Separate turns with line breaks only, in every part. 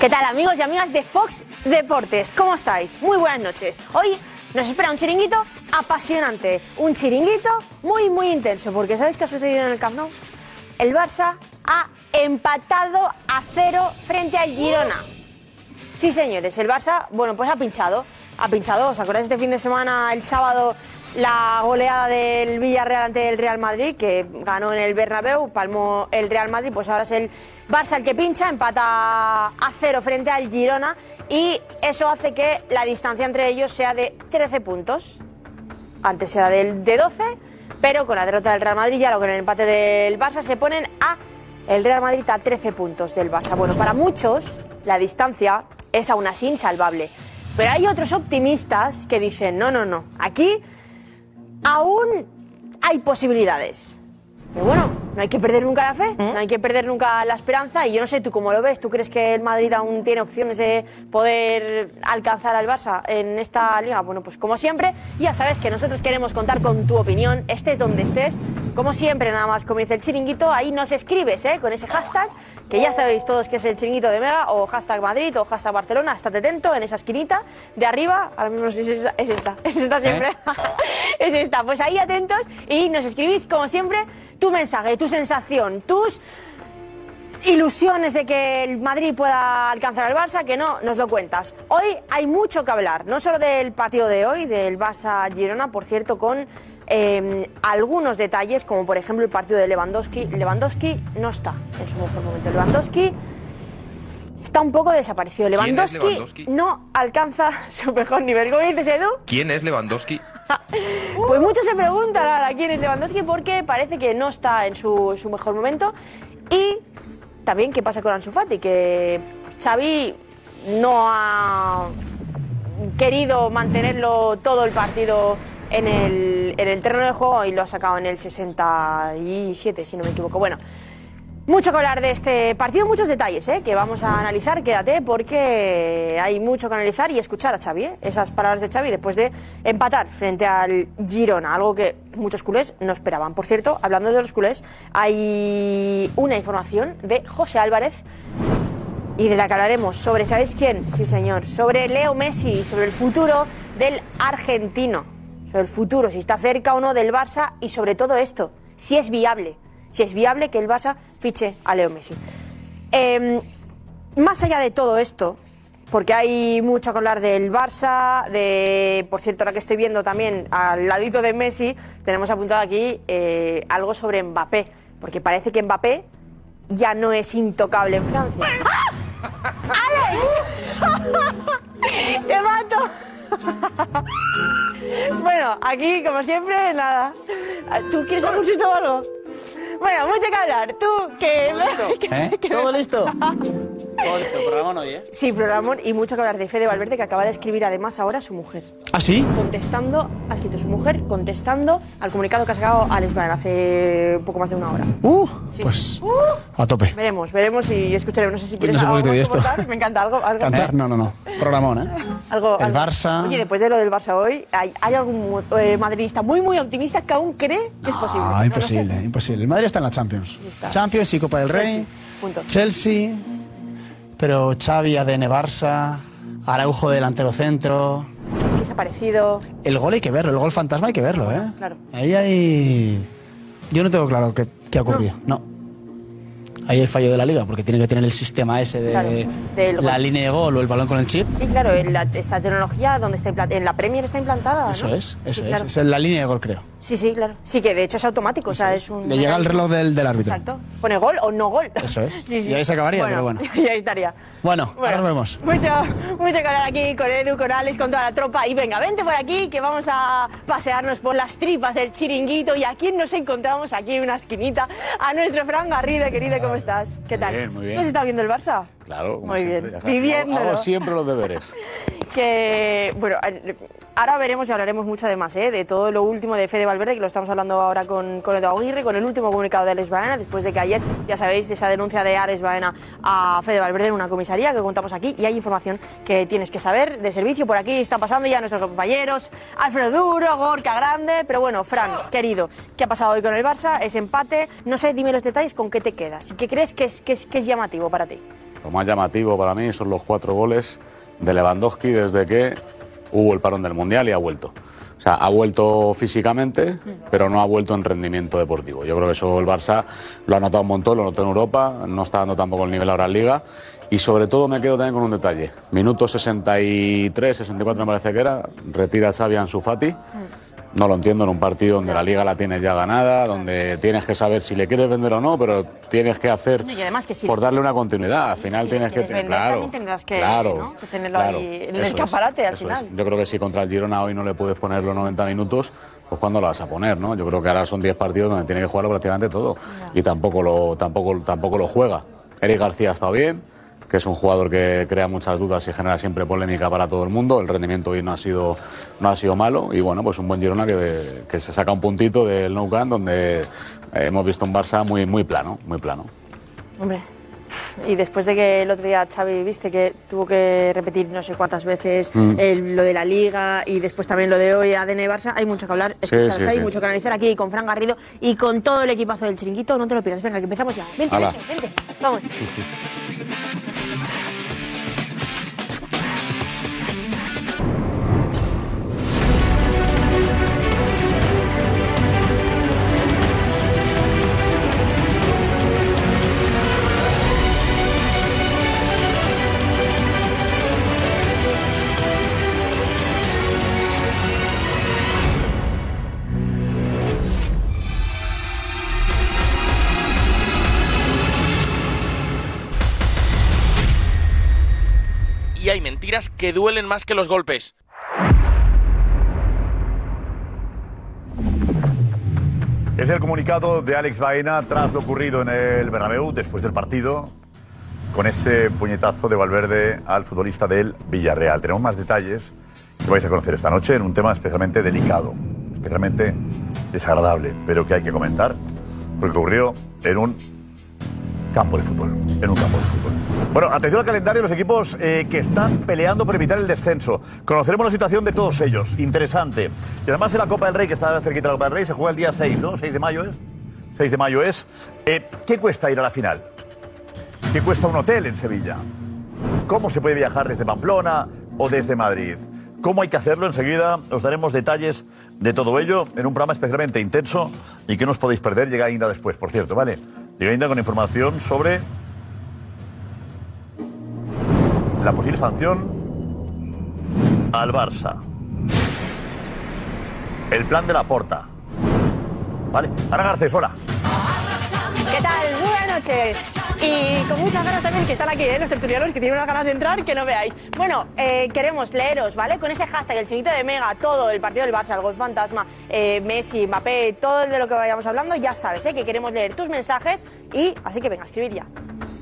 ¿Qué tal amigos y amigas de Fox Deportes? ¿Cómo estáis? Muy buenas noches. Hoy nos espera un chiringuito apasionante, un chiringuito muy muy intenso, porque ¿sabéis qué ha sucedido en el Camp Nou? El Barça ha empatado a cero frente al Girona. Sí, señores, el Barça, bueno, pues ha pinchado. Ha pinchado, ¿os acordáis este fin de semana, el sábado, la goleada del Villarreal ante el Real Madrid, que ganó en el Bernabéu, palmó el Real Madrid, pues ahora es el Barça el que pincha, empata a cero frente al Girona y eso hace que la distancia entre ellos sea de 13 puntos. Antes era del, de 12, pero con la derrota del Real Madrid y ahora con el empate del Barça se ponen a el Real Madrid a 13 puntos del Barça. Bueno, para muchos la distancia es aún así insalvable. Pero hay otros optimistas que dicen, no, no, no, aquí aún hay posibilidades. Pero bueno, no hay que perder nunca la fe, no hay que perder nunca la esperanza. Y yo no sé, ¿tú cómo lo ves? ¿Tú crees que el Madrid aún tiene opciones de poder alcanzar al Barça en esta liga? Bueno, pues como siempre, ya sabes que nosotros queremos contar con tu opinión, estés donde estés. Como siempre, nada más comienza el chiringuito, ahí nos escribes ¿eh? con ese hashtag, que ya sabéis todos que es el chiringuito de Mega, o hashtag Madrid, o hashtag Barcelona. Estate atento en esa esquinita de arriba. Ahora mismo no sé si es, esta, es esta, es esta siempre. ¿Eh? es esta. Pues ahí atentos y nos escribís, como siempre, tu mensaje, tus sensación, tus ilusiones de que el Madrid pueda alcanzar al Barça, que no nos lo cuentas. Hoy hay mucho que hablar, no solo del partido de hoy, del Barça-Girona, por cierto, con eh, algunos detalles, como por ejemplo el partido de Lewandowski. Lewandowski no está en su mejor momento. Lewandowski está un poco desaparecido. Lewandowski, Lewandowski? no alcanza su mejor nivel. ¿Cómo dices, Edu?
¿Quién es Lewandowski?
pues muchos se preguntan ahora quién es Lewandowski porque parece que no está en su, su mejor momento. Y también qué pasa con Ansu Fati, que pues, Xavi no ha querido mantenerlo todo el partido en el, en el terreno de juego y lo ha sacado en el 67, si no me equivoco. Bueno, mucho que hablar de este partido, muchos detalles ¿eh? que vamos a analizar. Quédate porque hay mucho que analizar y escuchar a Xavi, ¿eh? esas palabras de Xavi después de empatar frente al Girona, algo que muchos culés no esperaban. Por cierto, hablando de los culés, hay una información de José Álvarez y de la que hablaremos sobre, ¿sabéis quién? Sí, señor, sobre Leo Messi, sobre el futuro del argentino, sobre el futuro, si está cerca o no del Barça y sobre todo esto, si es viable si es viable que el Barça fiche a Leo Messi. Eh, más allá de todo esto, porque hay mucho que hablar del Barça, de, por cierto, ahora que estoy viendo también al ladito de Messi, tenemos apuntado aquí eh, algo sobre Mbappé, porque parece que Mbappé ya no es intocable en Francia. ¡Ah! ¡Alex! ¡Te mato! bueno, aquí, como siempre, nada. ¿Tú quieres algún susto o algo? Bueno, mucho que hablar. Tú, que...
¿Todo listo?
que,
¿Eh? que ¿Todo listo? Todo listo, programón hoy, ¿eh?
Sí, programón y mucho que hablar de Fede Valverde, que acaba de escribir además ahora a su mujer.
¿Ah, sí?
Contestando, ha escrito su mujer, contestando al comunicado que ha sacado Alex Van hace poco más de una hora.
¡Uh! Sí, pues, sí. Uh, a tope.
Veremos, veremos y escucharemos. No sé si quieres
no sé
algo
de esto.
Contar. Me encanta algo. algo
¿Cantar? ¿Eh? No, no, no. Programón, ¿eh?
algo,
El
algo.
Barça...
Oye, después de lo del Barça hoy, ¿hay, hay algún eh, madridista muy, muy optimista que aún cree que es posible?
Ah, no, imposible, no imposible. El Madrid está en la Champions. Está. Champions y Copa del Rey. Chelsea. Chelsea pero Xavi, ADN Barça, Araujo delantero centro.
Es que se ha parecido.
El gol hay que verlo, el gol fantasma hay que verlo, ¿eh?
Claro.
Ahí hay. Yo no tengo claro qué, qué ha ocurrido, no. no. Ahí el fallo de la liga, porque tiene que tener el sistema ese de
claro,
la gol. línea de gol o el balón con el chip.
Sí, claro, en la, esa tecnología donde está en la Premier está implantada.
Eso
¿no?
es, eso sí, es. Claro. Es en la línea de gol, creo.
Sí, sí, claro. Sí, que de hecho es automático. o sea, es un.
Le llega el reloj del, del árbitro.
Exacto. Pone gol o no gol.
Eso es. Y ahí se acabaría, pero bueno.
Y ahí estaría.
Bueno, ahora
Bueno,
nos vemos.
Mucho, mucho que hablar aquí con Edu, con Alex, con toda la tropa. Y venga, vente por aquí que vamos a pasearnos por las tripas del chiringuito. ¿Y a quién nos encontramos aquí en una esquinita? A nuestro Fran Garrido, querido, ¿cómo estás? ¿Qué tal?
Bien, muy bien.
¿Tú has estado viendo el Barça?
Claro, como
Muy
siempre,
bien.
ya sabes,
Viviéndolo.
Hago, hago siempre los deberes.
Que, bueno, ahora veremos y hablaremos mucho además, ¿eh? de todo lo último de Fede Valverde, que lo estamos hablando ahora con, con Edu Aguirre, con el último comunicado de Alex Baena, después de que ayer, ya sabéis, de esa denuncia de Alex Baena a Fede Valverde en una comisaría que contamos aquí, y hay información que tienes que saber de servicio, por aquí están pasando ya nuestros compañeros, Alfredo Duro, Gorka Grande, pero bueno, Fran, querido, ¿qué ha pasado hoy con el Barça? Ese empate, no sé, dime los detalles, ¿con qué te quedas? ¿Qué crees que es, que es, que es llamativo para ti?
Lo más llamativo para mí son los cuatro goles de Lewandowski desde que hubo el parón del Mundial y ha vuelto. O sea, ha vuelto físicamente, pero no ha vuelto en rendimiento deportivo. Yo creo que eso el Barça lo ha notado un montón, lo notó en Europa, no está dando tampoco el nivel ahora en Liga. Y sobre todo me quedo también con un detalle. Minuto 63, 64 me parece que era, retira Xavi a Ansu Fati. No lo entiendo en un partido donde la liga la tienes ya ganada, donde tienes que saber si le quieres vender o no, pero tienes que hacer
Y además que sí.
por darle una continuidad. Al final
si lo
tienes que
quieres
tener,
vender,
claro,
también tendrás que,
claro,
¿no? que tenerlo
claro,
ahí en el
eso es,
escaparate al
eso
final.
es. Yo creo que si contra el Girona hoy no le puedes poner los 90 minutos, pues cuándo lo vas a poner, ¿no? Yo creo que ahora son 10 partidos donde tiene que jugarlo prácticamente todo y tampoco lo tampoco tampoco lo juega. Eric García ha estado bien, que es un jugador que crea muchas dudas y genera siempre polémica para todo el mundo. El rendimiento hoy no ha sido no ha sido malo y bueno, pues un buen Girona que, que se saca un puntito del Nou Camp donde eh, hemos visto un Barça muy muy plano, muy plano.
Hombre. Y después de que el otro día Xavi, viste que tuvo que repetir no sé cuántas veces
Mm.
el- lo de la Liga y después también lo de hoy ADN Barça, hay mucho que hablar, escuchar,
sí,
hay
sí.
mucho que analizar aquí con Fran Garrido y con todo el equipazo del chiringuito, no te lo pierdas, venga, que empezamos ya. Vente,
Hala.
vente, vente, vamos.
Y hay mentiras que duelen más que los golpes.
Es el comunicado de Alex Baena tras lo ocurrido en el Bernabéu después del partido con ese puñetazo de Valverde al futbolista del Villarreal. Tenemos más detalles que vais a conocer esta noche en un tema especialmente delicado, especialmente desagradable, pero que hay que comentar porque ocurrió en un campo de fútbol, en un campo de fútbol. Bueno, atención al calendario de los equipos eh, que están peleando por evitar el descenso. Conoceremos la situación de todos ellos, interesante. Y además en la Copa del Rey, que está cerquita de la Copa del Rey, se juega el día 6, ¿no? 6 de mayo es. 6 de mayo es. Eh, ¿Qué cuesta ir a la final? ¿Qué cuesta un hotel en Sevilla? ¿Cómo se puede viajar desde Pamplona o desde Madrid? ¿Cómo hay que hacerlo? Enseguida os daremos detalles de todo ello en un programa especialmente intenso y que no os podéis perder. Llega Inda después, por cierto, ¿vale? Llega Inda con información sobre la posible sanción al Barça. El plan de la porta. ¿Vale? Ana Garcés, hola.
¿Qué tal? Buenas noches. Y con muchas ganas también que están aquí, ¿eh? los tertulianos que tienen unas ganas de entrar que no veáis. Bueno, eh, queremos leeros, ¿vale? Con ese hashtag, el chinito de Mega, todo, el partido del Barça, el gol fantasma, eh, Messi, Mbappé, todo de lo que vayamos hablando, ya sabes, ¿eh? Que queremos leer tus mensajes y así que venga, escribir ya.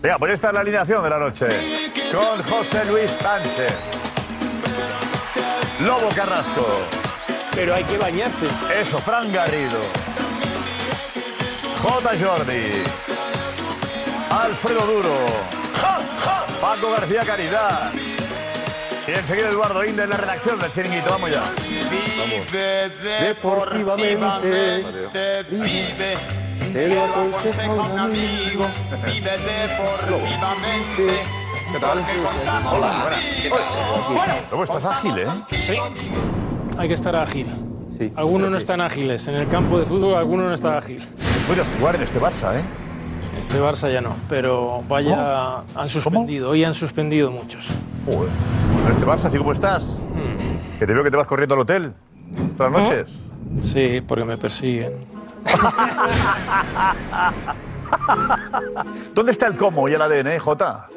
Venga, pues esta es la alineación de la noche. Con José Luis Sánchez. Lobo Carrasco. Pero hay que bañarse. Eso, Fran Garrido. J. Jordi. Alfredo Duro. Paco García Caridad. Y enseguida Eduardo Inde en la redacción del Chiringuito. Vamos ya.
Deportivamente vive, te lo aconseja un amigo. Vive deportivamente. Porque contamos la vida.
Lobo, estás ágil, ¿eh?
Sí, hay que estar ágil. algunos no están ágiles. En el campo de fútbol algunos no está ágil.
Puedes jugar en este Barça, ¿eh?
Este Barça ya no, pero vaya, han suspendido. Hoy han suspendido muchos. Hmm.
Joder. Bueno, Este Barça, así como estás. Que te veo que te vas corriendo al hotel. Todas las noches.
Sí, porque me persiguen.
¿Dónde está el cómo y el ADN, J?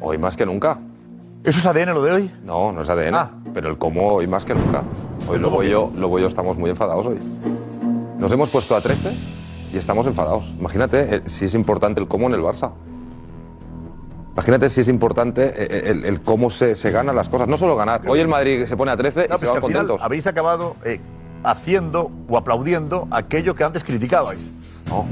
Hoy más que nunca.
eh, ¿Eso es ADN lo de hoy? Ah.
No, no es ADN. Pero el cómo hoy más que nunca. Hoy Lobo y yo, Lobo y yo estamos muy enfadados hoy. Nos hemos puesto a 13 y estamos enfadados. Imagínate eh, si es importante el cómo en el Barça. Imagínate si es importante eh, el, el cómo se, se ganan las cosas. No solo ganar. Hoy el Madrid se pone a 13
No,
y se
pues que
van
al final
contentos.
habéis acabado eh, haciendo o aplaudiendo aquello que antes criticabais.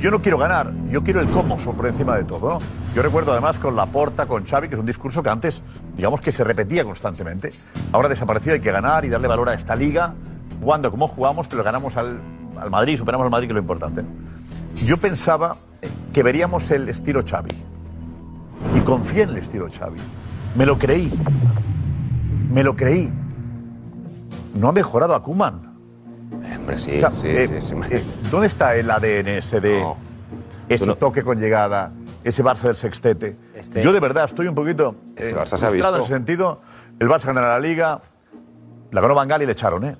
Yo no quiero ganar, yo quiero el cómo so- por encima de todo. ¿no? Yo recuerdo además con Laporta, con Xavi, que es un discurso que antes, digamos que se repetía constantemente. Ahora desapareció, hay que ganar y darle valor a esta liga, jugando como jugamos, pero ganamos al, al Madrid, superamos al Madrid, que es lo importante. Yo pensaba eh, que veríamos el estilo Xavi. Y confié en el estilo Xavi. Me lo creí. Me lo creí. No ha mejorado a Kuman. eh,
Hombre, sí, sí, sí, sí.
¿Dónde está el ADN ese de ese toque con llegada, ese Barça del sextete?
Este-
Yo de verdad estoy un poquito
Ese
eh,
Barça se ha
frustrado
visto.
en ese sentido. El Barça ganará la Liga, la ganó Bangal y le echaron, ¿eh?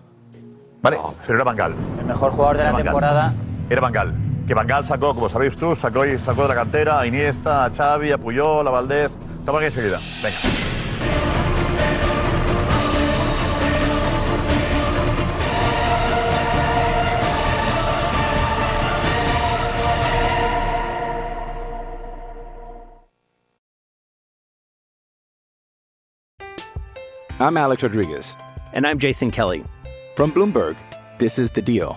Vale, pero era Bangal. El mejor jugador de la temporada. Era Bangal. Que Bangal sacó, como sabéis tú, sacó, y sacó de la cantera a Iniesta, a Xavi, a Puyol, a Valdés. Estamos aquí enseguida. Venga.
I'm Alex Rodriguez.
And I'm Jason Kelly.
From Bloomberg, this is The Deal.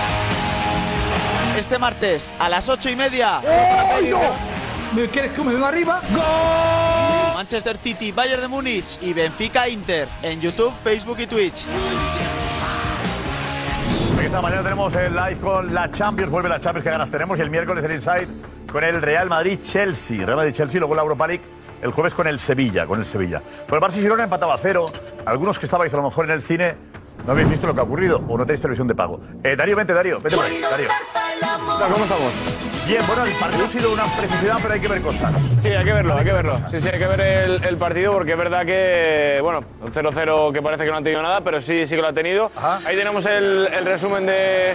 Este martes a las ocho y media.
¿Me quieres comer arriba?
Manchester City, Bayern de Múnich y Benfica Inter en YouTube, Facebook y Twitch.
Aquí está, mañana tenemos el live con la Champions, vuelve la Champions, que ganas tenemos, y el miércoles el Inside con el Real Madrid-Chelsea, Real Madrid-Chelsea, luego la Europa League, el jueves con el Sevilla, con el Sevilla. Pero el Barça y Girona empataba a cero, algunos que estabais a lo mejor en el cine no habéis visto lo que ha ocurrido, o no tenéis televisión de pago. Eh, Darío, vente Darío, vente por ahí, Darío. ¿Cómo estamos? Bien, bueno, el partido ha sido una preciosidad, pero hay que ver cosas.
Sí, hay que verlo, hay que verlo. Sí, sí, hay que ver el, el partido porque es verdad que, bueno, un 0-0 que parece que no ha tenido nada, pero sí, sí que lo ha tenido. Ahí tenemos el, el resumen de,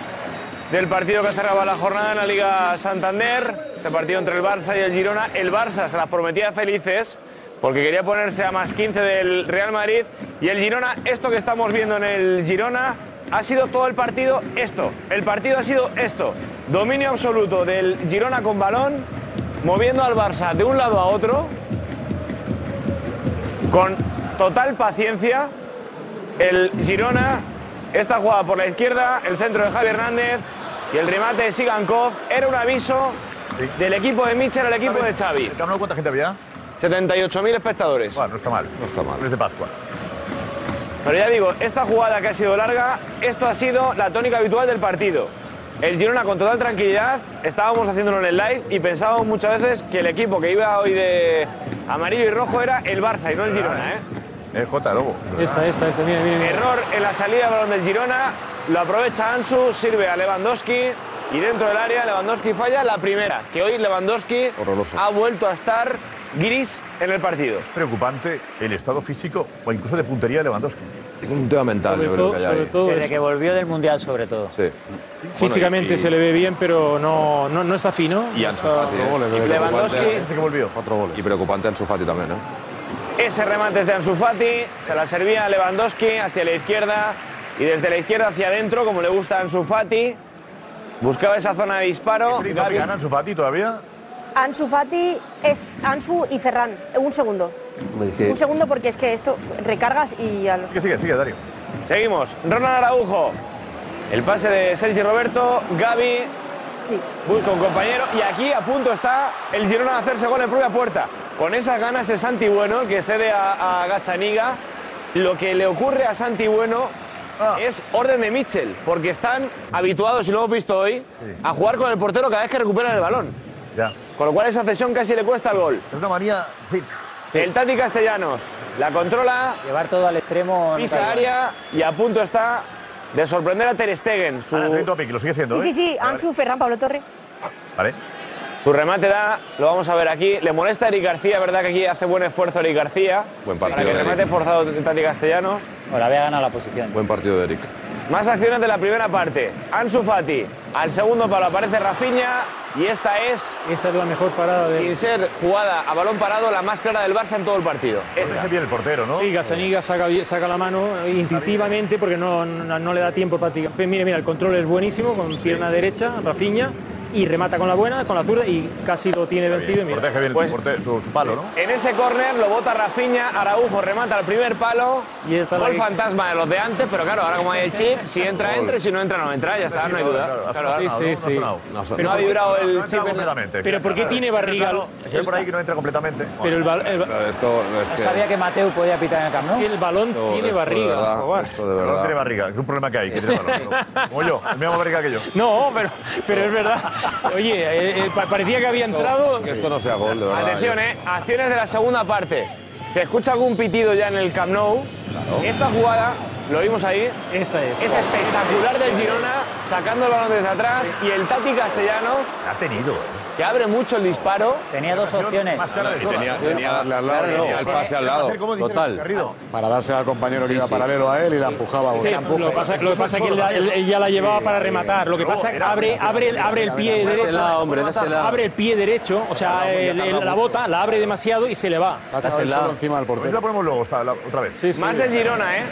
del partido que cerraba la jornada en la Liga Santander. Este partido entre el Barça y el Girona. El Barça se las prometía felices porque quería ponerse a más 15 del Real Madrid. Y el Girona, esto que estamos viendo en el Girona, ha sido todo el partido esto. El partido ha sido esto. Dominio absoluto del Girona con balón moviendo al Barça de un lado a otro, con total paciencia, el Girona, esta jugada por la izquierda, el centro de Javi Hernández y el remate de Sigankov, era un aviso del equipo de Michel al equipo de Xavi.
¿Cuánta gente había?
78.000 espectadores.
Bueno, no está mal. No está mal. Es de Pascua.
Pero ya digo, esta jugada que ha sido larga, esto ha sido la tónica habitual del partido. El Girona con total tranquilidad, estábamos haciéndolo en el live y pensábamos muchas veces que el equipo que iba hoy de amarillo y rojo era el Barça y no el Girona. ¿eh?
Eh, J, Lobo.
Esta, esta, esta, mira, mira. mira.
Error en la salida de balón del Girona, lo aprovecha Ansu, sirve a Lewandowski y dentro del área Lewandowski falla la primera, que hoy Lewandowski
Horroroso.
ha vuelto a estar gris en el partido.
Es preocupante el estado físico o incluso de puntería de Lewandowski.
Un tema mental,
Sobre
yo creo
todo-
que hay
sobre
ahí.
todo Desde eso.
que volvió del Mundial, sobre todo.
Sí.
Físicamente se le ve bien, pero no, no, no está fino.
Y Ansu Fati, ¿eh?
que volvió.
Cuatro goles. Y preocupante Ansu Fati también, ¿eh?
Ese remate es de Ansu Fati, se la servía Lewandowski hacia la izquierda y desde la izquierda hacia adentro, como le gusta a Ansu Fati. Buscaba esa zona de disparo. Gavi-
¿Gana Ansu Fati todavía?
Ansu Fati es Ansu y Ferran. Un segundo. Un segundo porque es que esto recargas y a los...
sigue, sigue, Darío.
Seguimos. Ronald Araujo. El pase de Sergi Roberto, Gaby. Busca un compañero y aquí a punto está el Girona de hacerse gol en propia puerta. Con esas ganas es Santi Bueno el que cede a, a Gachaniga. Lo que le ocurre a Santi Bueno
Ah.
es orden de Mitchell, porque están habituados, y lo hemos visto hoy, a jugar con el portero cada vez que recuperan el balón. Con lo cual esa cesión casi le cuesta el gol.
Es una manía...
El Tati Castellanos la controla,
Llevar todo al extremo. no
pisa
cae.
área y a punto está de sorprender a Ter Stegen. Su...
Ah, lo sigue siendo, ¿eh?
Sí, sí, sí, Ansu, Ferran, Pablo Torre.
Vale.
Tu remate da, lo vamos a ver aquí. Le molesta a Eric García, verdad que aquí hace buen esfuerzo Eric García.
Buen
Para
partido
que
de
remate
Eric.
forzado de Tati Castellanos.
Ahora había ganado la posición.
Buen partido de Eric.
Más acciones de la primera parte. Ansu Fati. Al segundo palo aparece Rafinha y esta es.
Esa es la mejor parada de.
Sin ser jugada a balón parado, la más clara del Barça en todo el partido.
deja bien el portero, ¿no?
Sí, Gazaniga saca, bien- saca la mano eh, intuitivamente porque no, no, no le da tiempo prácticamente. Mira, mira, el control es buenísimo con pierna derecha, Rafiña, y remata con la buena, con la zurda y casi lo tiene vencido. y mira.
Protege bien el
Pues-
portero, su, su palo, ¿no?
En ese córner lo bota Rafinha, Araujo remata al primer palo. Y
esta
Gol
la-
fantasma de los de antes, pero claro, ahora como hay el chip, si entra, entra, y si no entra, no entra, ya está, no hay duda. Claro, ahora-
Sí, sí, sí.
No ha vibrado el
No entra
chip en-
completamente.
Pero ¿por qué tiene barriga?
Claro, se ve por ahí que no entra completamente.
Pero el, bal- el ba-
Esto es
No
que-
sabía que Mateu podía pitar en el campo.
es que el balón
esto-
tiene
esto de
barriga,
verdad,
por favor.
esto de
No,
verdad.
tiene barriga, es un problema que hay, que tiene barriga. Como yo, el mismo barriga que yo.
No, pero, pero es verdad. Oye, eh, eh, pa- parecía que había entrado.
Que esto no sea gol, de verdad.
Atención, eh. Acciones de la segunda parte. Se escucha algún pitido ya en el Camp Nou. Esta jugada, lo vimos ahí,
Esta es.
es espectacular del Girona, sacando el balón desde atrás y el Tati Castellanos,
Ha tenido, eh.
que abre mucho el disparo.
Tenía dos opciones.
Más clara de
Y tenía,
todas.
tenía darle al lado,
Claro,
tenía el pase al lado.
¿Cómo dice
Total.
Garrido?
Para dársela al compañero que
Sí,
iba
sí.
paralelo a él y la empujaba.
Sí,
bueno.
lo que pasa, lo que pasa es que él, él- él ya la llevaba para rematar. Lo que
Pero
pasa es que
era-
abre, abre, el- abre el pie
Dásela,
derecho.
hombre, dásela.
Abre el pie derecho, o sea, el- el- la bota la abre demasiado y se le va.
Se ha echado él solo encima del portero.
la ponemos luego, está, la- otra vez.
Sí, sí.
Más del Girona, ¿eh?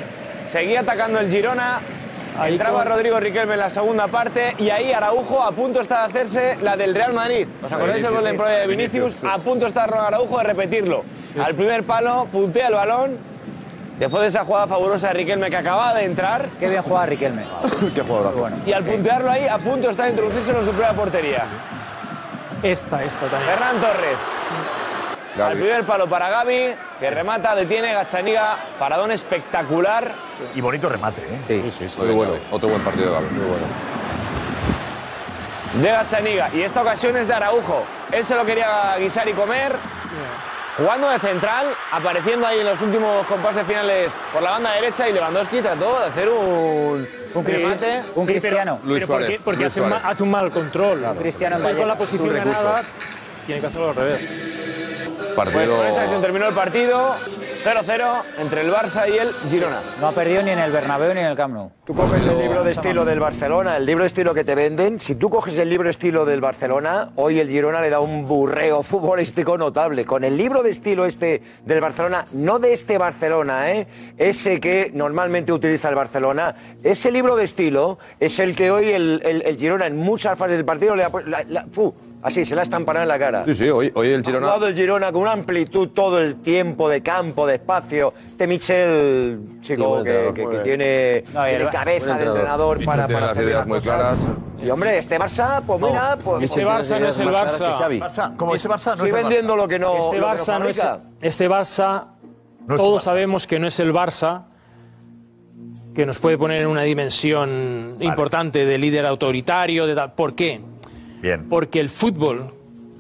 Seguía atacando el Girona.
Ahí
Entraba
con-
Rodrigo Riquelme en la segunda parte y ahí Araujo a punto está de hacerse la del Real Madrid. ¿Os acordáis el gol en propia de Vinicius? A punto está Ronald Araujo de repetirlo. Al primer palo, puntea el balón. Después de esa jugada fabulosa de Riquelme que acababa de entrar.
Qué bien jugaba Riquelme.
Qué jugadorazo.
Y al puntearlo ahí, a punto está de introducirse en su propia portería.
Esta, esta también.
Ferran Torres. Al
Gavi.
primer palo para Gaby, que remata, detiene Gachaniga, paradón espectacular.
Y bonito remate, ¿eh?
Sí, sí, sí. Muy bueno. Otro buen partido de Gabriel. Muy bueno.
de Gachaniga. Y esta ocasión es de Araujo. Él se lo quería guisar y comer. Jugando de central, apareciendo ahí en los últimos compases finales por la banda derecha y Lewandowski trató de hacer un,
Un, Crist-
remate.
un
Sí, pero-
cristiano.
pero
Luis
¿por qué?
Suárez,
Porque
Luis
hace, un ma-
Suárez.
hace un mal control.
Cristiano en
Él con la
Vallecas.
posición
un recurso.
ganada tiene que hacerlo al revés.
Pues
Partido.
con esa acción terminó el partido 0-0 entre el Barça y el Girona.
No ha perdido ni en el Bernabéu ni en el Camp Nou.
Tú coges el libro de estilo del Barcelona, el libro de estilo que te venden. Si tú coges el libro de estilo del Barcelona, hoy el Girona le da un burreo futbolístico notable. Con el libro de estilo este del Barcelona, no de este Barcelona, ¿eh? ese que normalmente utiliza el Barcelona, ese libro de estilo es el que hoy el, el- el Girona en muchas fases del partido le ha pu- la- la- ¡fu! así se la ha estamparado en la cara.
Sí, sí, hoy, hoy el
Ha
Girona.
jugado el Girona con una amplitud todo el tiempo de campo, de espacio. Este Michel, chico,
buen
que,
entrenador,
que-
muy
que
bien.
tiene,
No, y el-
tiene cabeza de entrenador para,
Tiene
para
las
hacer
ideas
las
muy
cosas.
claras.
Y hombre, este Barça, pues mira, pues
Este Barça no es el Barça.
Barça, como ese Barça no
estoy
es el Barça.
vendiendo lo que no.
Este
lo que
Barça no es
fabrica.
este Barça todos sabemos que no es el Barça que nos puede poner en una dimensión importante de líder autoritario, de tal. ¿Por qué?
Bien.
Porque el fútbol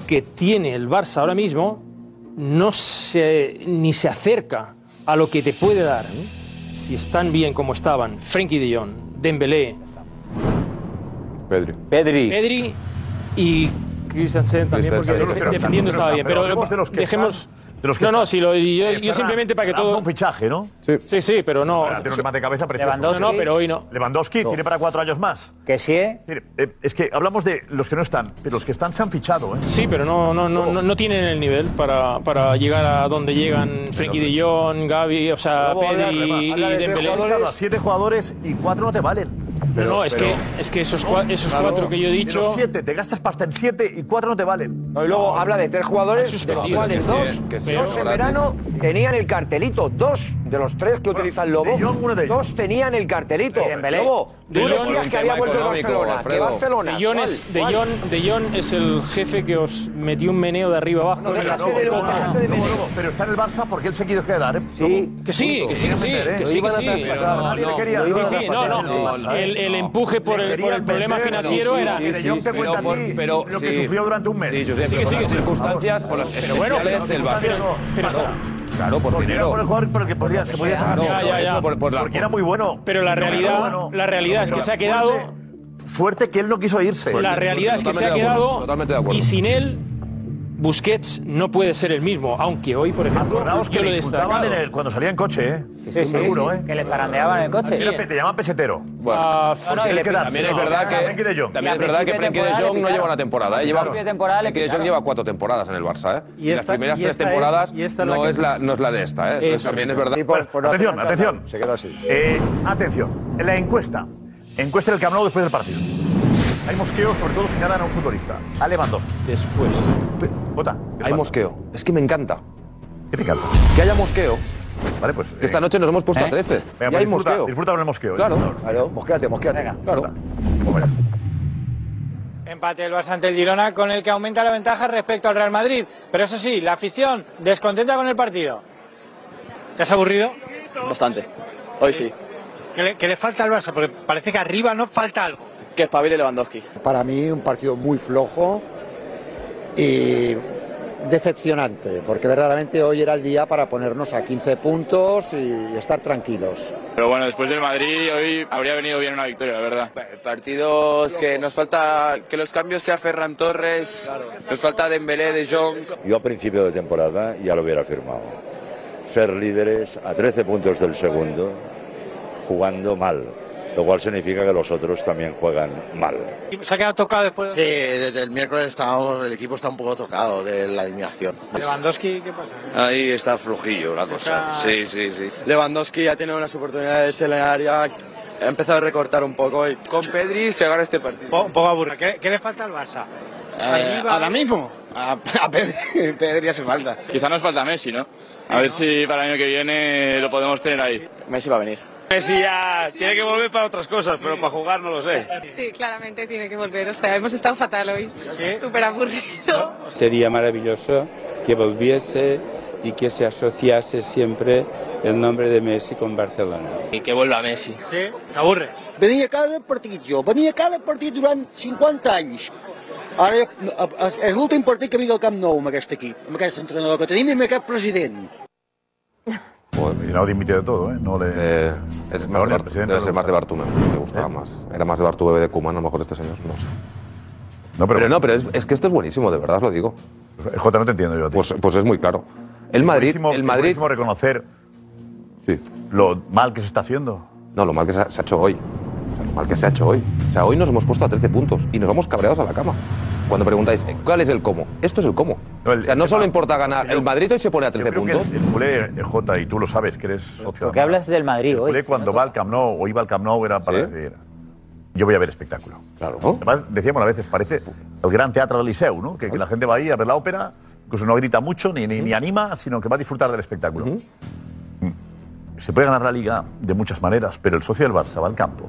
que tiene el Barça ahora mismo no se ni se acerca a lo que te puede dar si están bien como estaban Frenkie de Jong, Dembélé,
Pedri.
Pedri.
Pedri y Christensen también, porque
No,
Christensen.
no,
defe-
no, no,
defendiendo
no, no,
estaba
no,
bien.
pero
Pero
hablemos de los que
dejemos.
están, de los que
no, no,
están.
si lo, yo,
Eh,
yo
Ferran,
simplemente para que
Ferran fue
todo.
un fichaje, ¿no?
Sí, sí, pero no.
Ahora, tiene un remate de cabeza precioso.
No, no, pero hoy no.
Lewandowski tiene para cuatro años más.
Que sí, ¿eh?
Es decir, eh, Es que hablamos de los que no están, pero los que están se han fichado, ¿eh?
Sí, pero no, no, no, no, no tienen el nivel para, para llegar a donde llegan Frenkie de Jong, Gavi, o sea,
Luego habla de
Pedri y,
Rema- habla de tres
Dembélé.
jugadores, a siete jugadores y cuatro no te valen.
No, no, es que, es que esos, cua- esos cuatro que yo he
De
dicho.
los siete, te gastas pasta en siete y cuatro no te valen.
No, y luego habla de tres jugadores,
Han
de los
suspendido,
cuales
que
dos,
sí, que sí,
dos en
gratis.
verano tenían el cartelito, dos de de los tres que utiliza el Lobo, dos tenían el cartelito. Lobo,
De
tú
Jong-
decías que había vuelto el Barcelona. que Barcelona?
De Jong es, de Jong, de Jong es el jefe que os metió un meneo de arriba abajo. en la Copa.
Pero está en el Barça porque él se quiso quedar. ¿eh?
Que sí, que sí, que sí, que sí, que sí.
Pero nadie le quería.
Sí, sí, no, no. El, el empuje por el, por el problema financiero era.
Mira, yo te cuento a ti lo que sufrió durante un mes.
Sí, Josep, Sí, que pero sí, por que las sí.
circunstancias, por las
Pero bueno, pero
especiales del
circunstancias
Barça.
no.
Pero
Claro.
Claro, por
Porque era
dinero.
por el jugador, pero que podía, se podía sacar.
Claro,
dinero,
ya, ya.
eso, por- por la- Porque era muy bueno.
Pero la
No,
realidad-
bueno,
la realidad es que se ha quedado-
Fuerte, fuerte que él no quiso irse.
La realidad es que se ha quedado y sin él Busquets no puede ser el mismo, aunque hoy, por ejemplo,
Acordaos que
yo lo
le insultaban en
destacaba.
el- cuando salía en coche, ¿eh?
sí,
Seguro,
sí,
¿eh?
que le zarandeaban en el coche.
Era pe- le llaman pesetero.
Eh, Bueno,
no, no, y Ah, le picaron.
también es verdad que
Frenkie de Jong.
también
Y
es
a
verdad
principio de
que Frenkie de
temporada
Jong
le
no lleva
picaron.
una temporada,
A
¿eh? lleva
principio de temporada le
Frenkie de Jong
picaron.
lleva cuatro temporadas en el Barça, ¿eh?
Y
Y, las
esta-
primeras
y
tres
esta es-
temporadas
y esta es la
no
que-
es la no es la de esta, ¿eh? Entonces también es verdad.
atención, atención. Eh, atención. La encuesta. Encuesta del Camp Nou después del partido. Hay mosqueo, sobre todo si ganan a un futbolista. A Lewandowski.
Después.
Vota.
Hay mosqueo. Es que me encanta.
¿Qué te encanta?
Que haya mosqueo.
Vale, pues.
Esta noche nos hemos puesto
¿Eh?
a 13.
Venga,
y
pues
hay
disfruta-
mosqueo.
disfruta con el mosqueo, ¿eh?
Claro.
Claro, mosqueate, mosqueate.
Claro.
Empate del Barça ante el Girona con el que aumenta la ventaja respecto al Real Madrid. Pero eso sí, la afición descontenta con el partido. ¿Te has aburrido?
Bastante. Hoy sí.
¿Qué le, qué le falta al Barça? Porque parece que arriba no falta algo.
Que espabile Lewandowski.
Para mí un partido muy flojo y decepcionante, porque verdaderamente hoy era el día para ponernos a 15 puntos y estar tranquilos.
Pero bueno, después del Madrid hoy habría venido bien una victoria, la verdad.
Partidos que nos falta que los cambios sea Ferran Torres, nos falta Dembélé, De Jong.
Yo a principio de temporada ya lo hubiera firmado. Ser líderes a 13 puntos del segundo, jugando mal, lo cual significa que los otros también juegan mal.
¿Se ha quedado tocado después?
Sí, desde el miércoles estábamos, el equipo está un poco tocado de la alineación.
Lewandowski, ¿qué pasa?
Ahí está flojillo la cosa.
Sí, sí, sí. Lewandowski ha tenido unas oportunidades en el área, ha empezado a recortar un poco y con Pedri se gana este partido.
Un poco aburrido. ¿Qué, qué le falta al Barça?
Eh,
Arriba.
¿Ahora mismo? A, Pedri, hace falta. Quizá nos falta Messi, ¿no? a ver si para el año que viene lo podemos tener ahí. Messi va a venir.
Messi ya tiene que volver para otras cosas, pero para jugar no lo sé.
Sí, claramente tiene que volver. O sea, hemos estado fatal hoy. Súper aburrido.
Sería maravilloso que volviese y que se asociase siempre el nombre de Messi con Barcelona.
Y que vuelva Messi.
Sí, se aburre.
Venía cada partido, venía cada partido durant 50 anys. Ara, és- és l'últim partit que vinc al Camp Nou amb aquest equip, amb aquest entrenador que tenim i amb aquest president.
Y no dimite de todo, ¿eh? No le.
Es
Mejor
más,
del
Bar-
presidente
debe
no
ser
le
más de Bartomeu, me gustaba más. Era más de Bartomeu de Koeman, a lo mejor este señor, no sé. No, pero, Eh, no, pero es, es que esto es buenísimo, de verdad os lo digo.
Jota, no te entiendo yo.
Pues, pues es muy claro. El Madrid,
buenísimo-
el
es
Madrid
buenísimo reconocer
lo mal que se está haciendo. No, lo mal que se ha, se ha hecho hoy. O sea, lo mal que se ha hecho hoy. O sea, hoy nos hemos puesto a 13 puntos y nos vamos cabreados a la cama. Cuando preguntáis, eh, ¿cuál es el cómo? Esto es el cómo. o sea, no solo importa ganar. El Madrid hoy se pone a 13 puntos.
el culé, eh, Jota, y tú lo sabes que eres socio.
Porque hablas del Madrid
El
hoy.
culé cuando va al Camp Nou o iba al Camp Nou era para decir, yo voy a ver espectáculo.
Claro.
Además, decíamos a veces, parece el gran teatro del Liceu, ¿no? Que, que la gente va ahí a ver la ópera, incluso no grita mucho ni, ni, ni anima, sino que va a disfrutar del espectáculo. Mm. Se puede ganar la Liga de muchas maneras, pero el socio del Barça va al campo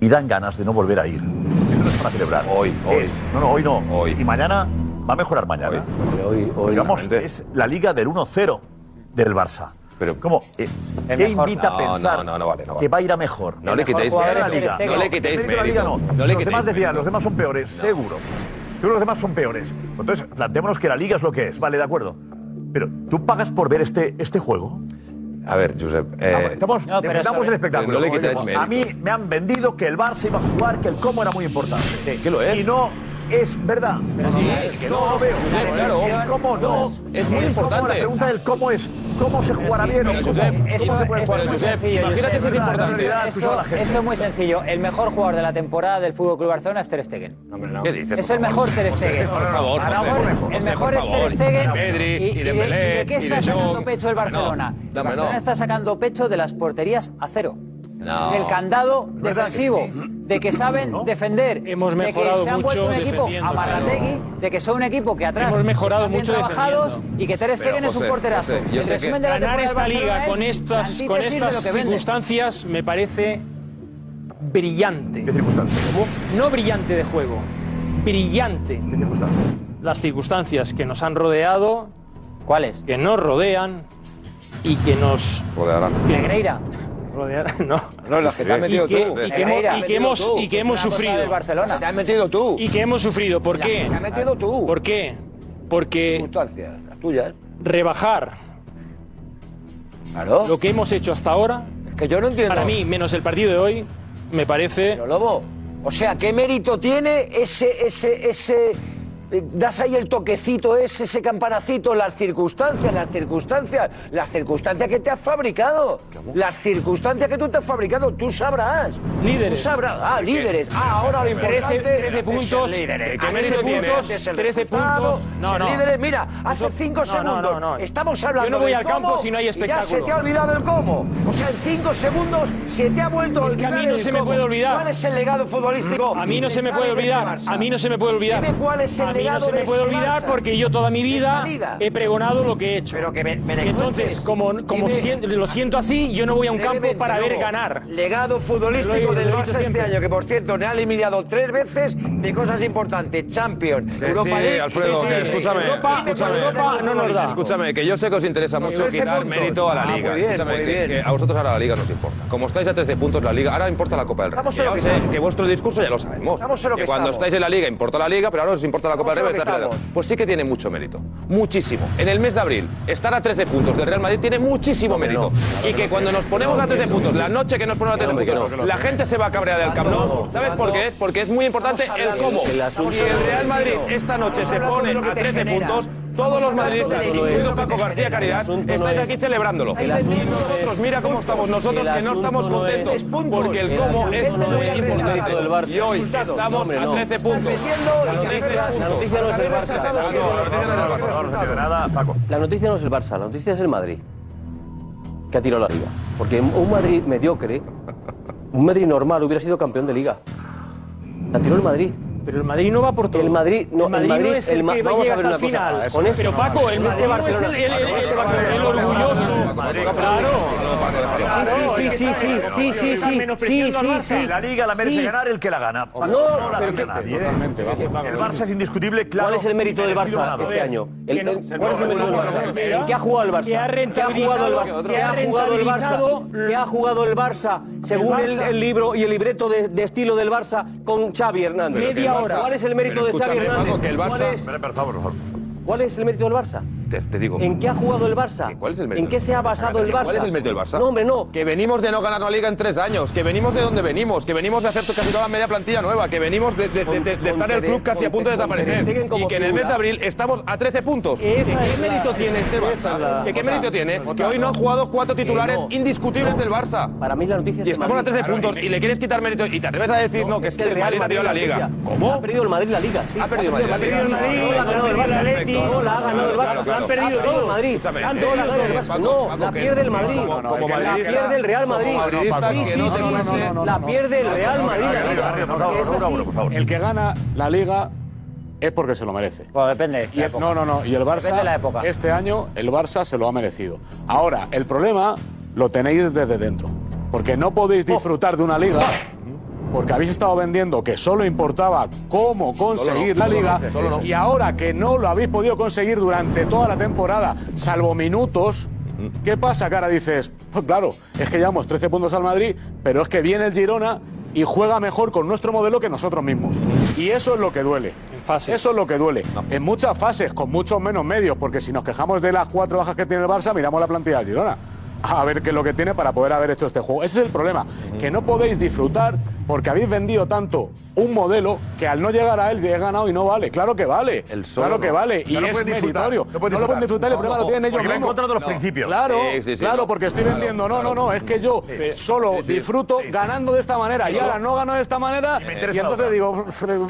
y dan ganas de no volver a ir. Esto no es para celebrar. Hoy, hoy. no, no, hoy no. Y mañana va a mejorar mañana. Hoy, hoy, Digamos, es la liga del 1-0 del Barça. Pero, ¿Cómo? Eh,
El
¿Qué
mejor-
invita
No,
a pensar
no, no, no vale, no vale.
que va a ir a mejor?
No le quitéis
Mejor jugador
mérito,
de la
no le quitéis
Mérito de la liga,
mérito.
no.
No le
los
quitéis
demás decían,
mérito.
los demás son peores, seguro. Seguro los demás son peores. Entonces, planteémonos que la liga es lo que es, vale, de acuerdo. Pero, ¿tú pagas por ver este, este juego?
A ver, Josep. eh,
Estamos,
No, pero
defendamos
sobre-
el espectáculo.
No le quitáis
a mí me han vendido que el Barça iba a jugar, que el cómo era muy importante. Es que lo es. Y no es verdad. Es que no lo veo.
Josep, claro.
El cómo no.
Es muy
El cómo,
importante.
La pregunta del cómo es cómo se jugará bien o
pero
cómo,
Josep,
cómo
esto-
se puede
esto
jugar.
es
bien.
sencillo,
Imagínate si es importante.
escuchaba
Esto,
la gente.
esto es muy sencillo. El mejor jugador de la temporada del Fútbol Club Barcelona es Ter Stegen.
¿Qué dices?
Es el mejor Ter Stegen.
por favor,
A lo
José,
mejor
por favor,
el
José,
mejor
por
es
favor.
Ter Stegen.
Pedri, y
de-
Dembélé,
de qué
y
está
de
sacando
Jong.
pecho el Barcelona?
No,
el
dame,
Barcelona
no.
está sacando pecho de las porterías a cero.
No.
Del candado
verdad que
defensivo. de que saben defender,
Hemos
de que
mejorado
se han vuelto un
mucho
equipo
defendiendo,
amarrategui, de que son un equipo que atrás
Hemos mejorado
están bien
mucho
trabajados
defendiendo.
y que Ter Stegen
Pero,
es un
José,
porterazo.
José, yo
El
sé
resumen
que
de la
ganar
temporada
esta
del
liga
Barcelona es
con
la
estas, con
antítesis de
estas
lo que vende.
circunstancias me parece brillante. ¿Qué circunstancias? No brillante de juego, brillante. ¿Qué circunstancias? Las circunstancias que nos han rodeado.
¿Cuáles?
Que nos rodean y que nos...
Rodearán.
Negreira.
Rodear, no.
No, las que te has metido
y que,
tú.
Y que, hemos- y que hemos, y que hemos sufrido.
Barcelona.
Te has metido tú. Y que hemos sufrido. ¿Por qué? Te has metido tú. ¿Por qué? Porque. Las tuyas. Rebajar. Lo que hemos hecho hasta ahora. Es que yo no entiendo. Para mí, menos el partido de hoy, me parece.
Lobo, o sea, ¿qué mérito tiene ese, ese, ese, eh, das ahí el toquecito ese, ese campanacito, las circunstancias, las circunstancias, las circunstancias que te has fabricado, las circunstancias que tú te has fabricado, tú sabrás.
Líderes.
Tú sabrás, ah, líderes, ah, ahora lo importante
13, 13
es
puntos.
el líderes.
¿Qué
Ah,
mérito
13
tiene?
puntos, es el
13
resultado,
puntos. No,
ser
no.
líderes, mira, hace 5
no, no,
segundos,
no, no.
estamos
Yo
hablando
no voy
del
al campo
cómo
si no hay
y ya se
espectáculo.
te ha olvidado el cómo, o sea, en 5 segundos se te ha vuelto a
Es que a
olvidar
mí no
el
se me
cómo.
puede olvidar.
¿Cuál es el legado futbolístico?
A mí no se me puede
Pensar en
olvidar.
este Barça.
A mí no se me puede olvidar.
Dime cuál es el
a mí no
legado
se
de
me puede
este
olvidar
Barça,
porque yo toda mi
de
vida
esta liga.
he pregonado lo que he hecho. Entonces,
cuentes.
como, como sien-
Dime-
lo siento así, yo no voy a un campo
Brevemente,
para ver
Lobo.
ganar.
Legado
Lo
futbolístico
he-
del
lo he
Barça
dicho
este
siempre.
año, que por cierto le ha eliminado tres veces de cosas importantes. Champions,
Eh,
Europa
Eh, sí,
League.
Alfredo,
sí, sí.
que escúchame,
Europa,
escúchame.
Europa no nos da.
Escúchame, que yo sé que os interesa mucho
13
quitar
puntos.
mérito a la
Ah, muy
liga.
bien,
escúchame,
muy
que-
bien.
que a vosotros ahora la liga no os importa. Como estáis a 13 puntos la liga, ahora importa la Copa del Rey.
Estamos en
Ya
lo
os
que
sé
estamos.
que vuestro discurso ya lo sabemos.
Estamos en lo que
cuando
estamos.
estáis en la liga importa la liga, pero ahora os importa la
Estamos
Copa del Rey.
en lo que
etcétera. Pues sí que tiene mucho mérito. Muchísimo. En el mes de abril, estar a 13 puntos del Real Madrid tiene muchísimo mérito. Y que cuando nos ponemos a 13 puntos, la noche que nos ponemos a 13 puntos, la gente se va a cabrear del Camp Nou. ¿Sabes por qué es? Porque es muy importante el cómo.
del asunto
Si el Real Madrid esta noche se pone a 13 puntos, todos los madridistas, incluido Paco García Caridad, estáis aquí celebrándolo.
El asunto no
Nosotros, mira cómo estamos nosotros, que no estamos contentos, porque el
El
cómo
asunto
es
no
muy
es el
importante.
resultado del Barça.
Y hoy
Resultado. No,
estamos
hombre,
a
no.
13 puntos.
La noticia, la noticia no es el Barça. La noticia no es el Barça. La noticia no es el Barça, la noticia es el Madrid. Que ha tirado la liga. Porque un Madrid mediocre, un Madrid normal, hubiera sido campeón de liga. La tiró el Madrid.
Pero el Madrid no va por todo.
El Madrid no,
El Madrid no es el
Ma-
que
vamos
llega
a ver una
hasta el
cosa.
final.
Con este,
Pero, Paco, el Madrid
este
no es
Barcelona.
el- el- el- el Barcelona, el orgulloso.
Claro. Sí, sí, sí, sí, sí, sí, sí, sí, sí, sí, sí.
La liga la merece
Sí.
ganar el que la gana.
No,
no la
pero
gana
qué-
nadie.
Totalmente, vamos.
El Barça es indiscutible, claro.
¿Cuál es el mérito del
merecido
Barça
ganador.
este año? El-
Que no,
el-
se
¿Cuál es el
lo-
mérito del Barça? ¿En qué ha jugado el Barça?
Que ha
¿Qué ha jugado el
rentabilizado-
Barça?
que ha
¿Qué ha jugado el
rentabilizado-
Barça? ¿Qué ha jugado el Barça? Según el,
Barça.
el libro y el libreto de, de estilo del Barça con Xavi Hernández.
Pero que el Barça-
¿Cuál es el mérito
Pero
de Xavi
escúchame,
Hernández?
Paco, que el
¿Cuál
Barça-
es-
Espera, por favor, por favor.
¿Cuál es el mérito del Barça?
Te, te digo.
¿En qué ha jugado el Barça?
¿Cuál es el mérito?
¿En qué se ha basado el Barça?
¿Cuál es el mérito del Barça?
No, hombre, no.
Que venimos de no ganar la liga en tres años, que venimos de donde venimos, que venimos de hacer casi toda la media plantilla nueva, que venimos de, de- de- de- de
Con-
estar en el
con
club casi a punto de
Ter- con Ter
desaparecer.
Stegen como
Y que en el mes
figura.
de abril estamos a 13 puntos. ¿Qué
Esa es la-
mérito tiene este
esa es
Barça?
la-
¿Que ¿Qué
Jota,
mérito tiene? Que
Jota,
hoy no han
no.
jugado cuatro
Que
titulares
no.
indiscutibles del Barça.
Para mí la noticia es
Y
el
estamos a
Madrid.
13 puntos y le quieres quitar mérito y te atreves a decir no, que es que el Madrid ha tirado la liga.
noticia.
¿Cómo?
Ha perdido el Madrid la liga, sí.
Ha perdido el Madrid.
Ha perdido el Madrid, la ha ganado el Barça.
Perfecto.
No, la ha ganado el
Claro,
Barça.
claro.
Han perdido todo el Madrid.
Escúchame,
Han perdido
eh,
la gana el Barça.
Paco,
No,
Paco,
la
que-
pierde el Madrid.
como- como
La
madridista-
pierde el Real
como
Madrid.
madridista,
Sí,
que
sí,
no te
sí.
cueste-
La pierde el Real Madrid. la
Rápido,
liga.
rápido, por favor,
Porque es
uno,
así.
uno, por favor. El que gana la liga es porque se lo merece.
Pues depende.
Y el- no, no, no. Y el Barça,
Depende de la época.
este año, el Barça se lo ha merecido. Ahora, el problema lo tenéis desde dentro. Porque no podéis
Oh.
disfrutar de una liga. Porque habéis estado vendiendo que solo importaba cómo conseguir
Solo no,
la liga.
solo no, solo no.
Y ahora que no lo habéis podido conseguir durante toda la temporada, salvo minutos.
Mm.
¿Qué pasa, cara? Dices, "Pues claro, es que llevamos 13 puntos al Madrid, pero es que viene el Girona y juega mejor con nuestro modelo que nosotros mismos. Y eso es lo que duele. Eso es lo que duele. En muchas fases, con muchos menos medios, porque si nos quejamos de las cuatro bajas que tiene el Barça, miramos la plantilla del Girona. A ver qué es lo que tiene para poder haber hecho este juego. Ese es el problema, que no podéis disfrutar porque habéis vendido tanto un modelo que al no llegar a él he ganado y no vale. Claro que vale.
solo
claro que
no.
vale. Y
No lo
es
pueden disfrutar,
meritorio.
no pueden
No lo pueden disfrutar,
disfrutar.
el problema
No,
lo tienen ellos
porque va en
mismos.
contra de los
No.
principios.
Claro,
Sí, sí, sí,
claro,
no.
porque estoy vendiendo. No, no, no. Es que yo solo
Sí, sí.
disfruto ganando de esta manera. Y
Eso.
ahora no gano de esta manera.
me
Y,
interesa
entonces
otra.
digo,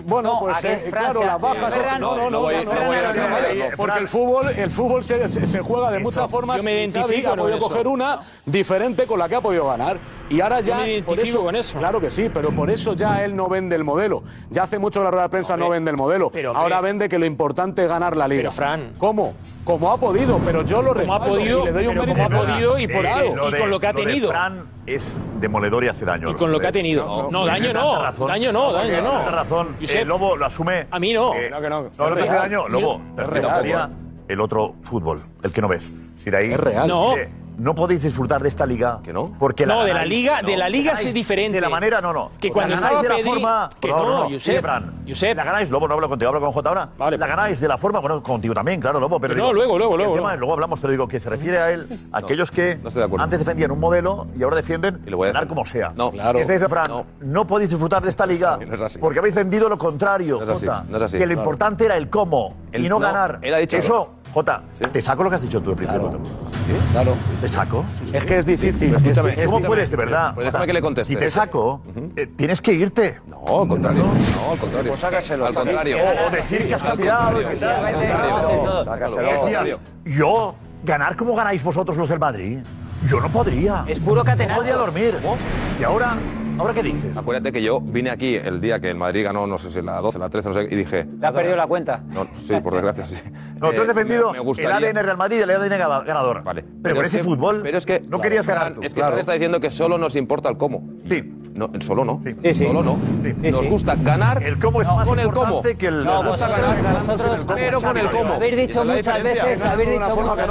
bueno, pues
aquí es
eh,
Francia,
claro, las bajas.
Ferran,
no, no, no,
no voy a-
no,
no
no,
voy a
no,
decir
no,
nada,
no,
no.
Porque el fútbol, el fútbol se, se- se juega de muchas formas.
Yo me
y Xavi
identifico
ha
con
podido
eso.
coger una diferente con la que ha podido ganar. Y ahora
Yo
ya.
me
por
identifico con
Claro que sí, pero modelo. Por eso ya él no vende el modelo. Ya hace mucho la rueda de prensa no vende el modelo. Ahora vende que lo importante es ganar la liga.
Pero, Fran.
¿Cómo? Como ha podido, pero yo lo
Como ha
respaldo
podido,
y le doy un
pero
mérito.
como ha podido y por-
Eh,
y con
de-
lo que ha
de
tenido.
Fran es demoledor y hace daño.
Y con lo que ha tenido. No, daño no, daño no, daño no.
Tanta razón. Eh,
Josep,
Lobo lo asume.
a mí no.
Eh,
No, que no, que
No,
es
no te hace
real.
daño, Lobo.
Mira,
Pero
es
te
real.
gustaría el otro fútbol, el que no ves. Si de ahí,
Es real. No.
Eh, no podéis disfrutar de esta liga. Que no. Porque la
no, de la
ganáis,
liga,
no.
de la liga
Ganáis
es diferente.
De la manera, no, no.
Que cuando
la ganáis
estaba
de la
Pedri-
forma.
que
no, no, no.
no,
Mire,
Josep. pues.
Fran. La ganáis, Lobo, no hablo contigo, hablo con J ahora. la ganáis de la forma, bueno, contigo también, claro, Lobo. Pero
No,
digo,
luego, luego,
el
luego,
tema
luego.
es- luego hablamos, pero digo que se refiere a él, a aquellos que antes defendían un modelo y ahora defienden ganar como sea. No,
claro.
dice Fran, no. podéis disfrutar de esta liga porque habéis vendido lo contrario,
No es así,
Jota.
no es así.
Que lo
Claro.
importante era el cómo
El-
y no,
no,
ganar.
él ha dicho
Eso, Jota, te saco lo que has dicho tú al principio. Claro. ¿Te saco?
Es que es difícil.
Escúchame,
es que es
¿cómo
difícil.
puedes, de verdad?
Pues déjame que le conteste.
Si te saco, eh, tienes que irte. No, al contrario.
No, al contrario.
Pues sácaselo.
Al contrario.
O, o decir que has cambiado. que estás-
Sácaselo.
Es días, Yo, ganar como ganáis vosotros los del Madrid, yo no podría. Es puro
catenacho.
No podía dormir. Y ahora, ¿ahora qué dices?
Acuérdate que yo vine aquí el día que el Madrid ganó, no sé si la 12, la 13, no sé, y dije.
Le ha perdido la cuenta.
No, sí, por desgracia, sí.
No, tú has
Eh,
defendido
me- me gustaría-
el ADN Real Madrid y el ADN gana- ganador. Vale. Pero, con
es
ese
que-
fútbol
pero es que,
no querías
Fran,
ganar tú.
Es que Fran está diciendo que solo nos importa el cómo.
Sí.
No, el solo no.
Sí, sí.
Solo no.
Sí,
Nos
sí.
gusta ganar.
El cómo es más
con el
importante
cómo.
que el-
Nos gusta
Nosotros
ganar,
ganamos
nosotros,
en el cómo.
pero con el cómo.
Habéis dicho
Esa es la
muchas
diferencia.
veces, habéis dicho muchas veces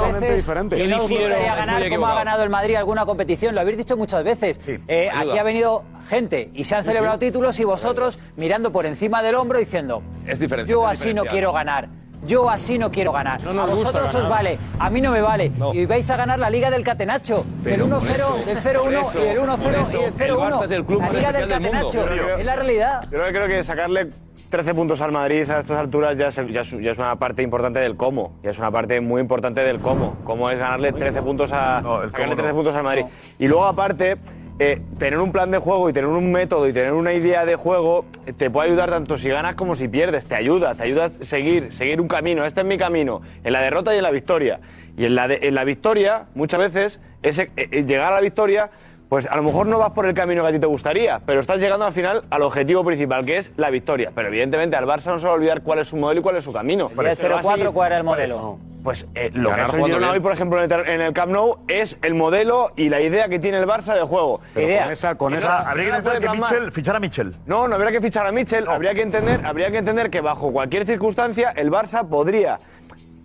que no os gustaría ganar como ha ganado el Madrid alguna competición. Lo habéis dicho muchas veces. Eh,
ayuda.
aquí ha venido gente y se han
Sí,
celebrado
sí.
títulos y vosotros mirando por encima del hombro diciendo
Es diferente.
yo
es
así no
diferencial.
quiero ganar. Yo así no quiero ganar.
nos
a
gusta
vosotros os
ganar.
vale, a mí no me vale. Y vais a ganar la Liga del Catenacho.
Pero
el
por
1-0,
eso,
del 0-1 y
por
el
eso,
1-0 y el
por eso.
0-1.
El Barça es el club
la
más
Liga del
especial del mundo.
Catenacho.
Yo creo-
Es la realidad.
Yo creo que sacarle tres puntos al Madrid a estas alturas ya es, ya es- ya es una parte importante del cómo. Ya es una parte muy importante del cómo. Cómo es ganarle 13 puntos, a, sacarle 13 puntos al Madrid. Y luego, aparte, eh, tener un plan de juego y tener un método y tener una idea de juego eh, te puede ayudar tanto si ganas como si pierdes. Te ayuda, te ayuda a seguir, seguir un camino. Este es mi camino, en la derrota y en la victoria. Y en la, de- en la victoria, muchas veces, ese, eh, eh, llegar a la victoria pues a lo mejor no vas por el camino que a ti te gustaría, pero estás llegando al final al objetivo principal, que es la victoria. Pero evidentemente al Barça no se va a olvidar cuál es su modelo y cuál es su camino.
Y el
Pero va a
0-4,
seguir-
¿cuál era el
¿Cuál es?
modelo?
Pues eh, lo que
Ganar
ha hecho el
jugando
Girona
bien.
hoy, por ejemplo, en el ter- en el Camp Nou, es el modelo y la idea que tiene el Barça de juego.
Pero
idea.
con esa- con
Eso
esa- habría
no
que
la
intentar
puede
que
plasmar.
Mitchell fichara a Mitchell.
No, no habría que fichar a Mitchell. Habría que entender, habría que entender que bajo cualquier circunstancia el Barça podría.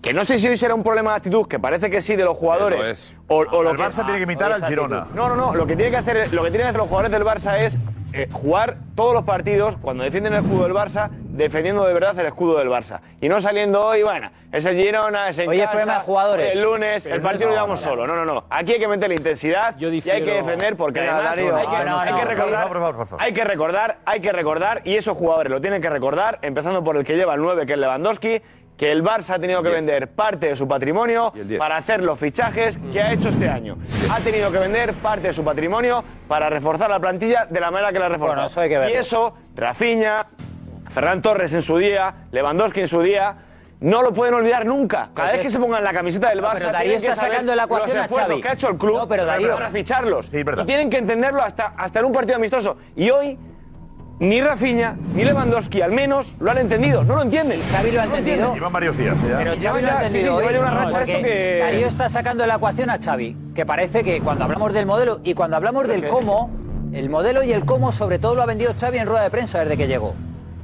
Que no sé si hoy será un problema de actitud, que parece que sí de los jugadores.
Que lo es.
O, o lo
El Barça tiene que imitar
o
al
esa
Girona.
actitud. No, no, no. Lo que tienen que hacer, lo que tienen que hacer los jugadores del Barça es eh, jugar todos los partidos cuando defienden el escudo del Barça, defendiendo de verdad el escudo del Barça y no saliendo hoy. Bueno, es el Girona, es en
Hoy es
casa,
problema de jugadores.
El lunes,
Pero
el
no es
partido lo llevamos
ahora.
solo. No, no, no. Aquí hay que meter la intensidad y hay que
difiero.
defender porque
Venga,
además
Darío,
hay que-
no,
hay que
no.
recordar.
Por favor, por favor.
Hay que recordar, hay que recordar, y esos jugadores lo tienen que recordar, empezando por el que lleva el 9, que es Lewandowski, que el Barça ha tenido que vender parte de su patrimonio para hacer los fichajes que ha hecho este año. Ha tenido que vender parte de su patrimonio para reforzar la plantilla de la manera que la reforza.
Bueno, eso hay que
Y
verlo.
eso, Rafinha, Ferran Torres en su día, Lewandowski en su día. No lo pueden olvidar nunca. Cada vez que se pongan la camiseta del
No,
Barça,
pero Darío
tienen que
está
saber
sacando de la
los
ecuación a
esfuerzos
Xavi.
que ha hecho el club
No, pero Darío.
para ficharlos. Y tienen que entenderlo hasta, hasta en un partido amistoso. Y hoy ni Rafinha ni Lewandowski al menos lo han entendido. No lo entienden.
Xavi lo ha entendido.
Llevan varios días. ¿eh? ya.
Pero Xavi lo ha
ya, sí, sí,
entendido
lleva
hoy,
ya una
¿no?
racha
Porque
esto que-
Darío está sacando de la ecuación a Xavi, que parece que cuando hablamos del modelo y cuando hablamos del cómo, el modelo y el cómo sobre todo lo ha vendido Xavi en rueda de prensa desde que llegó.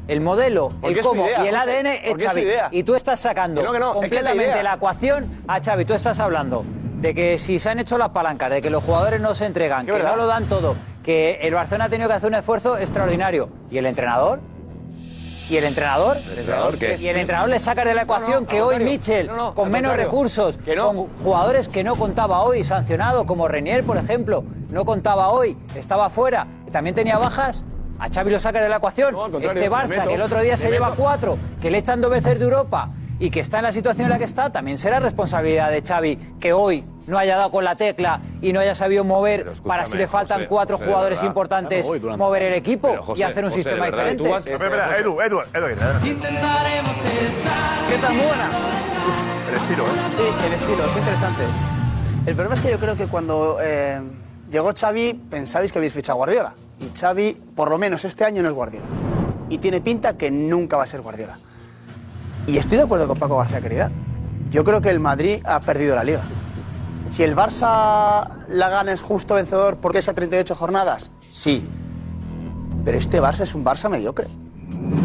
El modelo,
Porque
el
es su
cómo
idea,
y el
José,
ADN es
porque es su
Xavi.
idea.
Y tú estás sacando
Que no, que no, es que es la
completamente
idea.
la ecuación a Xavi. Tú estás hablando de que si se han hecho las palancas, de que los jugadores no se entregan, que
verdad.
no lo dan todo, que el Barcelona ha tenido que hacer un esfuerzo extraordinario. ¿Y el entrenador? ¿Y el entrenador?
entrenador qué?
Y el entrenador le saca de la ecuación
no,
que
al
hoy
contrario.
Mitchell,
No, no,
con
al
menos
contrario.
recursos, con jugadores que no contaba hoy, sancionado, como Renier, por ejemplo, no contaba hoy, estaba fuera, que también tenía bajas. A Xavi lo saca de la ecuación.
contrario,
este Barça,
me meto,
que el otro día
me
se lleva
meto.
cuatro, que le echan dos veces de Europa y que está en la situación en la que está, también será responsabilidad de Xavi que hoy no haya dado con la tecla y no haya sabido mover para si le faltan
José,
cuatro
José, de
jugadores
verdad.
importantes,
Ya me voy durante-
mover el equipo
Pero, José,
y hacer un
José, de
sistema
verdad,
diferente. Este
tú vas-
Espera, espera, Edu, Edu, Edu. adelante.
Intentaremos estar. ¿Qué tan buenas?
El estilo, ¿eh?
Sí, el estilo, es interesante. El problema es que yo creo que cuando eh, llegó Xavi pensabais que habéis fichado a Guardiola.
Y Xavi, por lo menos este año, no es Guardiola. Y tiene pinta que nunca va a ser Guardiola. Y estoy de acuerdo con Paco García Caridad. Yo creo que el Madrid ha perdido la liga. Si el Barça la gana es justo vencedor porque es a 38 jornadas, sí. Pero este Barça es un Barça mediocre.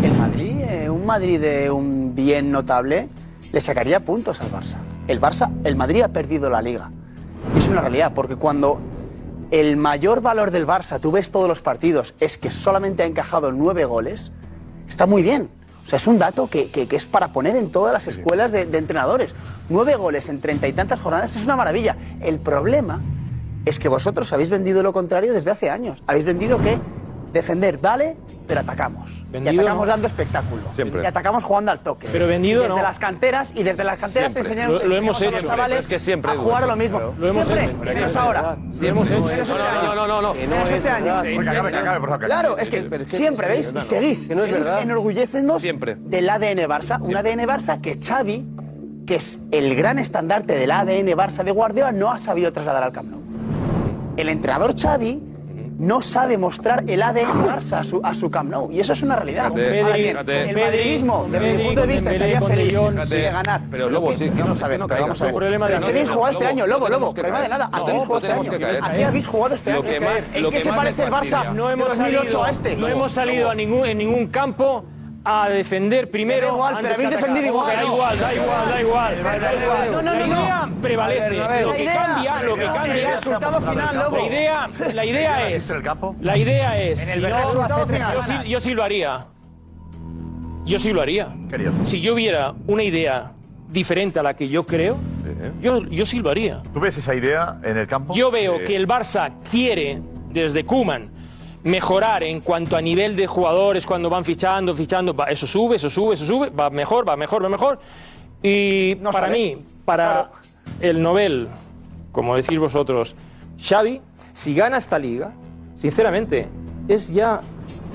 El Madrid, eh, un Madrid de un bien notable, le sacaría puntos al Barça. El Barça, el Madrid ha perdido la liga. Y es una realidad, porque cuando el mayor valor del Barça, tú ves todos los partidos, es que solamente ha encajado nueve goles, está muy bien. O sea, es un dato que, que- que es para poner en todas las escuelas de, de entrenadores. Nueve goles en treinta y tantas jornadas es una maravilla. El problema es que vosotros habéis vendido lo contrario desde hace años. Habéis vendido que defender vale, pero atacamos. y
Vendido
atacamos
no.
dando espectáculo.
Siempre.
Y atacamos jugando al toque.
Pero vendido
desde
no.
las canteras y desde las canteras
Siempre.
enseñaron
Lo- lo hemos
enseñamos a
hecho.
los chavales
Es que siempre,
a
Edu.
jugar a lo mismo.
Lo hemos
siempre,
hecho.
menos ahora.
Lo hemos hecho.
Menos este
No, no,
año.
no, no, no.
Menos este año.
Venga, acabe, que acabe, por favor, que acabe.
Claro, es que siempre veis y seguís,
Que no es
seguís
verdad.
enorgulleciéndoos del ADN Barça, un ADN Barça que Xavi, que es el gran estandarte del ADN Barça de Guardiola, no ha sabido trasladar al Camp Nou. El entrenador Xavi no sabe mostrar el ADN Barça a su, a su Camp Nou y eso es una realidad.
Fíjate,
Ahora
Pedri,
bien,
fíjate.
el madridismo, desde mi
Pedri,
punto de vista,
con Dembélé,
estaría
con
feliz
De Jong,
si de
fíjate.
ganar.
Pero, Lobo,
que-
sí, que no-
vamos a
es que
ver,
no
pero vamos a
caigas,
ver.
Lobo. Problema de
Pero
no
¿qué habéis
caigas,
jugado este
Lobo.
año, Lobo,
No
Lobo?
tenemos que
Problema de
caer.
nada.
No,
Habéis
no
jugado este
tenemos que
año.
caer.
¿A qué habéis jugado este
Lo
año?
que más-
¿En
lo
qué
que
se
más
parece el
me fastidia.
Barça
No hemos
de 2008
salido,
a este?
No hemos salido a ningún, en ningún campo a defender primero.
Da igual, pero
antes que
habéis
atacar.
defendido igual.
Da igual, da igual, da igual.
No, no, no,
La
no.
idea prevalece.
La idea,
Lo que cambia, lo que
la idea,
cambia.
el resultado final, Lobo.
La idea, la idea es. La idea es.
En el
si no-
Bernabéu hace tres
yo sí-
semanas.
Yo sí lo haría. Yo sí lo haría. Si yo viera una idea diferente a la que yo creo, yo, yo sí lo haría.
¿Tú ves esa idea en el campo? Eh.
Yo veo
Sí.
que el Barça quiere, desde Kuman, mejorar en cuanto a nivel de jugadores cuando van fichando, fichando. va- eso sube, eso sube, eso sube. Va mejor, va mejor, va mejor. Y
No
para
sale.
mí, para el Nobel, como decís vosotros, Xavi, si gana esta liga, sinceramente, es ya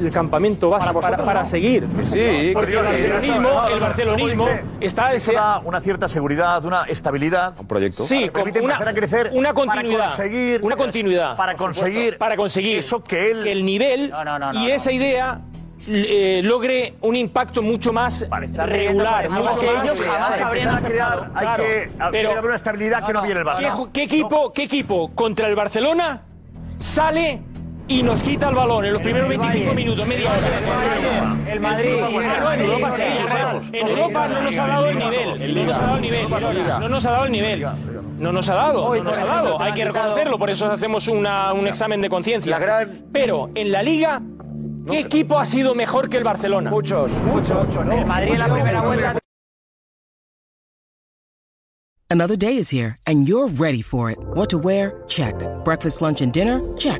el campamento base para,
vosotros
para
no.
seguir.
Sí,
porque el
claro.
barcelonismo, el barcelonismo está
ese... una, una cierta seguridad, una estabilidad. Un
proyecto.
Sí,
que permite
con una-
empezar a crecer.
una
para
continuidad,
conseguir,
una continuidad.
Para
Por supuesto.
conseguir.
Para conseguir
Eso que él.
el nivel
no,
y
no.
esa idea l- eh, logre un impacto mucho más regular,
Algo
mucho
que
más eh,
ellos jamás habrían aceptado. Hay que- hay que haber una estabilidad que no viene el Barça.
¿Qué, ju- qué equipo, ¿Qué equipo contra el Barcelona sale y nos quita el balón en los primeros 25 minutos, media hora? El Madrid. No, en Europa sí. o sea, En Europa no nos ha dado el nivel. No nos ha dado el nivel. No nos ha dado el nivel. No nos ha dado, no nos ha dado. Hay que reconocerlo, por eso hacemos una- un examen de conciencia. Pero en la Liga, ¿qué equipo ha sido mejor que el Barcelona? Muchos, muchos. El Madrid en la primera vuelta
Another day is here, and you're ready for it. What to wear? Check. Breakfast, lunch, and dinner? Check.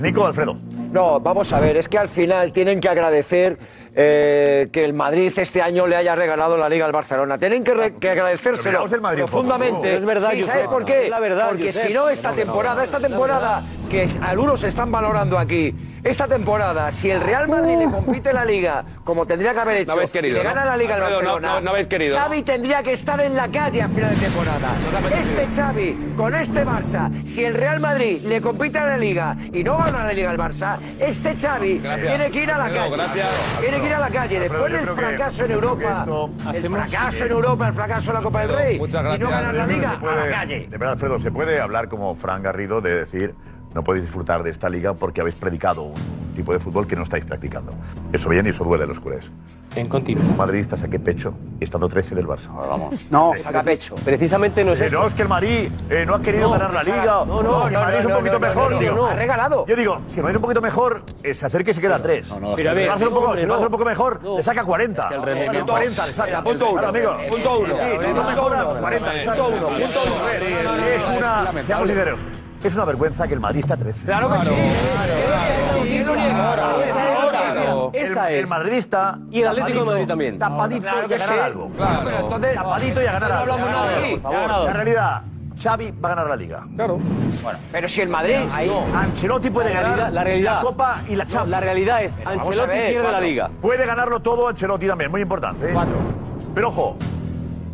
Nico, Alfredo.
No, vamos a ver, es que al final tienen que agradecer eh, que el Madrid este año le haya regalado la Liga al Barcelona. Tienen que, re- que
Ah, Pero
agradecérselo
miramos el Madrid un poco.
profundamente.
Es verdad,
Sí,
Josep.
¿sabes por qué?
Es la verdad,
Porque
Josep.
si no, esta
No, no, no,
temporada,
no.
esta temporada que algunos están valorando aquí, esta temporada, si el Real Madrid
Uh.
le compite la Liga, como tendría que haber
No
hecho,
habéis querido,
y le
¿no?
gana la Liga al
Alfredo, no,
Barcelona,
no, no habéis querido, ¿no?
Xavi tendría que estar en la calle a final de temporada. Este Xavi, con este Barça, si el Real Madrid le compite a la Liga y no gana la Liga al Barça, este Xavi
Gracias.
tiene que ir a la
Alfredo,
calle.
gracias.
Tiene que ir a la calle.
Alfredo,
Después
yo
del
creo que-
fracaso en
yo creo
Europa,
que
el
esto
fracaso
hacemos-
en Europa, el fracaso en la Copa del
Alfredo,
Rey,
muchas
y no ganar la
Yo creo que
Liga,
se
a
puede-
la calle.
De verdad, Alfredo, se puede hablar como Fran Garrido de decir no podéis disfrutar de esta liga porque habéis predicado un un tipo de fútbol que no estáis practicando. Eso viene y eso duele a los culés.
En continuo.
Madridista, saqué pecho, estando 13 del Barça. vamos.
No,
saca
pecho.
Precisamente no es
No, es que el Madrid eh, no ha querido
No,
ganar la
saca-
liga.
no, no,
que
no,
Madrid es un
no, no,
poquito
no,
mejor.
no, no,
digo,
no. Ha
regalado. Yo digo, si el Madrid un poquito mejor, eh, se acerca y se queda 3.
Pero a ver,
si el Barça un poco,
hombre,
si el Barça
no.
un poco mejor, le saca 40.
el
Le saca
rendimiento-
40, le saca.
Punto uno.
Ahora, amigo.
Punto uno.
Sí, Si no mejora, 40. Punto uno. Punto uno. Es una. Seamos sinceros. Es una vergüenza que el Madrid está 13. Claro que sí.
Ahora, ahora, ahora.
Claro.
Es
Esa
el,
es.
el madridista.
Y el Atlético de Madrid también.
Tapadito
Claro
y a
que
ganar
sí.
algo.
Claro.
Entonces, tapadito y a ganar
No
algo.
hablamos nada de eso, por favor.
La realidad, Xavi va a ganar la liga. Claro.
Bueno,
pero si el Madrid.
ahí- Ancelotti puede
la
ganar
realidad- la realidad.
la Copa y la
No,
Champions.
la realidad es,
vamos
Ancelotti
a
pierde la
cuatro.
Liga.
Puede ganarlo todo Ancelotti también, muy importante. ¿eh? Pero ojo,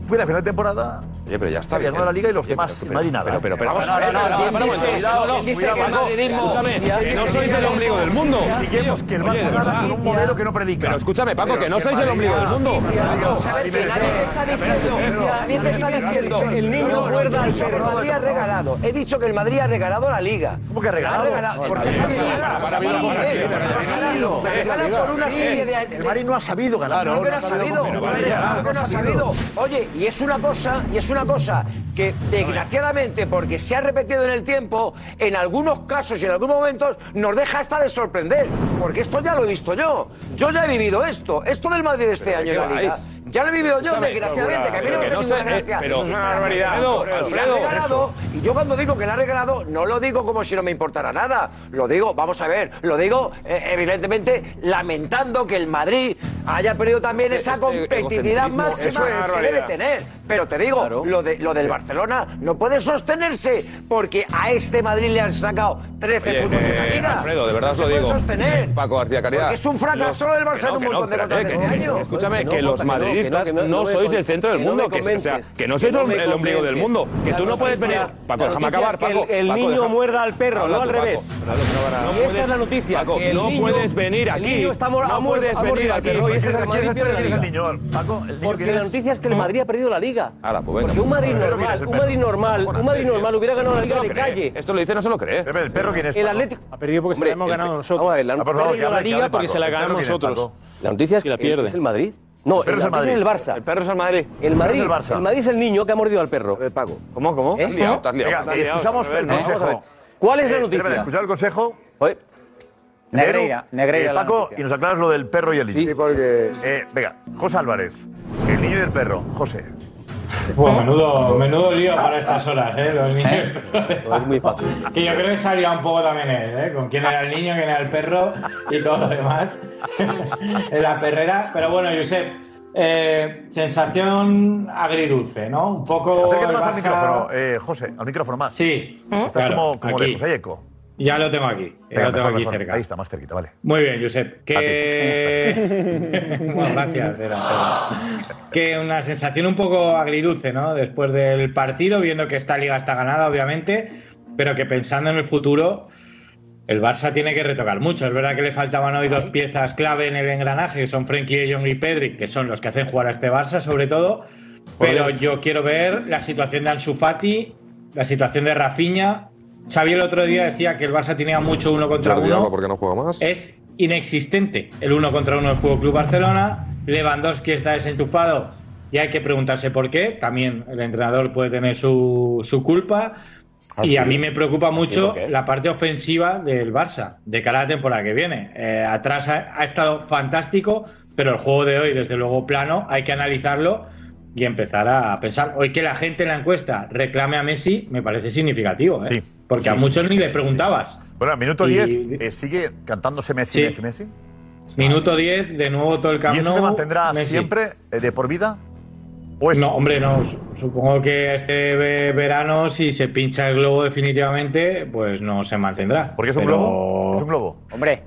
puede a final de temporada.
Oye, pero ya está.
Xavi ha ganado la liga y los demás, el Madrid nada.
Pero, pero, pero.
Vamos a ver,
no, no,
cuidado,
no, no,
cuidado,
no, no,
cuidado,
cuidado,
cuidado.
Escúchame,
Escúchame,
que no sois el ombligo del mundo.
Y que hemos- que el
Oye,
Barça
de
gana con
verdad.
un modelo que no predica.
Pero escúchame, Paco, que no
el
sois el
Madrid
ombligo del
gana.
mundo.
Paco,
Saber
dime
que
eso.
nadie te está diciendo- nadie te está diciendo, el niño muerda al perro. El Madrid ha regalado. He dicho que el Madrid ha regalado la liga. ¿Cómo
que ha regalado?
Porque el Madrid gana. Gana por una serie de
El Madrid no ha sabido ganar.
Claro, no ha sabido. Claro, no ha sabido. Oye, y es una cosa, y es una cosa que desgraciadamente, porque se ha repetido en el tiempo, en algunos casos y en algunos momentos nos deja hasta de sorprender, porque esto ya lo he visto yo. Yo ya he vivido esto, esto del Madrid de este
¿Pero de
año
qué
en la liga.
vais?
Ya lo he vivido yo,
Escúchame,
desgraciadamente, que a mí
pero
no me
que no
hace ninguna
sé, eh,
gracia.
pero-
Eso es una barbaridad.
Alfredo,
La ha
Alfredo,
regalado,
eso.
y yo cuando digo que la ha regalado, no lo digo como si no me importara nada. Lo digo, vamos a ver, lo digo eh, evidentemente lamentando que el Madrid haya perdido también
Este-
esa
este
competitividad
egocentrismo es
máxima
una
que
barbaridad.
debe tener. Pero te digo, lo, de, lo del Barcelona no puede sostenerse porque a este Madrid le han sacado 13
Oye,
puntos en la
eh,
liga.
Alfredo, de verdad os
No
lo
se puede
digo.
sostener.
Paco García Caridad.
Porque es un fracaso
Los-
el Barça en un
que no, que no,
montón de
espérate,
cosas
que-
este año.
Escúchame,
No,
que los
Jota, que no,
madridistas
que no, que no,
no
que no
sois
me
el centro del
con- que no
mundo,
me
que o sea,
convences.
que no sois
Que no me
el ombligo del
convences.
mundo, que
La
tú no
noticia
puedes
es
venir.
que- la
Paco, déjame
noticia
acabar,
es que
Paco.
el- el
Paco,
niño
déjame-
muerda al perro, no
Habla
al
tú, Paco.
revés.
Habla tú, no para-
No
Y esta
puedes-
es la noticia,
Paco,
que el
no
niño-
puedes venir
el
aquí.
niño está mor- ha
No
muerdo-
puedes
ha
venir
muerdo
aquí.
al perro y ese es el Madrid pierde la liga.
Porque la noticia es que el Madrid ha perdido la Liga.
Ala, pues venga.
Porque un Madrid
Pero ¿quién
normal,
es el
un
perro?
Madrid normal, un Madrid normal hubiera ganado la
No se
Liga
lo
de
cree.
calle.
Esto lo dice, no se lo cree.
¿El perro quién es?
El Atlético ha
perdido porque
se la
hemos ganado nosotros.
Vamos a ver, la,
Ah, por favor, que
la
hable, que
Liga
hable,
porque
Paco.
se la
El perro
ganamos
quién es,
nosotros.
Paco.
La noticia es
Y
que
la pierde.
es el Madrid. No,
El perro es el
Madrid
Madrid.
es el Barça.
El
perro es el Madrid. El
El perro
Madrid
es el
Barça.
Barça.
El Madrid es el niño que ha mordido al perro. Paco. ¿Cómo, cómo?
Te has liado, te has liado.
Venga,
Te has liado.
escuchamos el
Vamos a ver.
consejo.
¿Eh? ¿Cuál es
Eh,
la noticia?
espera, escuchad el consejo.
Negreira,
Negreiro,
Negreira
eh,
la
Paco,
noticia.
y nos aclaras lo del perro y el niño. Sí, porque. venga, José Álvarez, el niño y el perro. José.
Bueno, Pues menudo, menudo lío para estas horas, ¿eh? Los niños.
Pues es muy fácil.
Que yo creo que salía un poco también él, ¿eh? Con quién era el niño, quién era el perro y todo lo demás. en la perrera. Pero bueno, Josep, eh, sensación agridulce, ¿no? Un poco.
Acércate
el
más al
Barça-
micrófono, eh, José, al micrófono más.
Sí.
Estás
Claro,
como, como
aquí.
lejos, hay eco.
Ya lo tengo aquí. Ya
Venga,
lo tengo
mejor,
aquí
mejor.
cerca.
Ahí está, más cerquita, vale.
Muy bien, Josep. Que. Bueno, gracias, era. pero- Que una sensación un poco agridulce, ¿no? Después del partido, viendo que esta liga está ganada, obviamente, pero que pensando en el futuro, el Barça tiene que retocar mucho. Es verdad que le faltaban hoy dos piezas clave en el engranaje, que son Frenkie de Jong y Pedri, que son los que hacen jugar a este Barça, sobre todo. Pero yo quiero ver la situación de Ansu Fati, la situación de Rafinha. Xavi el otro día decía que el Barça tenía mucho uno contra
Jordi
uno
Alba, ¿por qué no juega más?
es inexistente el uno contra uno del Fútbol Club Barcelona. Lewandowski está desenchufado y hay que preguntarse por qué. También el entrenador puede tener su, su culpa.
Ah,
y
sí.
a mí me preocupa mucho
¿por qué?
la parte ofensiva del Barça de cara a la temporada que viene. Eh, atrás ha, ha estado fantástico, pero el juego de hoy, desde luego, plano, hay que analizarlo y empezar a pensar. Hoy que la gente en la encuesta reclame a Messi me parece significativo, ¿eh? porque a
sí.
muchos ni le preguntabas.
Bueno, al minuto
Y-
10 eh, sigue cantándose Messi,
Sí.
Messi, Messi.
Minuto 10, de nuevo todo el
¿Y
camino.
eso se mantendrá siempre eh, de por vida? ¿O es-
No, hombre, no. Su- Supongo que este ve- verano, si se pincha el globo definitivamente, pues no se mantendrá.
Porque es un globo. Es un globo.
Hombre.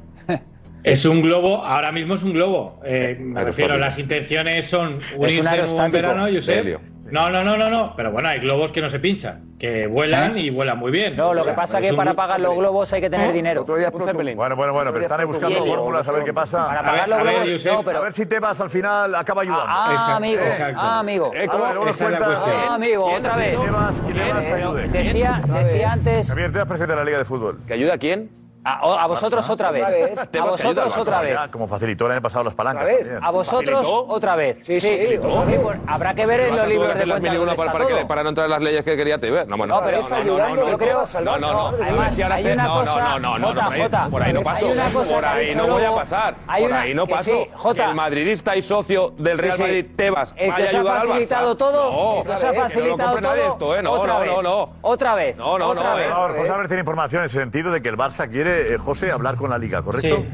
Es un globo, ahora mismo es un globo. Eh, me refiero,
aerostático.
las intenciones son
un
unirse en un
aerostático
verano,
de
Josep.
helio.
No, no, no, no, no. Pero bueno, hay globos que no se pinchan, que vuelan
¿Eh?
y vuelan muy bien.
No, lo
O
que
sea,
pasa es que
un
para
glo-
pagar los globos hay que tener
¿Eh?
dinero.
Bueno, bueno, bueno, pero están ahí buscando
Hielo.
fórmulas a ver qué pasa.
Para pagar los globos, no, pero...
A ver si te vas al final, acaba ayudando.
Ah, amigo, ah, amigo.
Eh, como luego nos cuentas-
Ah, amigo,
¿Quién
otra
te-
vez.
¿Quién más? ¿Quién más ayude?
Decía, decía antes...
Javier, te das presente a la Liga de Fútbol.
¿Que ayuda a quién?
A, o- a vosotros
Barça.
otra vez. A vosotros otra vez.
Como facilitó el año pasado las palancas.
Otra vez.
también.
A vosotros otra vez. Sí, sí. otra vez. Bueno, Habrá que ver en los libros de cuentas dónde
para,
está
para, que-
todo.
para no entrar en las leyes que quería TV. No, bueno,
No, pero está ayudando, yo creo,
No,
salvarse.
no, no.
Además,
Si ahora
hay
se-
una
no,
cosa,
No, no, no, no,
Jota,
por ahí-
Jota,
por ahí no
hay
paso.
una cosa
Por
que ha
ahí
dicho
no voy a
Lobo,
pasar.
hay
Por
una-
ahí no
que
paso.
sí, Jota.
Que el madridista y socio del Real
Sí, sí.
Madrid, Tebas,
El que
vaya
os
a
ha
ayudar al
facilitado
Barça.
todo,
No,
que os ha
que no lo
facilitado
compre nadie
todo,
esto, eh. No,
otra
no,
vez.
no, no.
Otra vez.
No, no,
eh.
otra
no,
vez. eh.
eh, Ahora, José Álvarez tiene información en ese sentido de que el Barça quiere, eh, José, hablar con la Liga, ¿correcto?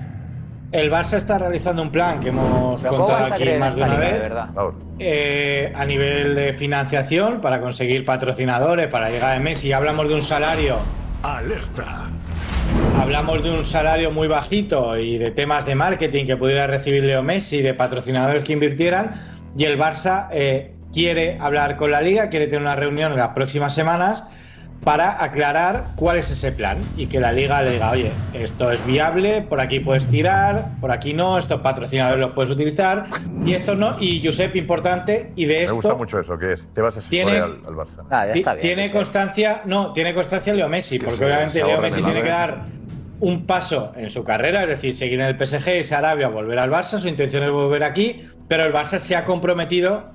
El Barça está realizando un plan que hemos
Pero ¿cómo vas
contado
a
aquí
creer en
más de
esta
una
liga,
vez.
de verdad?
Eh, a nivel de financiación, para conseguir patrocinadores, para llegar a Messi, hablamos de un salario.
Alerta.
Hablamos de un salario muy bajito y de temas de marketing que pudiera recibir Leo Messi, de patrocinadores que invirtieran. Y el Barça eh, quiere hablar con la liga, quiere tener una reunión en las próximas semanas para aclarar cuál es ese plan y que la liga le diga, oye, esto es viable, por aquí puedes tirar, por aquí no, estos patrocinadores los puedes utilizar y esto no. Y Josep, importante, y de
Me gusta
esto
mucho eso, que es, te vas a asesorar
Tiene-
al, al Barça.
ti- tiene constancia, no, tiene constancia Leo Messi, porque
se- se ¿eh?
obviamente Leo
ahorren
Messi
el
tiene que
haber.
dar un paso en su carrera, es decir, seguir en el PSG, irse a Arabia, volver al Barça, su intención es volver aquí, pero el Barça se ha comprometido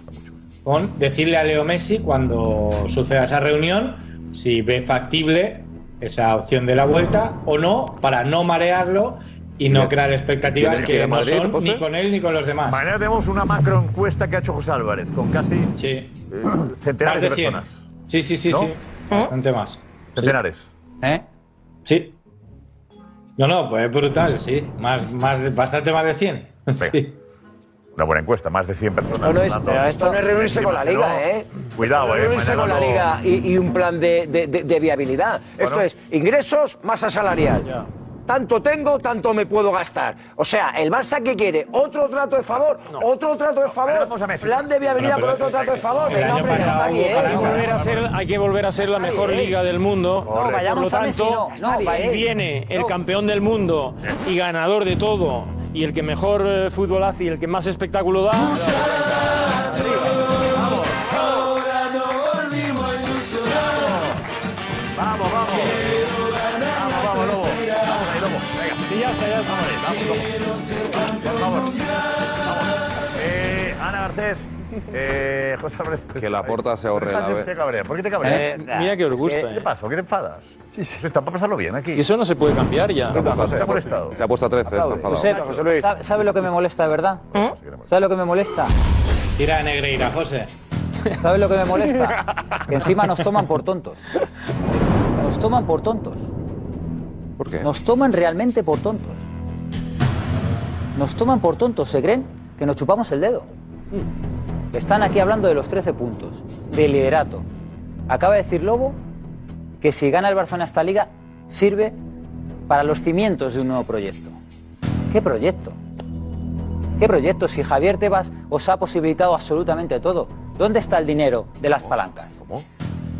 con decirle a Leo Messi cuando suceda esa reunión si ve factible esa opción de la vuelta o no para no marearlo y no crear expectativas
tiene que ir
que
a
no
Madrid,
son
José?
ni con él ni con los demás.
Mañana tenemos una macro encuesta que ha hecho José Álvarez con casi eh, centenares de,
Más de 100.
personas.
Sí, sí, sí,
¿No?
sí. Bastante más.
Centenares.
¿Eh? Sí. No, no, pues es brutal, sí. Más, más de- bastante más de 100. Sí.
Una buena encuesta, más de 100 personas.
No, no es-
hablando.
pero esto no es reunirse con la
Encima,
liga,
si no,
¿eh?
Cuidado, ¿eh?
Reunirse
Mañana
con la
no-
liga y, y un plan de, de- de- de viabilidad. Esto es ingresos, masa salarial. Tanto tengo, tanto me puedo gastar. O sea, el Barça que quiere otro trato de favor, otro trato de favor, plan de viabilidad
Bueno,
por
pero
otro trato de favor.
El
Venga,
año
hombre, ya está
pasado
bien.
hubo palanca. Hay que volver a ser- hay que volver a ser la mejor liga del mundo.
No, vayamos
Por
a
lo
Messi,
tanto,
no, no,
si
Bael.
viene el
No.
campeón del mundo y ganador de todo, y el que mejor eh, fútbol hace y el que más espectáculo da.
Ahora no volvimos a ilusionar.
Vamos, vamos.
Vamos, vamos, lobo. Vamos ahí, lobo. Venga.
Sí, ya está, ya
está. Vamos, lobo. Por favor. Eh, Ana Garcés. Eh, José Álvarez.
Que la porta se ahorre la
Sánchez
vez.
te cabrea. ¿Por qué te cabreas?
Eh,
mira qué os gusta,
¿Qué,
eh.
¿Qué pasó? ¿Qué te enfadas? Sí, sí. Está para pasarlo bien aquí.
Si eso no se puede cambiar ya.
Se ha puesto- se ha molestado.
Se ha puesto a 13, está enfadado.
Josep, ¿sabe- ¿sabe lo que me molesta de verdad? ¿Sabe lo que me molesta?
Tira a Negreira, José.
¿Sabes lo que me molesta? Que encima nos toman por tontos. Nos toman por tontos.
¿Por qué?
Nos toman realmente por tontos. Nos toman por tontos. Se creen que nos chupamos el dedo. Están aquí hablando de los 13 puntos, de liderato. Acaba de decir Lobo que si gana el Barcelona esta liga, sirve para los cimientos de un nuevo proyecto. ¿Qué proyecto? ¿Qué proyecto? Si Javier Tebas os ha posibilitado absolutamente todo. ¿Dónde está el dinero de las palancas?
¿Cómo?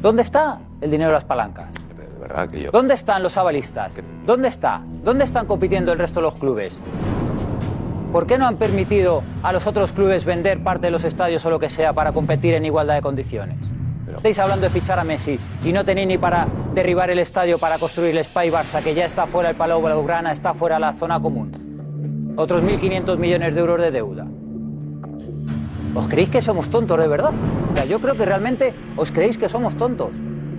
¿Dónde está el dinero de las palancas?
De verdad que yo.
¿Dónde están los avalistas? ¿Dónde está? ¿Dónde están compitiendo el resto de los clubes? ¿Por qué no han permitido a los otros clubes vender parte de los estadios o lo que sea para competir en igualdad de condiciones? Estáis hablando de fichar a Messi y no tenéis ni para derribar el estadio para construir el Spy Barça, que ya está fuera el Palau Blaugrana, está fuera la zona común. Otros 1.500 millones de euros de deuda. ¿Os creéis que somos tontos de verdad? O sea, yo creo que realmente os creéis que somos tontos.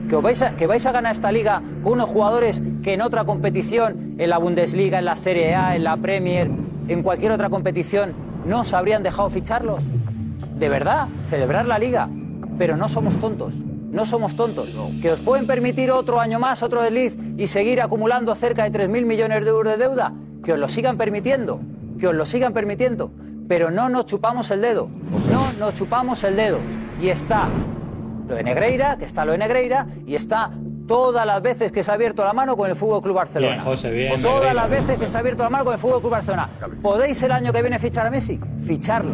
Que, os vais a, que vais a ganar esta liga con unos jugadores que en otra competición, en la Bundesliga, en la Serie A, en la Premier, en cualquier otra competición, no os habrían dejado ficharlos. De verdad, celebrar la liga. Pero no somos tontos. No somos tontos. Que os pueden permitir otro año más, otro desliz y seguir acumulando cerca de 3.000 millones de euros de deuda. Que os lo sigan permitiendo. Que os lo sigan permitiendo. Pero no nos chupamos el dedo. No nos chupamos el dedo. Y está lo de Negreira, que está lo de Negreira, y está todas las veces que se ha abierto la mano con el Fútbol Club Barcelona. Pues
Bien, José, bien,
todas
Negreira,
las veces
bien,
que se ha abierto la mano con el Fútbol Club Barcelona. ¿Podéis el año que viene fichar a Messi? Ficharlo.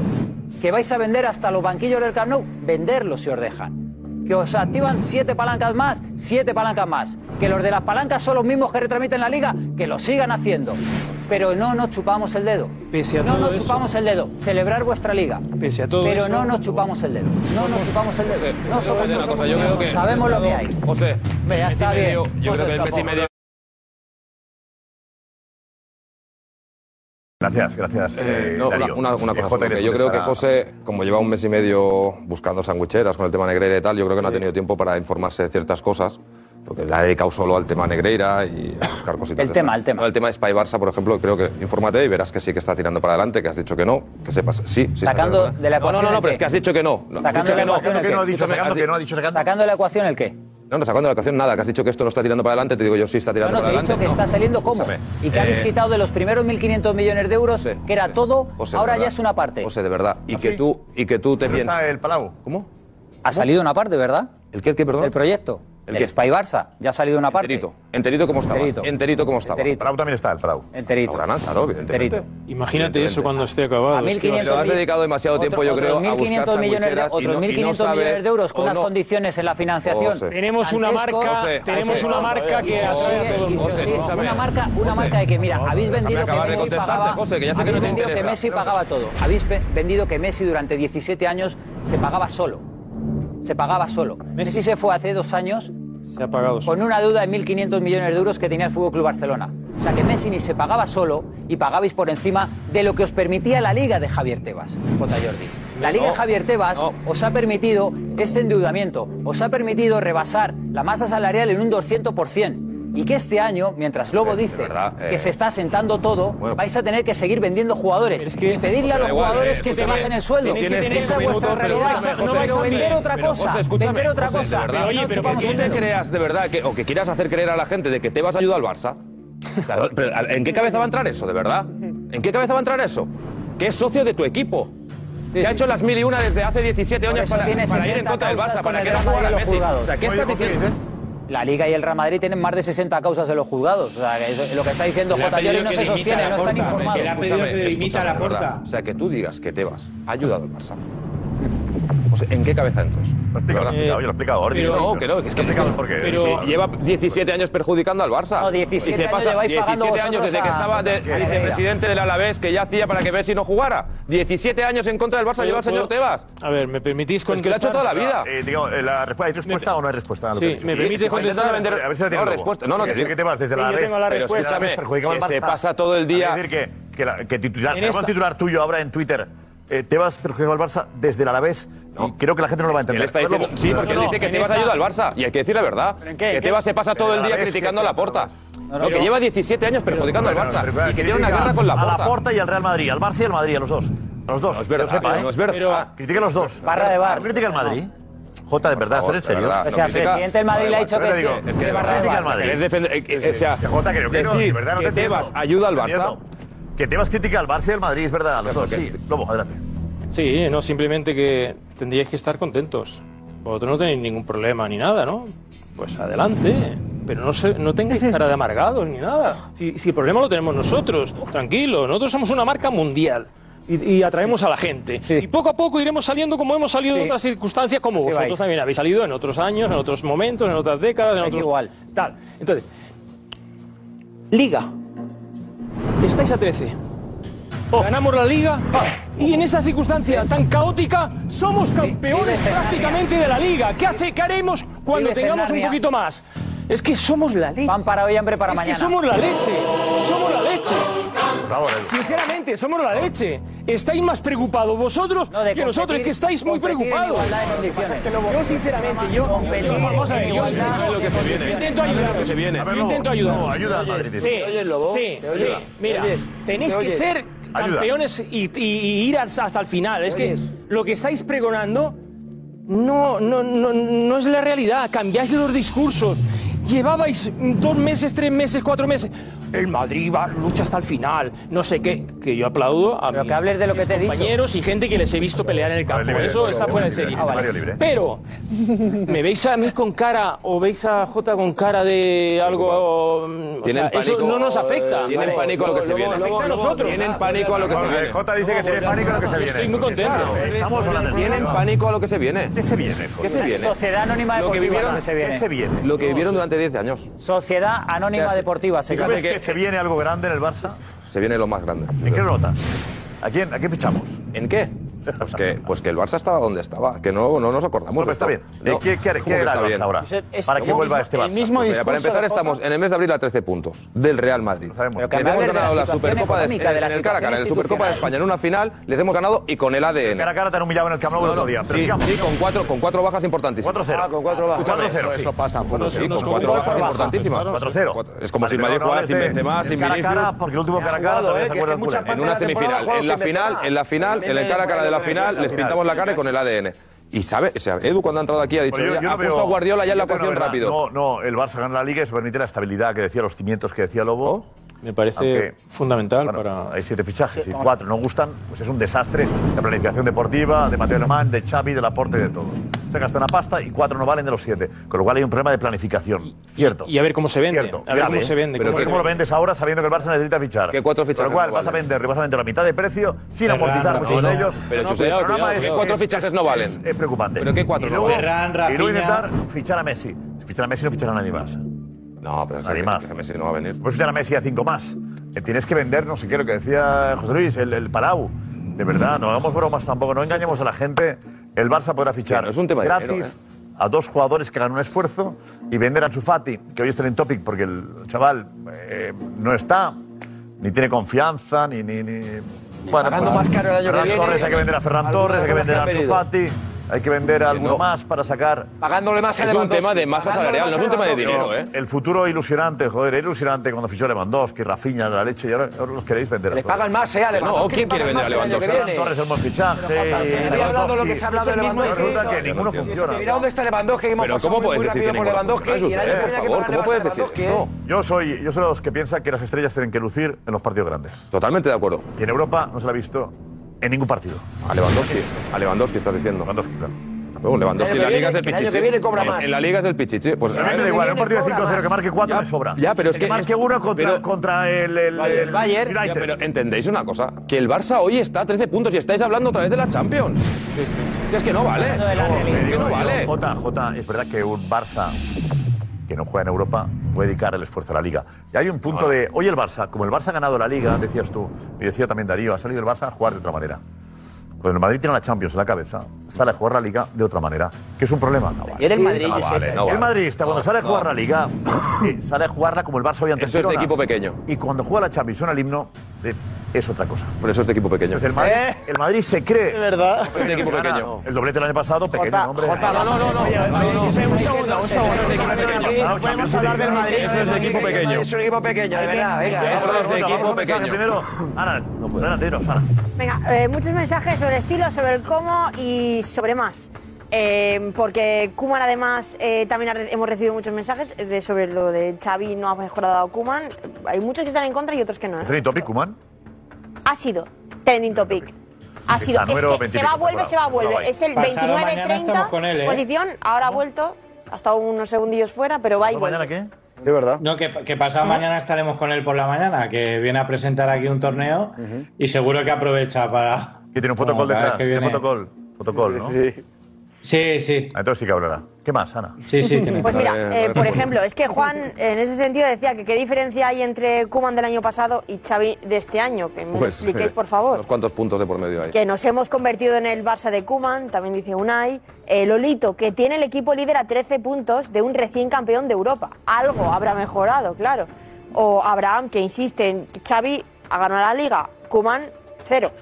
Que vais a vender hasta los banquillos del Camp Nou, venderlos si os dejan. Que os activan siete palancas más, siete palancas más. Que los de las palancas son los mismos que retransmiten la liga, que lo sigan haciendo. Pero no nos chupamos el dedo.
Pese a
no
todo
nos
eso-
chupamos el dedo. Celebrar vuestra liga.
Pese a todo
Pero
eso-
no nos chupamos el dedo. No nos chupamos el dedo. No
Yo
somos
creo que una cosa, yo creo que-
Sabemos lo que hay.
José,
Hombre, ya está bien.
medio- yo
Pues
creo que el
el
Messi
chapó.
medio.
Gracias, gracias. eh,
No, una,
Darío.
una- una
Eh,
cosa.
Jota,
José, que yo creo que
contestará.
José, como lleva un mes y medio buscando sandwicheras con el tema Negreira y tal, yo creo que no ha tenido tiempo para informarse de ciertas cosas. Porque le ha dedicado solo al tema Negreira y a buscar cositas.
El tema, el
tema. el tema de Spy Barça, por ejemplo, creo que infórmate y verás que sí que está tirando para adelante, que has dicho que no, que sepas. Sí, sí. está
Sacando
tirando para-
de la
No,
ecuación
No, no,
el
no, pero es
qué.
que has dicho que no. no
Sacando
has dicho
de la
que no.
ecuación el qué.
Escúchame, has di-
Sacando de la ecuación el qué.
No, no, sacando la actuación nada, que has dicho que esto no está tirando para adelante, te digo yo sí está tirando
Bueno, te
para
he
adelante.
dicho que está saliendo como. Y que habéis
eh,
quitado de los primeros 1.500 millones de euros, que era todo,
José, de
ahora
verdad.
ya es una parte.
José, de verdad. Y que tú, y que tú te
Ah, Pero está
piensas.
el Palau.
¿Cómo?
Ha salido una parte, ¿verdad?
¿El qué, el qué, perdón?
El proyecto.
¿El
El,
qué?
Spy Barça. Ya ha salido una parte. Enterito.
Enterito como estaba.
Enterito.
Enterito como estaba.
Enterito.
Palau también está, el Palau.
Enterito.
Ahora nada, claro, evidentemente.
Imagínate eso cuando esté acabado.
A
es que va ser-
1.500
has dedicado demasiado tiempo, yo creo, a buscar
1.500 millones de,
sandwicheras y
otros
no- y no
1.500 millones
sabes-
de euros con
o
unas
no-
condiciones en la financiación.
José.
Tenemos una
Dantescos,
marca- tenemos
José,
una marca
y
que
se os
atrae a
sigue,
todo el
y se os
mundo.
sigue.
José,
eh.
una marca, una marca de que mira, habéis
déjame
vendido que
acabar de
Messi
contestarte,
pagaba,
José, que ya sé que
habéis
no te
vendido que
interesa.
Messi pagaba todo. Habéis ve- vendido que Messi durante 17 años se pagaba solo. Se pagaba solo. Messi se fue hace dos años
Se ha pagado.
con una deuda de 1.500 millones de euros que tenía el Fútbol Club Barcelona. O sea que Messi ni se pagaba solo y pagabais por encima de lo que os permitía la Liga de Javier Tebas, J. Jordi. La Liga de Javier Tebas os ha permitido este endeudamiento, os ha permitido rebasar la masa salarial en un 200%. Y que este año, mientras Lobo dice
eh.
que se está sentando todo, vais a tener que seguir vendiendo jugadores y pedirle a
Pero
los
da igual,
jugadores
eh,
que te
escúchame.
bajen el sueldo.
Tienes que tener
Esa es
un
vuestra
minuto, pero
realidad.
escúchame,
Pero,
José,
vender otra
pero,
cosa,
José, escúchame,
vender otra
José,
cosa.
de verdad.
No
pero
chupamos
que
un
te
dedo.
creas de verdad que, o que quieras hacer creer a la gente de que Tebas ayuda al Barça. O sea, pero, ¿En qué cabeza va a entrar eso, de verdad? ¿En qué cabeza va a entrar eso? Que es socio de tu equipo. Que ha hecho las mil y una desde hace 17
Por
años
eso
para,
tiene
para ir en
60
contra del
causas
Barça,
con
para
el
que no
Real Madrid
jugara
en los
Messi.
juzgados.
O sea, ¿qué estás diciendo?
La Liga y el Real Madrid tienen más de 60 causas en los juzgados. O sea, que lo que está diciendo
Le ha
J. Llorens
pedido
no
que
se
dimita
sostiene,
a
no están
Laporta,
informados.
que le ha pedido
Escúchame,
que dimita a
escúchame,
Laporta.
¿verdad?
O sea, que tú digas que Tebas ha ayudado al Barça. O sea, ¿en qué cabeza entra eso?
explicado, lo
Lo
has explicado, yo lo he explicado, ahora digo,
No,
pero-
que no, que es que
Lo he explicado
esto-
porque-
pero
sí.
lleva 17 años perjudicando al Barça.
No, 17
Y se
años
pasa
lleváis pagando
17 años
vosotros
desde que
a-
estaba de-
a Herrera.
vicepresidente del Alavés, que ya hacía para que Messi no jugara. 17 años en contra del Barça lleva el señor
¿Puedo- puedo-
Tebas.
A ver, ¿me permitís
Es que lo ha hecho
contestar?
toda la vida.
Eh, digo, eh, la respuesta, ¿hay respuesta o no hay respuesta? a
Sí,
lo que he dicho?
¿me permite
es que-
contestar?
Intenta vender- A ver si la tiene
No,
Lobo.
respuesta, no, no,
Porque
que-
decir que te vas desde
Sí,
la
yo
red,
tengo la
pero es que
respuesta,
la red
me-
perjudicaba al
que se
Barça.
pasa todo el día-
Es decir, que, que, la- que titular,
En
sacamos
esta-
un titular tuyo ahora en Twitter. Eh, te vas perjudicando al Barça desde el Alavés y creo que la gente no lo va a entender.
Él está
Pero,
diciendo,
Lobo,
sí, porque él
no,
dice que
en
Tebas
esta-
ayuda al Barça. Y hay que decir la verdad.
¿Pero en qué?
Que
¿Qué?
Tebas se pasa todo el
Pero
día
a la vez
criticando a
que-
la Porta.
No, no,
Lo que
pero-
lleva 17 años perjudicando al
Pero, pero, pero,
Barça. Y que
critica
tiene una guerra con la
A la
Porta.
Porta y al Real Madrid, al Barça y al Madrid, a los dos. A los dos.
No es
que lo
verdad,
sepa,
no
¿eh?
es verdad. Ah, Pero-
Critica a los dos.
Barra de bar.
Critica al Madrid. Jota, de verdad, ser en
favor, de
serio.
verdad, O sea, no critica-
presidente del Madrid le ha dicho que
digo,
sí.
Es que de
Que
verdad,
barra de
critica al
bar.
Madrid.
Es
defender- eh, eh, o sea,
Que Jota, creo que no,
decir
de verdad, no
que
te entiendo.
Tebas ayuda al
No te
Barça.
entiendo. Que Tebas critica al Barça y al Madrid, es verdad, a los dos. Sí, Lobo, adelante.
Sí, no, simplemente que tendríais que estar contentos. Vosotros no tenéis ningún problema ni nada, ¿no? Pues adelante. Pero no, se, no tengáis cara de amargados ni nada. Si, si el problema lo tenemos nosotros, tranquilo. Nosotros somos una marca mundial y, y atraemos a la gente. Y poco a poco iremos saliendo como hemos salido en otras circunstancias, como
Sí,
vosotros
vais.
también habéis salido en otros años, en otros momentos, en otras décadas, en otros. igual. Tal. Entonces, Liga. Estáis a 13.
Oh.
Ganamos la liga y en esta circunstancia tan caótica somos campeones
vives en
prácticamente de la liga. ¿Qué hace? ¿Qué haremos cuando
Vives en
tengamos un
Narnia.
poquito más? Es que somos la leche.
Pan para hoy, hambre para
Es que
mañana.
somos la leche. Somos la leche.
Por favor, el-
Sinceramente, somos la leche. Estáis más preocupados vosotros
de
que nosotros, es
competir-
que estáis muy
competir en
preocupados.
igualdad de condiciones.
Yo, sinceramente, yo.
Competir
yo- vamos a ver,
en
yo-
igualdad
yo- yo- yo- yo Intento ayudaros.
se viene. A ver,
Yo
Lobo,
intento ayudaros.
ayuda al Madrid,
Sí,
dice.
sí,
¿Te oyes, Lobo?
sí.
¿Te oyes?
sí. Mira,
¿Te oyes?
tenéis
¿Te
que
oyes?
ser
Ayuda.
campeones y, y- y ir hasta hasta el final. Es que lo que estáis pregonando no, no, no, no es la realidad. Cambiáis los discursos. Llevabais dos meses, tres meses, cuatro meses. El Madrid va, lucha hasta el final. No sé qué. Que yo aplaudo a mis,
hables de lo
mis
que te he dicho.
compañeros y gente que les he visto pelear en el campo.
libre,
Eso
libre,
está
libre,
fuera de
libre,
serie.
Ah,
libre, Mario libre.
Pero me veis a mí con cara o veis a Jota con cara de algo. mm, O
Tienen
sea, eso
pánico,
no nos afecta.
Tienen pánico a lo que se viene.
Afecta a nosotros.
Tienen pánico a lo que se
Jorge,
viene.
Jota dice que tiene pánico a lo que se viene.
Estoy muy contento.
Estamos hablando de
Tienen pánico a lo que se viene.
¿Qué se viene?
¿Qué se viene?
Sociedad Anónima
Lo que
Deportiva,
vivieron-
¿dónde se viene?
¿Qué se viene?
Lo que vivieron durante 10 años.
Sociedad Anónima
O sea,
Deportiva. Se
¿Y tú
llama.
ves que se viene algo grande en el Barça?
Se viene lo más grande.
¿En qué lo notas? ¿A quién, a quién fichamos?
¿En qué? Pues que, pues que el Barça estaba donde estaba, que no, no nos acordamos.
Bueno, pero está
de
bien.
esto.
Eh, ¿qué- qué-
¿cómo
qué
que
era el
está
Barça
bien? Pues
ahora? Pues es- Para es que el vuelva mismo- este Barça. el mismo
Mira, para
discurso
empezar,
de
estamos en el mes de abril a 13 puntos del Real Madrid.
Pero que
les
me
hemos
hable de
ganado
la
la
situación
Supercopa de,
económica, de la
en el cara a cara, en el
situación
Supercopa de
institucional.
España en una final, les hemos ganado y con el ADN.
Cara a cara te han humillado en el Camp Nou el otro día, pero
sí,
sigamos.
sí, con cuatro, con cuatro bajas importantísimas.
4-0. Ah, con cuatro bajas.
Escúchame,
4-0, sí.
Bueno, sí,
Nos
con
convirtió
cuatro bajas
por bajas.
importantísimas.
4-0.
Cuatro- Es como
Vale,
si el Madrid
pero no
jugara
hables
sin
de-
Benzema,
del
sin
cara a
Vinicius.
cara, porque el último cara a cara todavía se acuerdan culo.
En una semifinal, en la final, en la final, en el cara a cara de la final, les pintamos la cara y con el ADN. Y sabe, o sea, Edu cuando ha entrado aquí ha dicho,
Pero yo-
"Mira,
yo no
ha puesto
veo-
a Guardiola ya en la
yo creo
ecuación
verdad,
rápido.
No, no, el Barça gana la liga y se permite la estabilidad que decía, los cimientos que decía Lobo.
Oh, Me parece fundamental
para. Hay siete fichajes y cuatro no gustan, pues es un desastre. La planificación deportiva de Mateo Alemán, de Xavi, del aporte de todo. Se gasta una pasta y cuatro no valen de los siete. Con lo cual hay un problema de planificación. Cierto.
Y a ver cómo se vende.
Cierto,
a ver
grave,
cómo se vende.
¿eh? Pero
cómo se
¿cómo lo
vende.
vendes ahora sabiendo que el Barça necesita fichar? Que cuatro
fichajes
Con lo cual
no
vas a
valen.
vender, vas a vender la mitad de precio sin
Ferran,
amortizar
Rafa,
muchos
no,
de
no.
ellos.
Pero,
No,
Josep,
el
cuidado,
programa
cuidado,
es-
que cuatro
es-
fichajes no valen.
Es, es preocupante.
Pero que cuatro
y
no
luego,
valen. Ferran,
Y luego
Rafinha.
intentar fichar a Messi. Si fichar a Messi no fichará a nadie más.
No, pero
nadie más.
Messi no va a venir.
Puedes fichar a Pues Messi a cinco más. Eh, Tienes que vender, no sé qué, lo que decía José Luis, el, el Palau. De verdad, no hagamos bromas tampoco, no engañemos a la gente. El Barça podrá fichar
Sí, no es un tema de
gratis
dinero, ¿eh?
a dos jugadores que hagan un esfuerzo y vender a Ansu Fati, que hoy es en topic porque el chaval eh, no está, ni tiene confianza, ni. ni, ni-
pagando más caro el año que
Ferran
viene.
Torres, hay que vender a Ferran
Algunos
Torres, hay que
de los
vender a
que han
Ansu Fati, hay que vender a alguno más para sacar.
Pagándole más a Es un Lewandowski. tema de masa Pagándole salarial, más no es un a tema de Lewandowski. dinero, ¿eh?
El futuro ilusionante, joder, era ilusionante cuando fichó Lewandowski, Rafinha, la leche, y ahora, ahora los queréis vender a
Le
todos.
pagan más, ¿eh? A Lewandowski.
No, ¿quién quiere
Le pagan
vender a
más el año que
Lewandowski? Ferran
viene.
Torres es buen fichaje.
Pero, Jota, se había hablado lo que se ha hablado de Lewandowski.
Resulta que ninguno
Pero
funciona.
mira dónde está Lewandowski, que hemos
Pero
pasado
¿cómo
muy-
puedes
muy
decir
rápido
que
por
ninguna
Lewandowski
funciona?
y el año
Eso,
que
eh,
viene
por
que
favor,
van a
¿cómo puedes
Lewandowski,
decir?
¿eh?
No. Yo soy, yo soy de los que piensan que las estrellas tienen que lucir en los partidos grandes.
Totalmente de acuerdo.
Y en Europa no se la ha visto en ningún partido.
A Lewandowski, a Lewandowski estás diciendo.
Lewandowski, claro.
Lewandowski en la
El año que
liga es el
viene- el año
pichichi.
que viene cobra
Es-
más.
En la liga es el pichichi. Pues
a mí me da igual, un partido de 5-0 que marque 4 me sobra.
Ya, pero es
Si
que.
marque uno contra,
pero-
contra el, el, el
Bayern.
United.
Ya, pero entendéis una cosa, que el Barça hoy está a 13 puntos y estáis hablando otra vez de la Champions. Que Es que no vale.
Es que no
vale.
Jota, Jota, es verdad que un Barça que no juega en Europa puede dedicar el esfuerzo a la Liga. Y hay un punto de... Hoy el Barça, como el Barça ha ganado la Liga, decías tú, y decía también Darío, ha salido el Barça a jugar de otra manera. Cuando el Madrid tiene la Champions en la cabeza, sale a jugar la Liga de otra manera, que es un problema. No vale.
Y era el Madrid,
no
Josep,
vale, no
¿eh?
vale. El madridista, cuando
No,
sale a jugar
no.
la Liga, eh, sale a jugarla como el Barça hoy ante
Eso es de
Girona.
equipo pequeño.
Y cuando juega la Champions, suena el himno, eh, es otra cosa.
Por eso es de equipo pequeño.
Entonces el Madrid, el Madrid se cree.
Es verdad.
Es de equipo pequeño.
El doblete del año pasado, pequeño, hombre.
no, no, no, no. Un segundo, un segundo.
No podemos hablar del Madrid. Eso es de equipo pequeño.
Es un equipo pequeño, de verdad. Venga,
Eso es de equipo pequeño. Primero, Ana, adelante, dinos, Ana.
Venga, eh, muchos mensajes sobre el estilo, sobre el cómo y sobre más. Eh, porque Kuman además eh, también ha re- hemos recibido muchos mensajes de, sobre lo de Xavi no ha mejorado a Kuman. Hay muchos que están en contra y otros que no. ¿eh?
¿Es topic, Kuman?
Ha sido trending topic. Ha
Está
sido. Es
número
que
20
se va,
pico,
vuelve,
bravo,
se va,
bravo ahí.
vuelve. Es el
Pasado mañana estamos
29-30
con él, ¿eh?
posición. Ahora ha vuelto. Ha estado unos segundillos fuera, pero va y vuelve.
De verdad. No, que, que pasado mañana estaremos con él por la mañana, que viene a presentar aquí un torneo y seguro que aprovecha para.
Que tiene un fotocall detrás. Tiene
fotocol.
fotocall. Fotocall, ¿no? Ah,
Sí. Sí, sí.
Entonces sí que hablará. ¿Qué más, Ana?
Sí, sí, tiene
Pues mira, eh, por ejemplo, es que Juan en ese sentido decía que qué diferencia hay entre Kuman del año pasado y Xavi de este año. Que me lo
Pues,
expliquéis, por favor.
Unos cuantos puntos de por medio ahí.
Que nos hemos convertido en el Barça de Kuman, también dice Unai. Eh, Lolito, que tiene el equipo líder a 13 puntos de un recién campeón de Europa. Algo habrá mejorado, claro. O Abraham, que insiste en que Xavi ha ganado la liga, Kuman cero.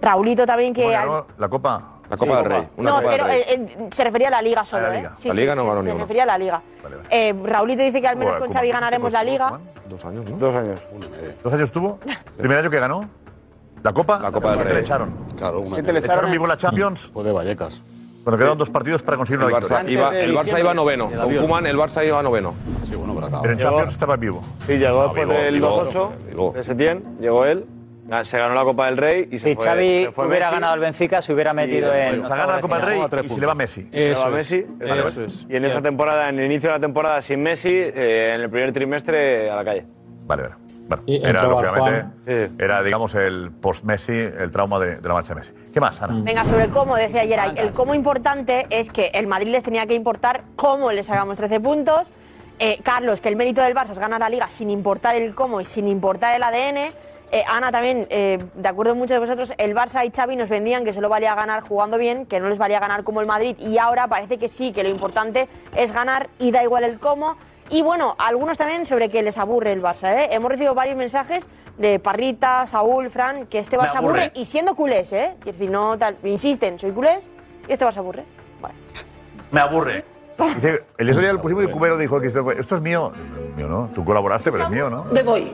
Raulito también que... al-
La Copa.
La Copa del Rey. Una
no,
Copa del
pero
Rey.
eh, eh, se refería a la liga solo,
la
¿eh?
liga. La liga no ganó
se
ninguno.
refería a la liga. Eh, Raulito dice que al menos
Joder,
con
¿cómo?
Xavi ganaremos la liga.
Dos años, ¿no?
Dos años. ¿Dos años tuvo? ¿Primer año que ganó? ¿La Copa? La
Copa del
Siete
Rey.
le echaron.
Claro, una
Siete le echaron vivo la Champions.
Fue de Vallecas.
Bueno, quedaron dos partidos para conseguir
El
una
Barça,
victoria.
iba, el Barça iba noveno.
El
Con
avión.
Koeman el Barça iba noveno.
Sí, bueno, pero
Pero en Champions estaba vivo.
Sí, llegó después
Ah, vivo,
del
vivo,
2-8 de Setién, llegó él, ah, se ganó la Copa del Rey y se
Si
fue.
Xavi
se fue
hubiera
Messi.
ganado al Benfica, se hubiera metido
Y-
en.
O sea, gana la Copa del Rey y se le va Messi.
Eso
Se le va
es,
Messi.
eso
Vale.
es.
Y en esa temporada, en el inicio de la temporada sin Messi, eh, en el primer trimestre a la calle.
Vale, vale. Bueno,
Y
era
entró
lógicamente, era digamos el post-Messi, el trauma de, de la marcha de Messi. ¿Qué más, Ana?
Venga, sobre el cómo, decía ayer, el cómo importante es que el Madrid les tenía que importar cómo les hagamos 13 puntos. Eh, Carlos, que el mérito del Barça es ganar la liga sin importar el cómo y sin importar el ADN. Eh, Ana también, eh, de acuerdo con muchos de vosotros, el Barça y Xavi nos vendían que solo valía ganar jugando bien, que no les valía ganar como el Madrid y ahora parece que sí, que lo importante es ganar y da igual el cómo. Y bueno, algunos también sobre que les aburre el Barça. ¿eh? Hemos recibido varios mensajes de Parrita, Saúl, Fran, que este
Me
Barça aburre.
aburre.
y siendo culés, ¿eh? Quiero decir, no tal, insisten, soy culés y este Barça aburre. Vale.
Me aburre. Dice, el otro día lo pusimos y el cubero dijo que esto, esto es mío. Mío, ¿no? Tú colaboraste, pero es mío, ¿no?
Me voy.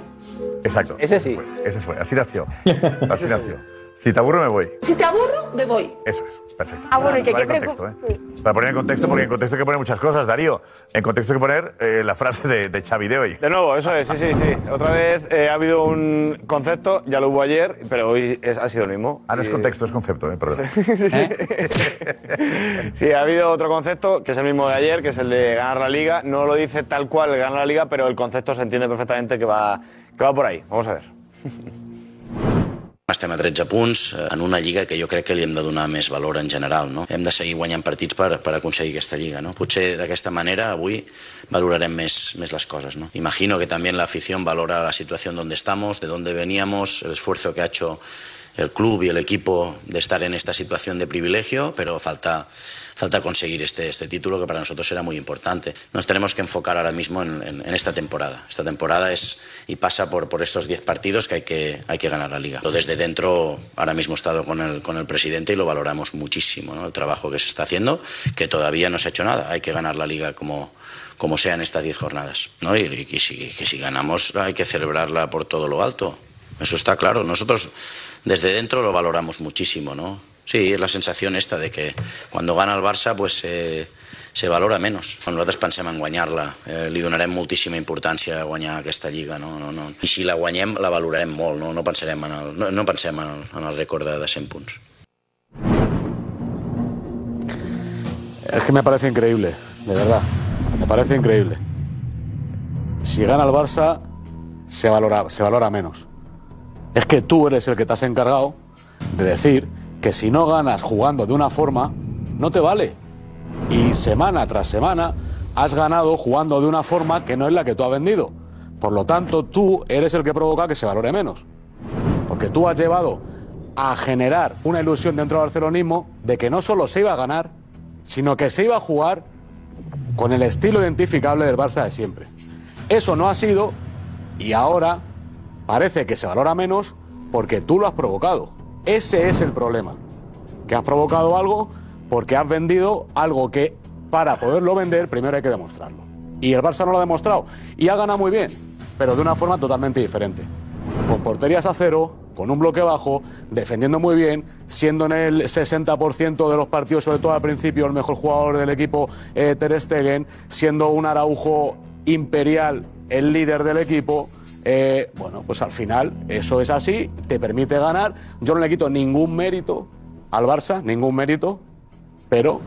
Exacto. Ese sí. Ese fue. Así nació. Así nació. Si te aburro, me voy.
Si te aburro, me voy.
Eso es, perfecto.
Ah, bueno, y que
Vale
yo creo
contexto, ¿eh? Para poner en contexto, porque en contexto hay que poner muchas cosas, Darío. En contexto hay que poner eh, la frase de, de Xavi de hoy.
De nuevo, eso es, sí, sí, sí. Otra vez eh, ha habido un concepto, ya lo hubo ayer, pero hoy es- ha sido el mismo.
Ah, no es
Y-
contexto, es concepto, ¿eh? perdón.
Sí, ha habido otro concepto, que es el mismo de ayer, que es el de ganar la liga. No lo dice tal cual ganar la liga, pero el concepto se entiende perfectamente que va, que va por ahí. Vamos a ver.
Estem a 13 punts eh, en una lliga que jo crec que li hem de donar més valor en general. No? Hem de seguir guanyant partits per, per aconseguir aquesta lliga. No? Potser d'aquesta manera avui valorarem més, més las cosas. ¿no? Imagino que también la afición valora la situación donde estamos, de dónde veníamos, el esfuerzo que ha hecho el club y el equipo de estar en esta situación de privilegio, pero falta, falta conseguir este, este título que para nosotros era muy importante. Nos tenemos que enfocar ahora mismo en, en- en esta temporada. Esta temporada es y pasa por, por estos 10 partidos que hay, que hay que ganar la liga. Yo Desde dentro ahora mismo he estado con el, con el presidente y lo valoramos muchísimo, ¿no? el trabajo que se está haciendo, que todavía no se ha hecho nada. Hay que ganar la liga como, como sean estas 10 jornadas. ¿no? Y, y si, que si ganamos hay que celebrarla por todo lo alto. Eso está claro. Nosotros desde dentro lo valoramos muchísimo, ¿no? Sí, es la sensación esta de que cuando gana el Barça pues eh, se valora menys. Quan nosaltres pensem en guanyar-la, eh, li donarem moltíssima importància a guanyar aquesta lliga, no? no, no. I si la guanyem, la valorarem molt, no, no pensarem en el, no, no pensem en el, en el rècord de, de 100 punts.
Es que me parece increíble, de verdad. Me parece increíble. Si gana el Barça, se valora, se valora menos. Es que tú eres el que te has encargado de decir que si no ganas jugando de una forma, no te vale. Y semana tras semana has ganado jugando de una forma que no es la que tú has vendido. Por lo tanto, tú eres el que provoca que se valore menos. Porque tú has llevado a generar una ilusión dentro del barcelonismo de que no solo se iba a ganar, sino que se iba a jugar con el estilo identificable del Barça de siempre. Eso no ha sido y ahora parece que se valora menos porque tú lo has provocado. Ese es el problema. Que has provocado algo porque has vendido algo que para poderlo vender primero hay que demostrarlo. Y el Barça no lo ha demostrado. Y ha ganado muy bien, pero de una forma totalmente diferente. Con porterías a cero, con un bloque bajo, defendiendo muy bien, siendo en el 60% de los partidos, sobre todo al principio, el mejor jugador del equipo eh, Ter Stegen, siendo un Araujo imperial, el líder del equipo. eh, bueno, pues al final eso es así, te permite ganar. Yo no le quito ningún mérito al Barça, ningún mérito, pero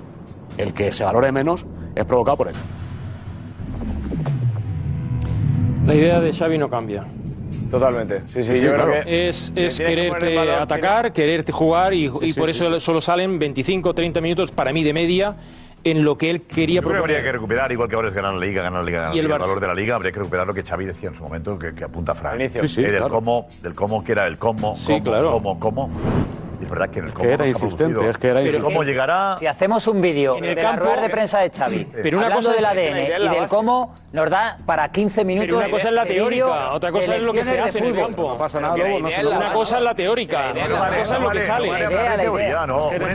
el que se valore menos es provocado por él.
La idea de Xavi no cambia.
Totalmente. Sí, sí, yo creo que.
es, es
tienes que poner
quererte
el valor,
atacar, quererte jugar y, y
sí,
por
sí.
eso solo salen 25 30 minutos para mí de media en lo que él quería
Yo creo que habría
proponer.
que recuperar, igual que ahora es ganar la liga, ganar la liga, ganar
Y
la
el
liga,
Barça.
valor de la liga, habría que recuperar lo que Xavi decía en su momento, que, que apunta Fran.
inicio.
Eh,
Sí, sí,
del
claro.
cómo, del cómo, que era el cómo,
Sí,
cómo,
claro.
cómo, cómo. Y es verdad que en el cómo
era
nos ha
insistente,
producido.
es que era
El
insistente.
cómo llegará?
Si hacemos un vídeo
En
de
el
la
campo-
rueda de prensa de Xavi,
Pero una
hablando
cosa
del
es-
ADN
la idea es
y
la
del
base.
cómo, nos da para 15 minutos.
Pero una cosa es la
de vídeo
teórica, otra
de
cosa es lo que se
lecciones
hace
de
en el
fútbol.
campo.
No pasa nada, Pero que luego no la se idea es la lo-
Una cosa es la
idea
teórica,
es la
otra
base.
cosa es lo que
Vale,
sale.
vale, La idea, la
Teoría, no.
Que
Un
no es-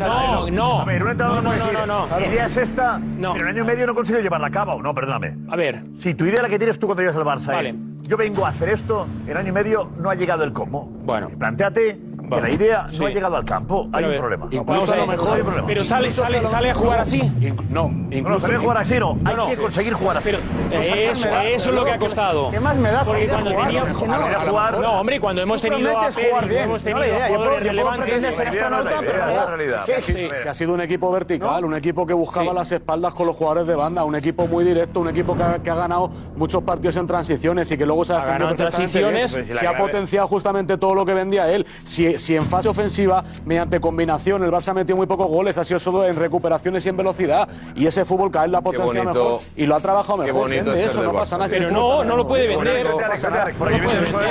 no,
entrenador-
no.
A ver, un entrenador
No,
no,
no,
puede
no,
decir,
no, no.
Mi idea es esta, pero en año y medio no consigo llevarla a cabo. No, perdóname.
A ver.
Si tu idea la que tienes tú cuando llegas al Barça es yo vengo a hacer esto, en año y medio no ha llegado el cómo. Bueno. Plantéate que la idea
Sí.
no ha llegado al campo. Hay
Pero a
un
ver,
problema.
vamos a ver, Pero sale, sale, sale a jugar así.
No,
incluso- sale a jugar así, no. Hay que conseguir jugar así. Pues
eh, eso,
más me da,
eso es lo que ha
¿qué-
costado.
qué más me da
Porque
salir a
cuando
jugar?
teníamos
Es que no, a ver, jugar-
No, hombre, cuando hemos
Tú
tenido a
prometes
Pedri,
jugar bien,
hemos
no
tenido
la idea, yo puedo-
jugadores
yo puedo
relevantes.
pretender ser La idea no es la astronauta, idea, pero es la no. realidad. Sí, sí.
Si ha sido un equipo vertical, un equipo que buscaba las espaldas con los jugadores de banda, un equipo muy directo, un equipo que ha, que ha ganado muchos partidos en transiciones y que luego se ha defendido
ganado en
perfectamente
transiciones.
pues,
bien.
Pero si la
Se ha
clave-
potenciado justamente todo lo que vendía él. Si, si en fase ofensiva, mediante combinación, el Barça metió muy pocos goles, ha sido solo en recuperaciones y en velocidad. Y ese fútbol que a él la potencia
bonito-
mejor y lo ha trabajado
qué
mejor.
bonito
Vende
es ser
eso,
del
no pasa
Barça.
nada.
Pero
Es un
no,
fútbol
no lo puede
fenomenal.
vender.
Vete, Alex, vete, Alex, por aquí viene el tema del-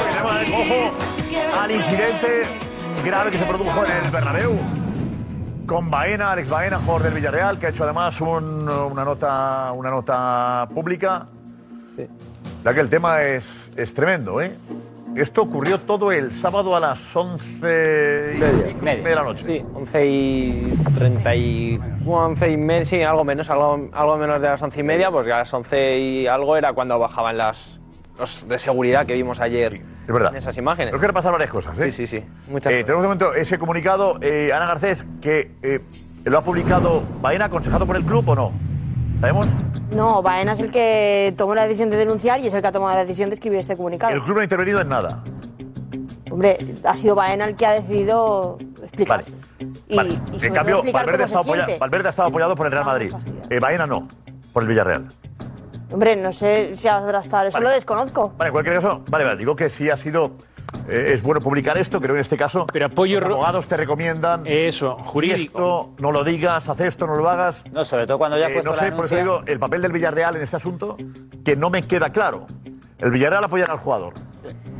Ojo al incidente grave que se produjo en el Bernabéu. Con Baena, Alex Baena, jugador del Villarreal, que ha hecho además un- una, nota, una nota pública. La que el tema es, es tremendo, ¿eh? Esto ocurrió todo el sábado a las 11 y pico de la noche.
Sí, 11 y 30 y... bueno, 11 y media, sí, algo menos, algo, algo menos de las 11 y media, porque a las 11 y algo era cuando bajaban las los de seguridad que vimos ayer
Es verdad.
en esas imágenes.
Tenemos que repasar varias cosas, ¿eh?
Sí, sí, sí.
Eh, tenemos de momento ese comunicado, eh, Ana Garcés, que eh, lo ha publicado Baena, aconsejado por el club o no. ¿Sabemos?
No, Baena es el que tomó la decisión de denunciar y es el que ha tomado la decisión de escribir este comunicado.
El club no ha intervenido en nada.
Hombre, ha sido Baena el que ha decidido
Vale.
y,
vale.
y sobre todo
en cambio, Valverde
explicar
ha,
cómo se
estado apoya-
siente.
Valverde ha estado apoyado por el Real Madrid. Eh, Baena no, por el Villarreal.
Hombre, no sé si habrá estado, eso
Vale.
lo desconozco.
Vale, en cualquier caso, vale, vale, digo que sí ha sido. eh, es bueno publicar esto, creo que en este caso. Pero apoyo. Los abogados te recomiendan.
Eso,
jurídico. Esto, no lo digas, haz esto, no lo hagas. Eh,
No, sobre todo cuando ya has puesto
No
la
sé, por eso
denuncia.
digo, el papel del Villarreal en este asunto, que no me queda claro. El Villarreal apoyará al jugador.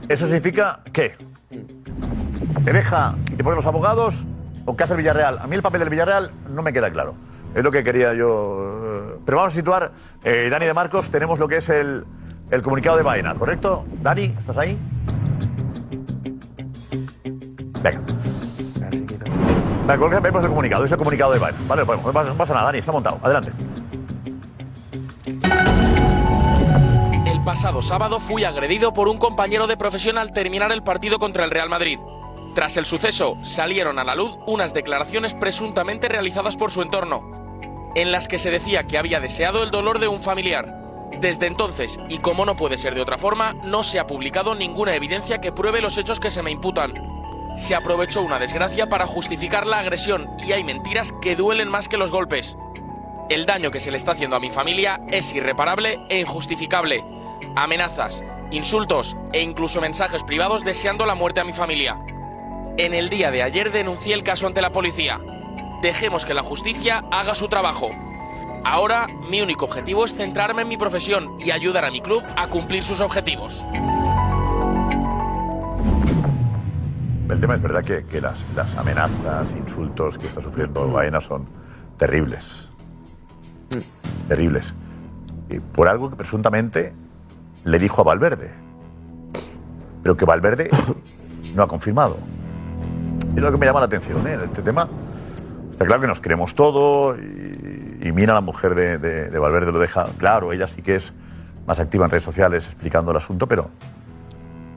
¿Eso significa qué? ¿Te deja y te ponen los abogados? ¿O qué hace el Villarreal? A mí el papel del Villarreal no me queda claro. Es lo que quería yo. eh, Pero vamos a situar, eh, Dani de Marcos, tenemos lo que es el, el comunicado de Baena, ¿correcto? Dani, ¿estás ahí? Venga. Venga, coloca- vemos el comunicado, es el comunicado de Baena. Vale, lo ponemos, no pasa- no pasa nada, Dani, está montado. Adelante.
El pasado sábado fui agredido por un compañero de profesión al terminar el partido contra el Real Madrid. Tras el suceso, salieron a la luz unas declaraciones presuntamente realizadas por su entorno, en las que se decía que había deseado el dolor de un familiar. Desde entonces, y como no puede ser de otra forma, no se ha publicado ninguna evidencia que pruebe los hechos que se me imputan. Se aprovechó una desgracia para justificar la agresión y hay mentiras que duelen más que los golpes. El daño que se le está haciendo a mi familia es irreparable e injustificable. Amenazas, insultos e incluso mensajes privados deseando la muerte a mi familia. En el día de ayer denuncié el caso ante la policía. Dejemos que la justicia haga su trabajo. Ahora mi único objetivo es centrarme en mi profesión y ayudar a mi club a cumplir sus objetivos.
El tema es verdad que, que las, las amenazas, insultos que está sufriendo Baena son terribles. Terribles. Eh, por algo que presuntamente le dijo a Valverde. Pero que Valverde no ha confirmado. Es lo que me llama la atención, ¿eh? Este tema. Está claro que nos queremos todo y, y mira la mujer de, de- de Valverde lo deja claro. Ella sí que es más activa en redes sociales explicando el asunto, pero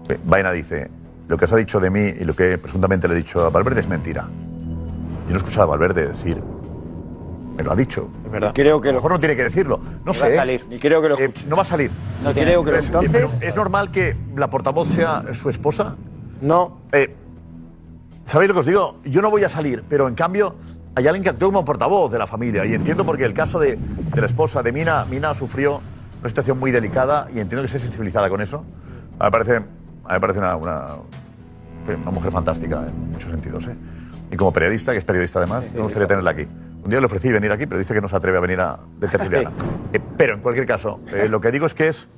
eh, Vaina dice, lo que os ha dicho de mí y lo que presuntamente le he dicho a Valverde es mentira. Yo no he escuchado a Valverde decir, me lo ha dicho. Creo que a lo mejor no tiene que decirlo. No
Ni
sé.
va a
¿eh?
salir.
Eh, creo que lo No va a salir.
No tiene. Creo que lo-
Entonces, eh, pero
entonces-
¿Es normal que la portavoz sea su esposa? Eh,
No.
¿Sabéis lo que os digo? Yo no voy a salir, pero en cambio hay alguien que actúa como portavoz de la familia. Y entiendo porque el caso de, de la esposa de Mina, Mina sufrió una situación muy delicada y entiendo que esté sensibilizada con eso. A mí me parece, a mí me parece una, una, una mujer fantástica en muchos sentidos. ¿eh? Y como periodista, que es periodista además, me gustaría tenerla aquí. Un día le ofrecí venir aquí, pero dice que no se atreve a venir a de tertuliana. Eh, pero en cualquier caso, eh, lo que digo es que es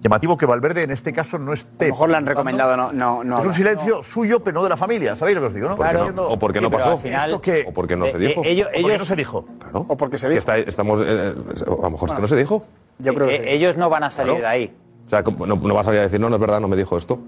llamativo que Valverde en este caso no esté. A lo mejor
le han recomendado no. no,
es un
hablar.
silencio suyo, pero no de la familia. ¿Sabéis lo que os digo? ¿no?
¿Por qué no? o porque no pasó. Eh,
¿Esto eh, qué?
o porque no se dijo.
¿O por qué no se dijo?
Claro.
O porque se
dijo. estamos, eh, eh, a lo mejor es que no se dijo.
Yo creo que
Ellos no van a salir
Claro.
de ahí.
O sea, ¿cómo- no, no vas a salir a decir, no, no es verdad, no me dijo esto.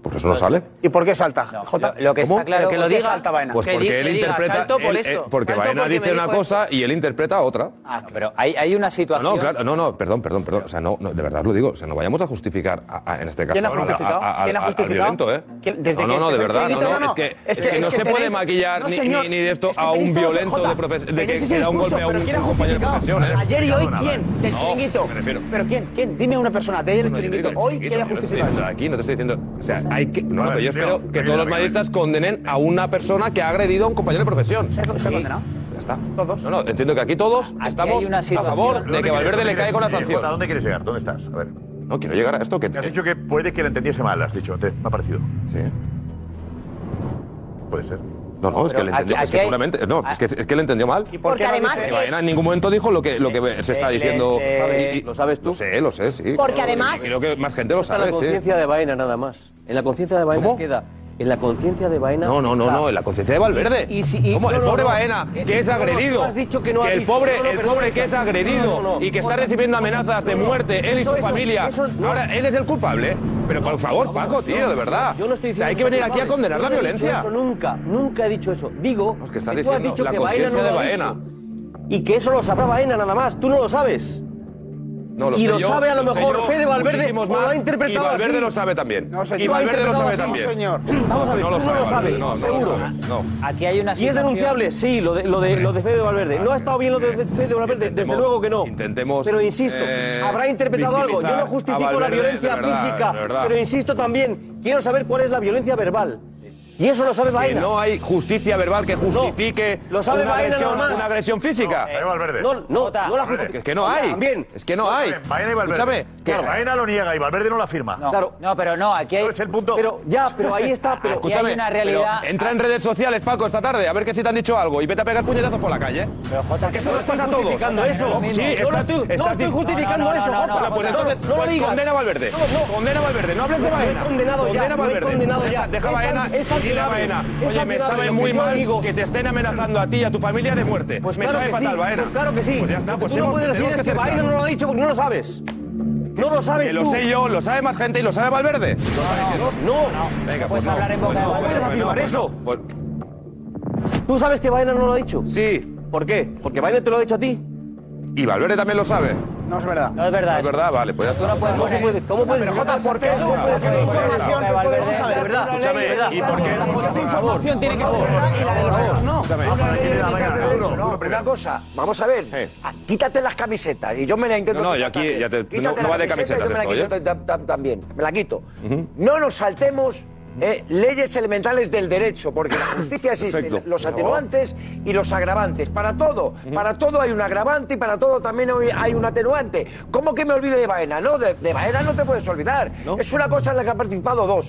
Pues eso no sale.
¿Y por qué salta? Jota?
Lo que
¿Cómo?
está claro
Pero que
es
lo diga-
salta Baena.
Pues porque él interpreta. él- eh, porque Baena dice una cosa y él interpreta otra.
Ah, pero hay, hay una situación.
No, no, claro, no, no, perdón, perdón, perdón. O sea, no, no, de verdad lo digo. O sea, no vayamos a justificar a- a- en este caso.
¿Quién ha
a- a-
justificado?
a- a-
¿Quién ha
al- al
justificado?
violento, ¿eh?
¿Quién- desde
no,
que
no, no,
empezó
de
el
verdad. No,
chiringuito?
no,
No, no,
es que,
es
es
que-
que, no
es que
se puede
tenéis-
maquillar
no,
ni,
señor,
ni- ni de esto
es que
a un
tenéis todos de
violento de,
jota.
profes- de
Tenéis
que,
ese
que da un
discurso,
golpe a un,
pero ¿quién ha
un compañero de
justificado?
profesión. ¿eh?
Ayer y hoy,
Nada.
¿quién? Del
No,
chiringuito.
me refiero.
¿Pero quién? ¿Quién? Dime una persona de ayer del
No, yo
chiringuito.
digo
Hoy,
chiquito,
¿quién ha
yo no estoy
justificado?
diciendo- Aquí no te estoy diciendo. O sea, hay que. No,
No,
pero yo
no,
espero
no,
que
no,
todos
no,
los
no,
madridistas condenen a una persona que ha agredido a un compañero de profesión. ¿Se
ha condenado?
Ya está.
Todos.
No, no, entiendo que aquí todos estamos
hay una
a
situación.
favor
¿Dónde
de que
quieres-
Valverde
dónde
le caiga
quieres-
con la
eh,
sanción.
Jota, ¿dónde quieres llegar? ¿Dónde estás? A ver.
No, quiero llegar a esto. Que
Has dicho que puede que lo entendiese mal, has dicho. Te, me ha parecido.
Sí.
Puede ser.
No, no, es que
Pero
le entendió,
aquí-
es que
aquí hay-
seguramente, no, es que, es que le entendió mal. ¿Y
por qué Porque no además dice- es-
en ningún momento dijo lo que, lo que se está
le-
diciendo.
le- ¿sabes?
¿Lo sabes tú? Lo sé, lo sé, sí.
Porque
Claro,
además-
Creo que más gente lo
Está en
sabe,
la
sí.
conciencia de Baena nada más. En la conciencia de Baena queda. En la conciencia de Baena.
No, no, no,
está.
no, en la conciencia de Valverde.
Y si- y-
¿Cómo?
no,
el
no,
pobre
no.
Baena,
Eh,
que es
no, no, tú
agredido.
has dicho que no ha
el
dicho.
pobre,
No, no,
el
perdona,
pobre que es
está-
agredido
no, no, no.
y que está
Jota,
recibiendo
no, no,
amenazas de
no, no.
muerte, él y
Eso,
su
eso,
familia.
eso no.
Ahora, él es el culpable. Pero por favor, Paco, tío, de verdad.
Yo no estoy
O sea,
diciendo
hay que venir aquí a
culpables.
condenar
Yo
la
no he dicho
violencia.
Eso nunca, nunca he dicho eso. Digo que,
estás
tú has
diciendo
dicho
la
que Baena no
conciencia
lo
de
ha dicho.
Baena.
Y que eso lo sabrá Baena nada más. Tú no lo sabes.
No,
y
sé
lo
yo,
sabe a lo,
sé
mejor
yo,
Fede Valverde,
muchísimos
o lo
más,
ha interpretado
Y Valverde
así.
lo sabe también.
No, señor.
Y Valverde lo sabe
No,
también.
señor. Vamos a ver,
no lo
tú no
sabe,
lo sabes,
Valverde, no, no lo
seguro.
sabe, No.
Aquí hay una
¿Y es
situación-
denunciable? Sí, lo de, lo de, lo de Fede Valverde. ¿No ha estado bien lo de Fede Valverde? Desde luego que no.
Intentemos.
Pero insisto,
eh,
habrá interpretado algo. Yo
victimizar
no
a
justifico
Valverde,
la
de
violencia
verdad,
física,
de verdad.
pero insisto también, quiero saber cuál es la violencia verbal. Y eso lo sabe
Que
Baena.
no hay justicia verbal que justifique
Lo sabe
una,
Baena
agresión,
nomás.
una agresión física.
No, eh, Valverde. No, no, no la justifica.
Es que no hay.
También.
Es que no hay.
Baena y Valverde.
Escúchame, que-
Claro, Baena lo niega y Valverde no la firma.
Claro.
No, pero no, aquí hay.
es el punto.
Pero ya, pero ahí está. Pero
Escúchame, pero
ah.
entra en redes sociales, Paco, esta tarde, a ver que si te han dicho algo y vete a pegar puñetazos por la calle. Pero Jota, ¿qué nos pasa a todos?
justificando eso.
Sí,
No lo
estás-
estoy- no
estás
estoy
di-
justificando eso, Jota.
Bueno, pues
No, no,
entonces,
no lo
pues
digas.
condena a Valverde.
No, no.
Condena a Valverde, no hables de
No he
Baena.
condenado ya,
Condena a
no he
Valverde.
condenado ya.
Deja- Deja
Es
Baena
san- es
y dile a
sancionable.
Baena.
Es
Oye, me
sancionable,
sabe
lo
muy
que yo
mal
digo.
que te estén amenazando a ti y a tu familia de muerte.
Pues
me
claro
sabe
que sí,
fatal, Baena.
pues claro que sí.
Pues ya está,
Lo
pues
que tú no
hemos-
puedes decir
tenemos
es que
acercar.
Baena no lo ha dicho porque no lo sabes. No lo sabes
Que lo
tú.
sé yo, lo sabe más gente y lo sabe Valverde.
No,
Venga, pues no.
hablar en boca
Pues no,
de Valverde.
pues no,
Afirmar
pues no,
eso.
pues-
¿Tú sabes que Baena no lo ha dicho?
Sí.
¿Por qué? ¿Porque Baena te lo ha dicho a ti?
Y Valverde también lo sabe.
No es verdad.
No es verdad.
No es verdad, vale, pues ya está.
¿Cómo se puede? ¿Cómo puede? Jota, ¿por qué? ¿Cómo puede ser información que puedes saber? De verdad, escúchame, ¿y por qué? Esta información tiene que ser verdad y la de los no.
Primera cosa, vamos a ver, ah, quítate las camisetas y yo me la intento.
Eh. No, no, yo
quitar
aquí ya te-
también.
no-
Quítate
no
la
va de
camiseta, yo me la
camisetas
quito
esto,
tam- tam- también, me la quito. No nos saltemos eh, leyes elementales del derecho, porque en la justicia existe
Perfecto.
los atenuantes y los agravantes. Para todo, para todo hay un agravante y para todo también hay- hay un atenuante. ¿Cómo que me olvide de Baena? No, de, de Baena no te puedes olvidar. Es una cosa en la que han participado dos.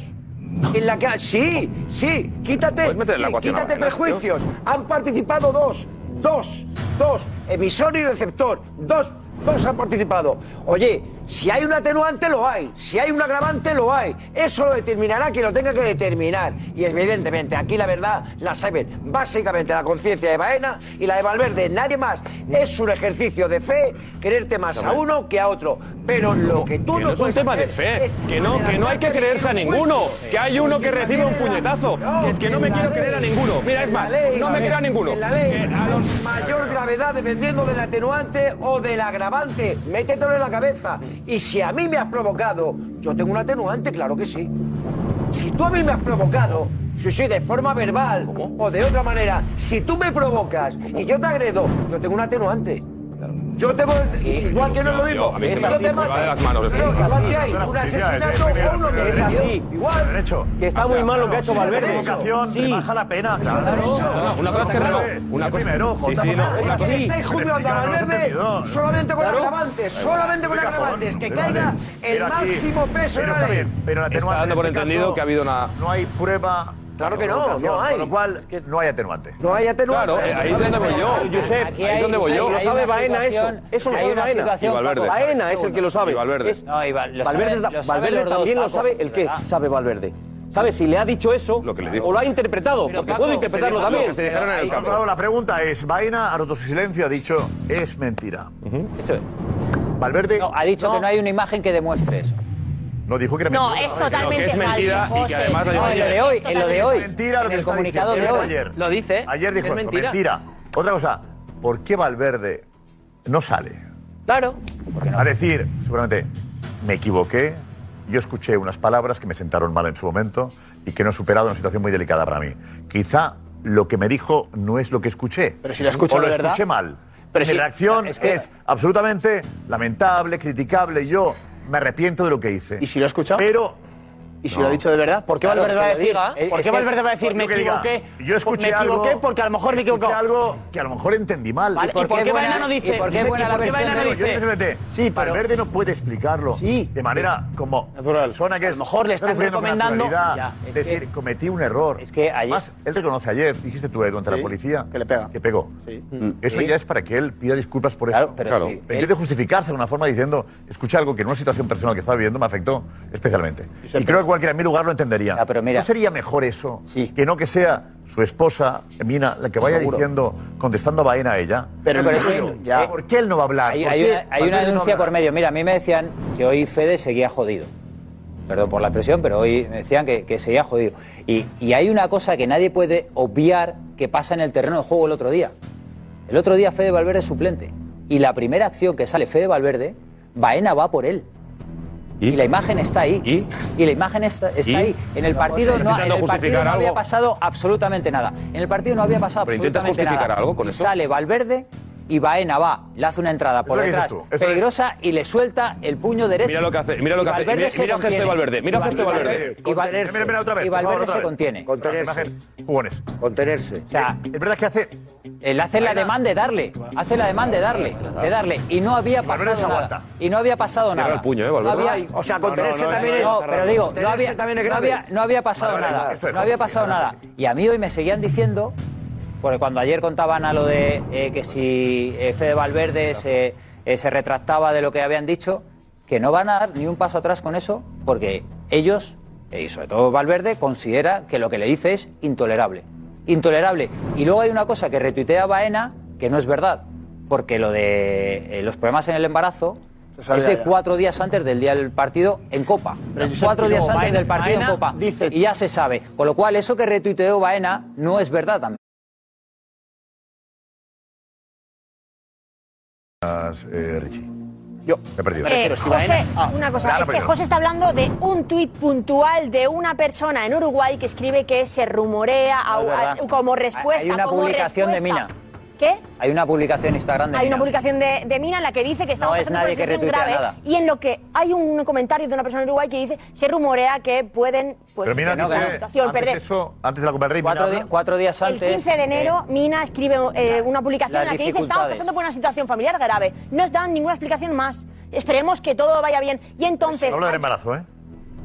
En la que ha- sí, sí, quítate,
meter en la
sí,
ecuación a
quítate
Baena, tío.
prejuicios. Han participado dos, dos, dos, emisor y receptor, dos, dos han participado. Oye, si hay un atenuante lo hay, si hay un agravante lo hay. Eso lo determinará quien lo tenga que determinar. Y evidentemente, aquí la verdad la saben básicamente la conciencia de Baena y la de Valverde, nadie más. Es un ejercicio de fe, quererte más a uno que a otro. Pero lo que tú
Que no es un
puedes
tema de
hacer
fe,
es
que no, que no hay que creerse a ninguno, que hay uno que recibe un puñetazo, que es que no me quiero creer a ninguno. Mira, es más, no me creo a ninguno. Eh,
En la ley, a los mayor gravedad dependiendo del atenuante o del agravante. Métetelo en la cabeza. Y si a mí me has provocado, yo tengo un atenuante, claro que sí. Si tú a mí me has provocado, sí, sí, de forma verbal o de otra manera, si tú me provocas y yo te agredo, yo tengo un atenuante. Yo tengo. Igual que no es lo mismo.
Yo, a mí se
es
me-
que te
me va
matan.
de las manos, es
Pero
que-
igual que hay
Es una
un
justicia,
asesinato
es de-
o uno que
Es así.
Igual.
Que está muy mal lo que ha hecho Valverde. Sí.
Baja la pena. Claro.
No, no, una cosa es que no, una cosa
primero,
Sí, sí, no,
Es
una
que
cosa-
estáis juzgando a Valverde solamente con agravantes, solamente con agravantes, que caiga el máximo peso en
Pero
la
está
ley.
bien, pero la
Está
atenuante.
dando por
en este
entendido
caso,
que ha habido una...
No hay prueba.
Claro que
de
no,
provocación,
no hay.
Con lo cual, no hay atenuante.
No hay atenuante.
Claro, eh, ahí es donde voy yo.
Josep,
Aquí ahí es donde voy yo.
Lo sabe Baena eso.
situación-
Eso lo
hay
sabe
una
Baena.
situación,
Y Valverde. Paco.
Baena es el que lo sabe.
Y Valverde.
Es-
No, y Val- lo
Valverde,
saben- lo saben
Valverde
los dos,
también lo
Paco,
sabe el que
¿verdad?
sabe Valverde. Sabe si le ha dicho eso o lo ha interpretado, porque puedo interpretarlo también.
Claro, claro, La pregunta es, Vaina ha roto su silencio, ha dicho, es mentira.
Eso es.
Valverde
No, ha dicho que no hay una imagen que demuestre eso.
no dijo que era
No,
mentira.
es totalmente
Que es mentira
falso,
y que además
No, en lo de hoy, en lo de hoy.
Es mentira lo
en
que
el
está
comunicado de
diciendo.
hoy.
Ayer.
Lo dice.
Ayer dijo
es
eso, mentira.
mentira.
Otra cosa, ¿por qué Valverde no sale?
Claro.
A decir, seguramente, me equivoqué, yo escuché unas palabras que me sentaron mal en su momento y que no he superado una situación muy delicada para mí. Quizá lo que me dijo no es lo que escuché.
Pero si la escucho
o lo
de verdad.
escuché mal.
Pero
Mi
si-
reacción
es que-
es absolutamente lamentable, criticable. Yo me arrepiento de lo que hice. ¿Y si lo he escuchado? Pero...
Y si lo ha dicho de verdad, ¿por qué
Claro,
Valverde va a
que lo
decir?
diga. ¿eh?
¿Por
Es
qué
que-
Valverde va a decir
Yo
me
que diga,
equivoqué?
yo escuché
me equivoqué
algo-
porque a lo mejor me
escuché
equivoqué.
algo que a lo mejor entendí mal.
Vale, ¿y por qué Baena no dice?
¿Y por qué
Sí, ¿y
Baena
por qué Baena no
no
dice?
dice?
Sí, pero-
Valverde no puede explicarlo
Sí.
de manera como
Natural.
persona que
A lo mejor le
está
están
sufriendo con
recomendando-
naturalidad.
Ya,
es
es
decir,
que-
cometí un error. Es que ayer... Además, él reconoce ayer, dijiste tú, Edu, ante la
Sí,
policía.
que le pega.
Que pegó.
Sí.
Mm. Eso
Sí.
ya es para que él pida disculpas por eso.
pero sí, eh, él-
Pero intente justificarse de una forma diciendo, escuché algo que en una situación personal que estaba viviendo me afectó especialmente. Y creo que cualquiera en mi lugar lo entendería. ¿No sería mejor eso? Que no que sea su esposa, Mina, la que vaya
Seguro.
diciendo, contestando vaina a ella.
Pero- pero es que- eh,
Tío, ¿Por qué él no va a hablar?
Hay,
¿Por
hay
qué
una, hay una
Valverde no
denuncia
habla?
por medio. Mira, a mí me decían que hoy Fede seguía jodido. Perdón por la expresión, pero hoy me decían que, que seguía jodido. Y, y hay una cosa que nadie puede obviar que pasa en el terreno de juego el otro día. El otro día Fede Valverde es suplente. Y la primera acción que sale Fede Valverde Baena va por él. ¿Y? la imagen está ahí. ¿Y? la imagen está, está
¿Y?
ahí. En el
Pero
partido,
vamos,
no, en
intentando
el partido
justificar
no había
algo.
pasado absolutamente nada. En el partido no había pasado
Pero intentas
absolutamente nada.
justificar algo con
Y
eso.
Sale Valverde y Baena va, le hace una entrada por
lo que dices
detrás
tú, eso
peligrosa y le suelta el puño derecho.
Mira lo que hace, mira lo que
Y
hace.
Valverde
Mira-
se
mira el gesto
contiene.
de Valverde, mira el
Y
gesto de
Valverde-
Valverde.
y Val-
Mira, mira, otra vez.
Y
por favor,
Valverde
otra
se
vez.
contiene.
Imagen, Jugones.
Contenerse.
O sea,
es verdad que hace.
Él Eh, hace la demanda de darle, hace la demanda de darle, de darle, y no había
Valverde se
pasado nada.
aguanta.
Y no había pasado
Cierra
nada.
el puño, ¿eh,
No
Valverde?
había-
O sea, contenerse
no, no,
también
no,
es-
No, pero digo, no
contenerse
había,
también es
no
grave.
había- no había pasado
Vale, vale,
nada,
esto es
no había
justo,
pasado nada. Y a mí hoy me seguían diciendo, porque cuando ayer contaban a lo de eh, que si eh, Fede Valverde se, eh, se retractaba de lo que habían dicho, que no van a dar ni un paso atrás con eso, porque ellos, eh, y sobre todo Valverde, considera que lo que le dice es intolerable. Intolerable. Y luego hay una cosa que retuitea Baena, que no es verdad, porque lo de eh, los problemas en el embarazo
sabía
es de
ya.
cuatro días antes del día del partido en Copa. cuatro
y
días
luego
antes
Baena-
del partido
Baena
en Copa. y ya se sabe. Con lo cual, eso que retuiteó Baena no es verdad también.
Eh, Richie. Yo. Me he perdido.
Eh, José,
Ah,
una cosa,
Claro,
es que
pero-
José está hablando de un tuit puntual de una persona en Uruguay que escribe que se rumorea a-
No Ah, es
a-
verdad.
como respuesta.
Hay una
como
publicación de
respuesta.
Mina.
¿Qué?
Hay una publicación en Instagram de
hay
Mina.
una publicación de, de Mina en la que dice que estamos
No es
pasando
nadie
por una
que
situación
retuitea
grave
nada.
y en lo que hay un comentario de una persona en Uruguay que dice se rumorea que pueden pues
Pero mira,
que no, que
dice,
la situación
antes,
perder.
eso, antes de la Copa del Rey,
Cuatro
mira,
di- cuatro días
El 15 de enero, Mina escribe eh, una publicación
las
en la que dice estamos
dificultades.
pasando por una situación familiar grave. No os dan ninguna explicación más. Esperemos que todo vaya bien.
Pues
Y entonces...
Habla del embarazo, ¿eh?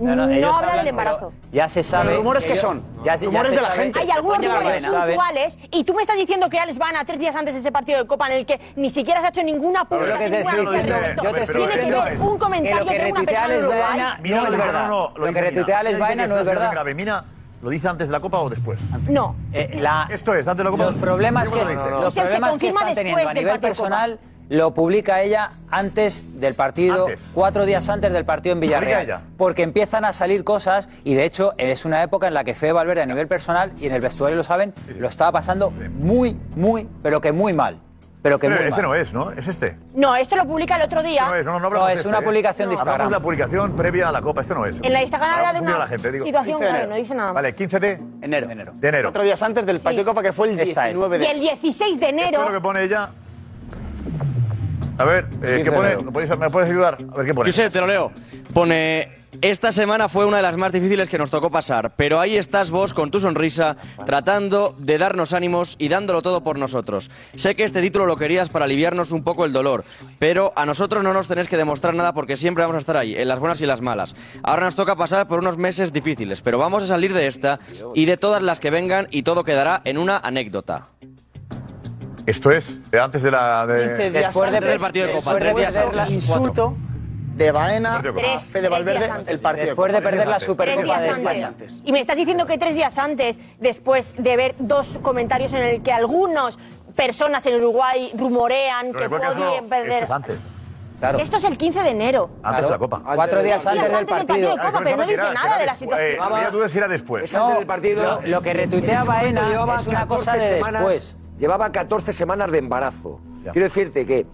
No, no,
No
ellos
habla
hablan,
del embarazo.
pero Ya se sabe.
los rumores
que
que
ellos-
son.
Ya, se- ya
Rumores
se
de la
sabe-
gente.
Hay algunos
pues
rumores
saben-
puntuales y tú me estás diciendo que ya les van a tres días antes de ese partido de Copa en el que ni siquiera has hecho ninguna
Pero lo que
publicación.
te
ninguna
estoy diciendo,
mención.
yo te estoy
Tiene que
diciendo
ver un
que
comentario
lo que
de una
retuitea
persona en
les
Uruguay.
Baena
Mira,
Ah, no es
dice-
verdad.
no,
Lo que
dice
retuitea
Mina.
les
Dice
Baena
que
no
una
es
situación
verdad.
grave. Mina lo dice antes de la Copa o después.
No.
Eh, la-
Esto es, antes de la Copa.
los problemas que,
Yo cuando lo hice.
los
Josep, se
problemas que
confirma
están teniendo
después
a
del
nivel
partido de Copa.
personal lo publica ella antes del partido, cuatro días antes del partido en
publica
Villarreal.
ella.
Porque empiezan a salir cosas y de hecho es una época en la que Fede Valverde a nivel personal y en el vestuario lo saben, lo estaba pasando muy, muy, pero que muy mal. Pero que
Pero
muy
ese
mal.
no es, ¿no? Es este.
No, esto lo publica el otro día.
No, es, no, no, hablamos
No,
de
es
este,
una
¿eh?
publicación de
No, hablamos
Instagram.
la publicación previa a la Copa. Este no es.
En la Instagram
Para
habla de
confundir a
una
la gente, digo.
situación
15 de
grave,
enero.
no dice nada más.
Vale, 15 de
enero.
De enero.
Cuatro días antes del partido de Copa que fue el 19 de
Y el 16 de enero...
Esto es lo que pone ella. A ver, eh, ¿qué pone? ¿Lo podéis- ¿Me puedes ayudar? A ver, ¿qué pone?
Josep, te lo leo. Pone, esta semana fue una de las más difíciles que nos tocó pasar, pero ahí estás vos con tu sonrisa, tratando de darnos ánimos y dándolo todo por nosotros. Sé que este título lo querías para aliviarnos un poco el dolor, pero a nosotros no nos tenés que demostrar nada porque siempre vamos a estar ahí, en las buenas y las malas. Ahora nos toca pasar por unos meses difíciles, pero vamos a salir de esta y de todas las que vengan y todo quedará en una anécdota.
Esto es eh, antes de la. De...
15 días antes, después de perder la- insulto de Baena a
Tres,
Fede Valverde el partido.
Después de perder la
Tres
Supercopa de
días
España.
antes. Y me estás diciendo que tres días antes, después de ver dos comentarios en el que algunos personas en Uruguay rumorean que podrían perder.
Esto es antes.
Esto es el 15 de enero.
Antes de la Copa.
Cuatro días antes del partido.
de Copa, pero no dice nada de la situación.
Eh, ya tú ves si era después.
No, lo que retuitea Baena
Llevaba
es una cosa
14
de
semanas-
después.
Llevaba 14 semanas de embarazo. Quiero decirte que,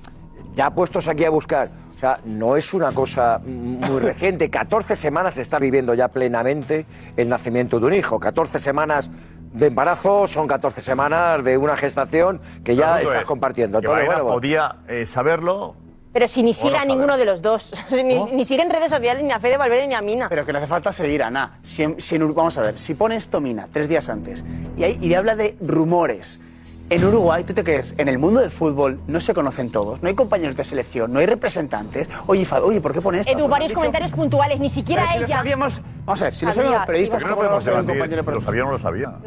ya puestos aquí a buscar, o sea, no es una cosa muy reciente. 14 semanas está viviendo ya plenamente el nacimiento de un hijo. 14 semanas de embarazo son 14 semanas de una gestación que
El
ya
punto
estás
es
compartiendo.
que
Todo
Baena
bueno, bueno.
podía eh, saberlo.
Pero si ni
O
sigue
no
a ninguno de los dos. ni, ni sigue en redes sociales ni a Fede Valverde ni a Mina.
Pero que le hace falta seguir a Ana. Si, en- si en Ur- vamos a ver, si pone esto Mina tres días antes y, ahí, y habla de rumores. En Uruguay, ¿tú te crees? En el mundo del fútbol no se conocen todos. No hay compañeros de selección, no hay representantes. Oye, Fab- oye ¿por qué pone esto?
En tus
Pues lo has
varios
dicho.
comentarios puntuales, ni siquiera
Pero si
ella.
lo sabíamos- Vamos a ver, si lo
Sabía.
sabían los periodistas,
Porque no
¿cómo
podemos
lo va a saber un
debatir
compañero
si lo sabía o no lo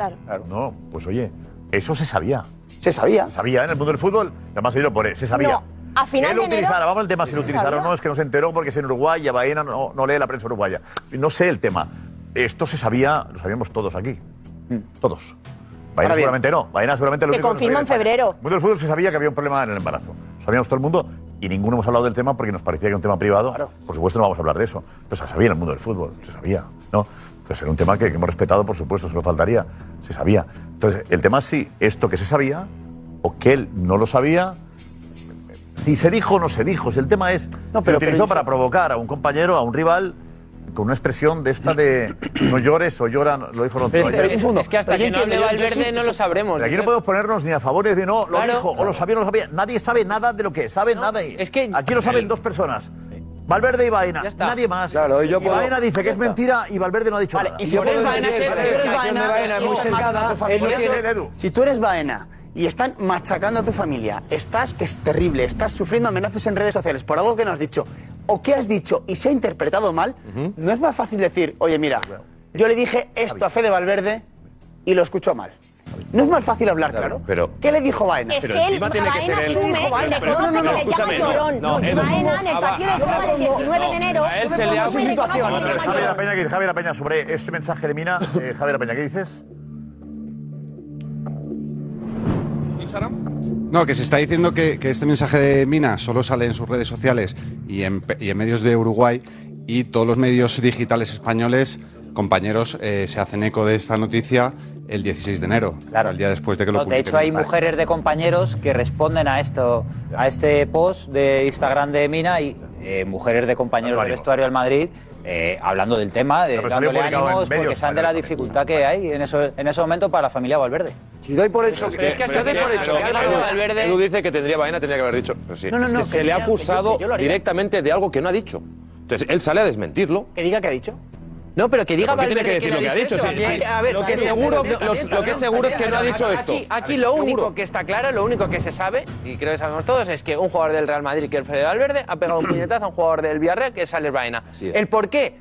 sabía.
Claro.
No, pues oye, eso se sabía.
Se sabía.
Se sabía ¿eh? en el mundo del fútbol. Además, yo lo pone, se sabía.
A final
Él
de
lo
enero.
utilizará, vamos al tema, si lo utilizará o
Sabía.
no, es que no se enteró porque es en Uruguay y a Baena no, no lee la prensa uruguaya. No sé el tema. Esto se sabía, lo sabíamos todos aquí. Todos. Baena
Mm. Ahora bien.
seguramente no. Baena seguramente lo
Se
único que
confirma
sabía
en
de España.
febrero.
En el mundo del fútbol se sabía que había un problema en el embarazo. Sabíamos todo el mundo y ninguno hemos hablado del tema porque nos parecía que era un tema privado. Por supuesto no vamos a hablar de eso. Pero se sabía en el mundo del fútbol, se sabía, ¿no? Entonces era un tema que, que hemos respetado, por supuesto, solo faltaría. Se sabía. Entonces, el tema es si esto que se sabía o que él no lo sabía Si se dijo o no se dijo, si el tema es. No,
pero-
utilizó
pero-
para provocar a un compañero, a un rival, con una expresión de esta de no llores o lloran, lo dijo Ronzulli.
Pero es- es- es que hasta que no hable Valverde no lo sabremos.
Pero aquí no podemos ponernos ni a favor de no, lo
Claro.
dijo, o lo sabía o no lo sabía. Nadie sabe nada de lo que es, sabe nada. y- aquí lo saben dos personas. Valverde y Baena, nadie más.
Claro, y yo
Y
puedo-
Baena dice que
Ya
es
está.
mentira y Valverde no ha dicho nada.
Y si tú eres Baena,
Vale,
si tú eres Baena, y estás machacando a tu
él no
familia-
tiene el Edu.
Si tú eres Baena y están machacando a tu familia, estás que es terrible, estás sufriendo amenazas en redes sociales por algo que no has dicho o que has dicho y se ha interpretado mal, no es más fácil decir, oye, mira, yo le dije esto a Fede Valverde y lo escuchó mal. No es más fácil hablar, claro.
Pero
¿Qué le dijo Baena?
Es Pero que él- encima tiene que Baena ser él. asume
Dijo
y
Baena,
le
pero-
conoce que le llama
escúchame, no,
llorón.
no,
Porque
Edu,
Baena en el
ah,
partido de
va,
Copa del
yo me pongo-
19 de enero,
A él
yo me
se le
pongo
ha
en su situación.
Javier La Peña, Javier La Peña, sobre este mensaje de Mina, eh, Javier La Peña, ¿qué dices?
No, que se está diciendo que, que este mensaje de Mina solo sale en sus redes sociales y en, pe- y en medios de Uruguay y todos los medios digitales españoles, compañeros, eh, se hacen eco de esta noticia el 16 de enero, el día después de que lo
No, de
publiquen.
hecho, hay mujeres de compañeros que responden a esto, a este post de Instagram de Mina y eh, mujeres de compañeros del vestuario del Madrid eh, hablando del tema, de,
Pero salió
dándole
publicado en
ánimos
medios
porque saben de la dificultad que hay en, eso, en ese momento para la familia Valverde.
Y doy por hecho
Pero
que.
es que-
pero
pero es que-
es que
pero es que-
Edu-
Valverde-
Edu dice que tendría vaina, tendría que haber dicho. Pero sí.
No, no,
Es
no,
que
que
se le ha
yo-
acusado
yo lo haría.
directamente de algo que no ha dicho. Entonces él sale a desmentirlo.
Que diga que ha dicho.
No, pero que diga
¿Por qué tiene
Valverde
que decir lo que ha dicho? Sí, sí.
A ver,
Lo que
también,
seguro-
pero-
lo- lo que
también,
seguro es que
también,
no ha dicho
aquí-
esto.
Aquí,
A ver,
lo
seguro.
único que está claro, lo único que se sabe, y creo que sabemos todos, es que un jugador del Real Madrid, que es Fede Valverde, ha pegado un puñetazo a un jugador del Villarreal, que es Alex Baena. El por qué,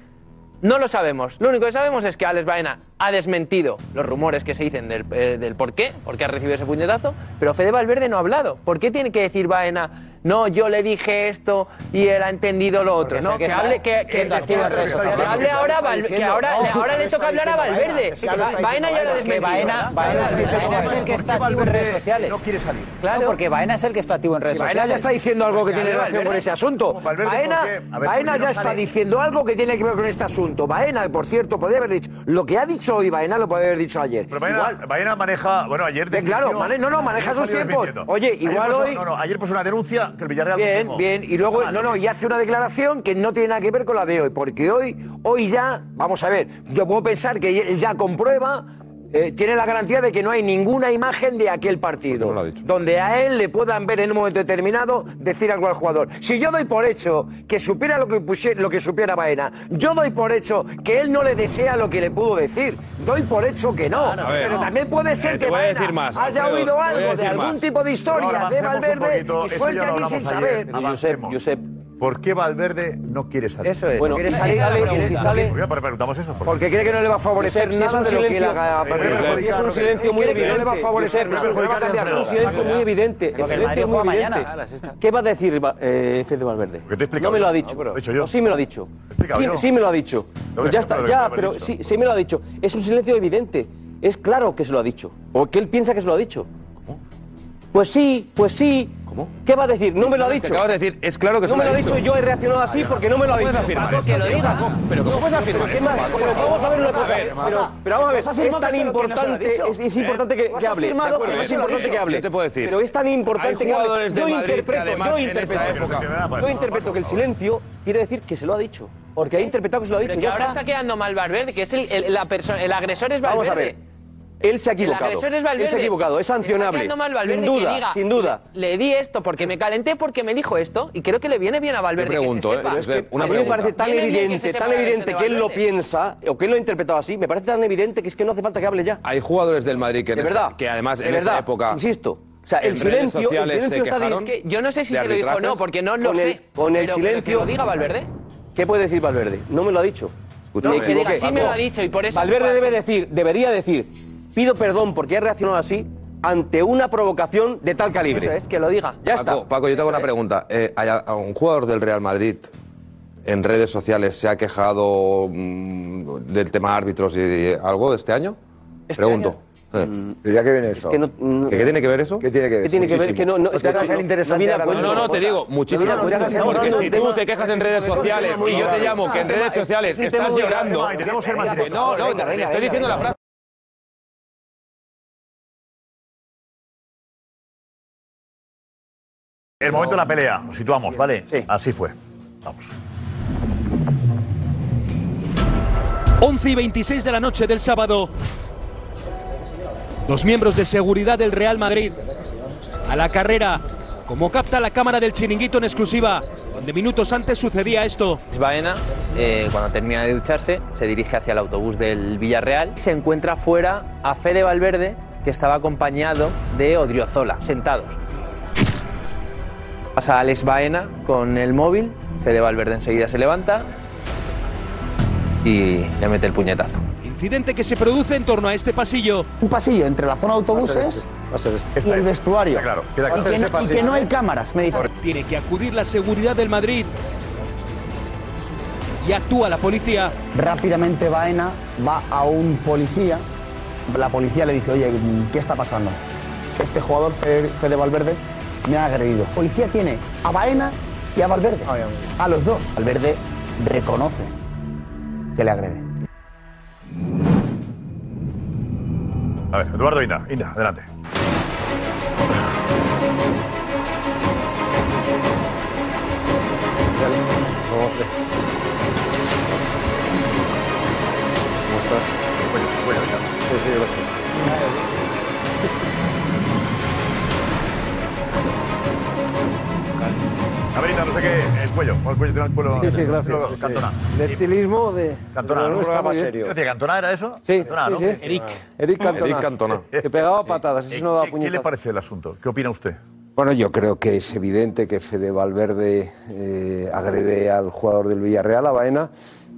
no lo sabemos. Lo único que sabemos es que Alex Baena ha desmentido los rumores que se dicen del, eh, del por qué, por qué ha recibido ese puñetazo, pero Fede Valverde no ha hablado. ¿Por qué tiene que decir Baena, no, yo le dije esto y él ha entendido lo otro?
Porque
No,
sé que
que
está-
hable, que,
sí, está
que, que- que-
haciendo
que
eso, está
hable
haciendo.
ahora,
Está
Val- que
diciendo,
ahora,
no,
ahora le
está
toca hablar a
diciendo Baena,
Valverde.
sí, que lo está diciendo
Baena ya lo ha
Baena, que
desmentido.
Baena- Baena es el que Baena es el que está activo en redes sociales.
No quiere salir.
Claro. porque Baena es el que está activo en redes
Si Baena
sociales.
ya está diciendo algo que tiene
Valverde.
relación con ese asunto.
Como Valverde,
Baena,
¿por qué? A ver, ¿por qué
Baena
no
ya
sale?
está diciendo algo que tiene que ver con este asunto. Baena, por cierto, podría haber dicho. Lo que ha dicho hoy Baena lo podría haber dicho ayer.
Pero Baena,
Igual-
Baena maneja, bueno, ayer...
Eh, claro,
desmintió-
mane- no, no, maneja
ayer
sus
salió
tiempos.
desmintiendo.
Oye,
Ayer
igual
puso-
hoy-
No, no, ayer puso una denuncia que el Villarreal...
Bien,
firmó.
bien. Y luego,
Vale.
no, no, y hace una declaración que no tiene nada que ver con la de hoy, porque hoy, hoy ya, vamos a ver, yo puedo pensar que él ya comprueba, eh, tiene la garantía de que no hay ninguna imagen de aquel
Pues
partido, donde a él le puedan ver en un momento determinado decir algo al jugador. Si yo doy por hecho que supiera lo que, pusie- lo que supiera Baena, yo doy por hecho que él no le desea lo que le pudo decir, doy por hecho que no,
a ver.
pero también puede
Eh,
ser
te
que
voy a
Baena
decir más,
haya
Alfredo, te
oído
voy a
algo de
decir
algún
más.
tipo de historia
Ahora
de
avancemos un
Valverde
poquito,
y
eso
suelte
ya lo
aquí sin
hablamos
saber.
ayer. Avancemos. ¿Por qué Valverde no quiere salir?
Eso es, Bueno, quiere esa salir, es la sale, pregunta. si sale-
Voy a pre- preguntamos eso. ¿por qué?
Porque cree que no le va a favorecer
Josep, si es
nada
un
de lo que él
silencio-
haga.
Sí,
para
sí,
el Madrid.
sí, es un silencio
Cree
muy
que no le va a
evidente,
favorecer
Josep,
nada.
no le va a
Va a
cambiar
cambiar nada.
nada. Es un silencio muy
evidente, el
Porque el
silencio
Madrid
es muy
juega
evidente.
mañana. Ah,
¿Qué va a decir va- eh, Fede Valverde? no me lo ha dicho. O sí me lo ha dicho. Sí,
yo.
sí me lo ha dicho. Pues
Lo que
ya
se
está,
puede
ya,
haber
pero
dicho.
sí, sí me lo ha dicho. Es un silencio evidente. Es claro que se lo ha dicho. O que él piensa que se lo ha dicho. Pues sí, pues sí. ¿Cómo? ¿Qué va a decir? No me lo ha
Te
dicho.
acabas de decir, es claro que
No
se
me
lo
lo
ha
ha
dicho.
dicho. Yo he reaccionado así porque no me lo ha
No
dicho.
puedes afirmar
Paco,
esto,
que lo
tío.
diga.
Paco, pero ¿cómo
No puedes afirmar
puedes
esto?
afirmar
Pero
esto?
vamos a ver una
Vamos a
cosa.
ver,
Pero,
Marta.
pero vamos a ver,
Has afirmado
es tan
que eso es lo que no se lo ha
importante,
dicho.
es, es importante que,
Has
que hable.
afirmado
de acuerdo,
que no
es
se lo ha
importante
dicho.
que hable.
Yo te puedo decir.
Pero es tan importante
Hay
que hable.
jugadores del
yo
Madrid que
interpreto,
además
yo
en esa
interpreto,
época-
yo interpreto que el silencio quiere decir que se lo ha dicho. Porque ha interpretado que se lo ha
Pero
dicho.
que
ya
ahora
está.
está quedando mal Valverde, que es el, el- la perso- el agresor es Valverde.
Vamos a ver. Él se ha
El
equivocado.
agresor es Valverde.
Él se ha equivocado. Es
Está
sancionable.
quedando mal
Sin
Valverde, que
duda,
diga,
sin duda.
Le, le di esto porque me calenté porque me dijo esto y creo que le viene bien a Valverde. que se
pregunto, ¿eh?
sepa.
Pero es que Una
a mí me
pregunta.
parece tan
Viene bien que se
evidente,
sepa
tan
la versión
evidente
de
que él lo
Valverde.
piensa o que él lo ha interpretado así, me parece tan evidente que es que no hace falta que hable ya.
Hay jugadores del Madrid que, en
De
esa-
verdad.
que además
De
en esa
verdad,
época.
insisto. O sea,
en
el
redes
silencio, el
sociales se
silencio está
quejaron
diciendo-
Es que yo no sé si
de
se lo dijo o no,
arbitrajes.
porque no lo
Con el-
sé.
con el
pero- pero
silencio.
Que lo diga Valverde.
¿Qué puede decir Valverde? No me lo ha dicho.
Escúchame.
Me equivoqué.
Que diga, sí me lo ha
Paco.
dicho y por eso-
Valverde debe decir, debería decir, pido perdón porque he reaccionado así ante una provocación de tal calibre.
Eso es, que lo diga.
Ya
Paco,
está.
Paco, yo te hago una pregunta. Eh, ¿hay a- a un jugador del Real Madrid en redes sociales se ha quejado mm, del tema árbitros y, y algo este año? Pregunto.
¿Ya qué viene eso?
que ¿Qué, qué tiene que ver eso?
¿Qué tiene que ver?
¿Qué tiene que ver? Que no- no, es que no- no viene a cuento,
No, no, te digo, muchísimo.
Porque si tú te quejas en redes sociales y yo te llamo que en redes sociales estás llorando. pues, No, no, te estoy diciendo la frase.
El momento de la pelea, nos situamos, ¿vale? Así fue. Vamos.
11 y 26 de la noche del sábado, los miembros de seguridad del Real Madrid a la carrera, como capta la cámara del chiringuito en exclusiva, donde minutos antes sucedía esto.
Baena, eh, cuando termina de ducharse, se dirige hacia el autobús del Villarreal. Se encuentra fuera a Fede Valverde, que estaba acompañado de Odriozola, sentados. Pasa Alex Baena con el móvil, Fede Valverde enseguida se levanta y le mete el puñetazo.
Incidente que se produce en torno a este pasillo.
Un pasillo entre la zona de
Va a ser
autobuses
este,
y el vestuario.
claro, queda claro.
Y que,
Ese
no, y
pasillo.
que no hay cámaras, me dice.
Tiene que acudir la seguridad del Madrid. Y actúa la policía.
Rápidamente Baena va a un policía. La policía le dice, oye, ¿qué está pasando? Este jugador, Fe- Fede Valverde, me ha agredido. Policía tiene a Baena y a Valverde. A los dos. Valverde reconoce que le agrede.
A ver, Eduardo Inda, Inda, adelante.
¿Cómo estás? Bueno, bueno, ya. Sí, sí,
A ver, Inda, no sé qué. El cuello, el cuello, tiene el cuello.
Sí, sí, gracias.
Luego, Cantona.
El estilismo de.
Cantona,
de-
¿no?
está
Programa
muy bien.
serio. ¿Qué decía, Cantona era eso?
Sí,
Cantona,
sí,
¿no?
sí.
Eric.
Eric Cantona.
Eric Cantona.
Que pegaba patadas,
Eh,
ese no daba
¿Qué, qué le
puñetazos.
parece el asunto? ¿Qué opina usted?
Bueno, yo creo que es evidente que Fede Valverde eh, agrede al jugador del Villarreal, a Baena,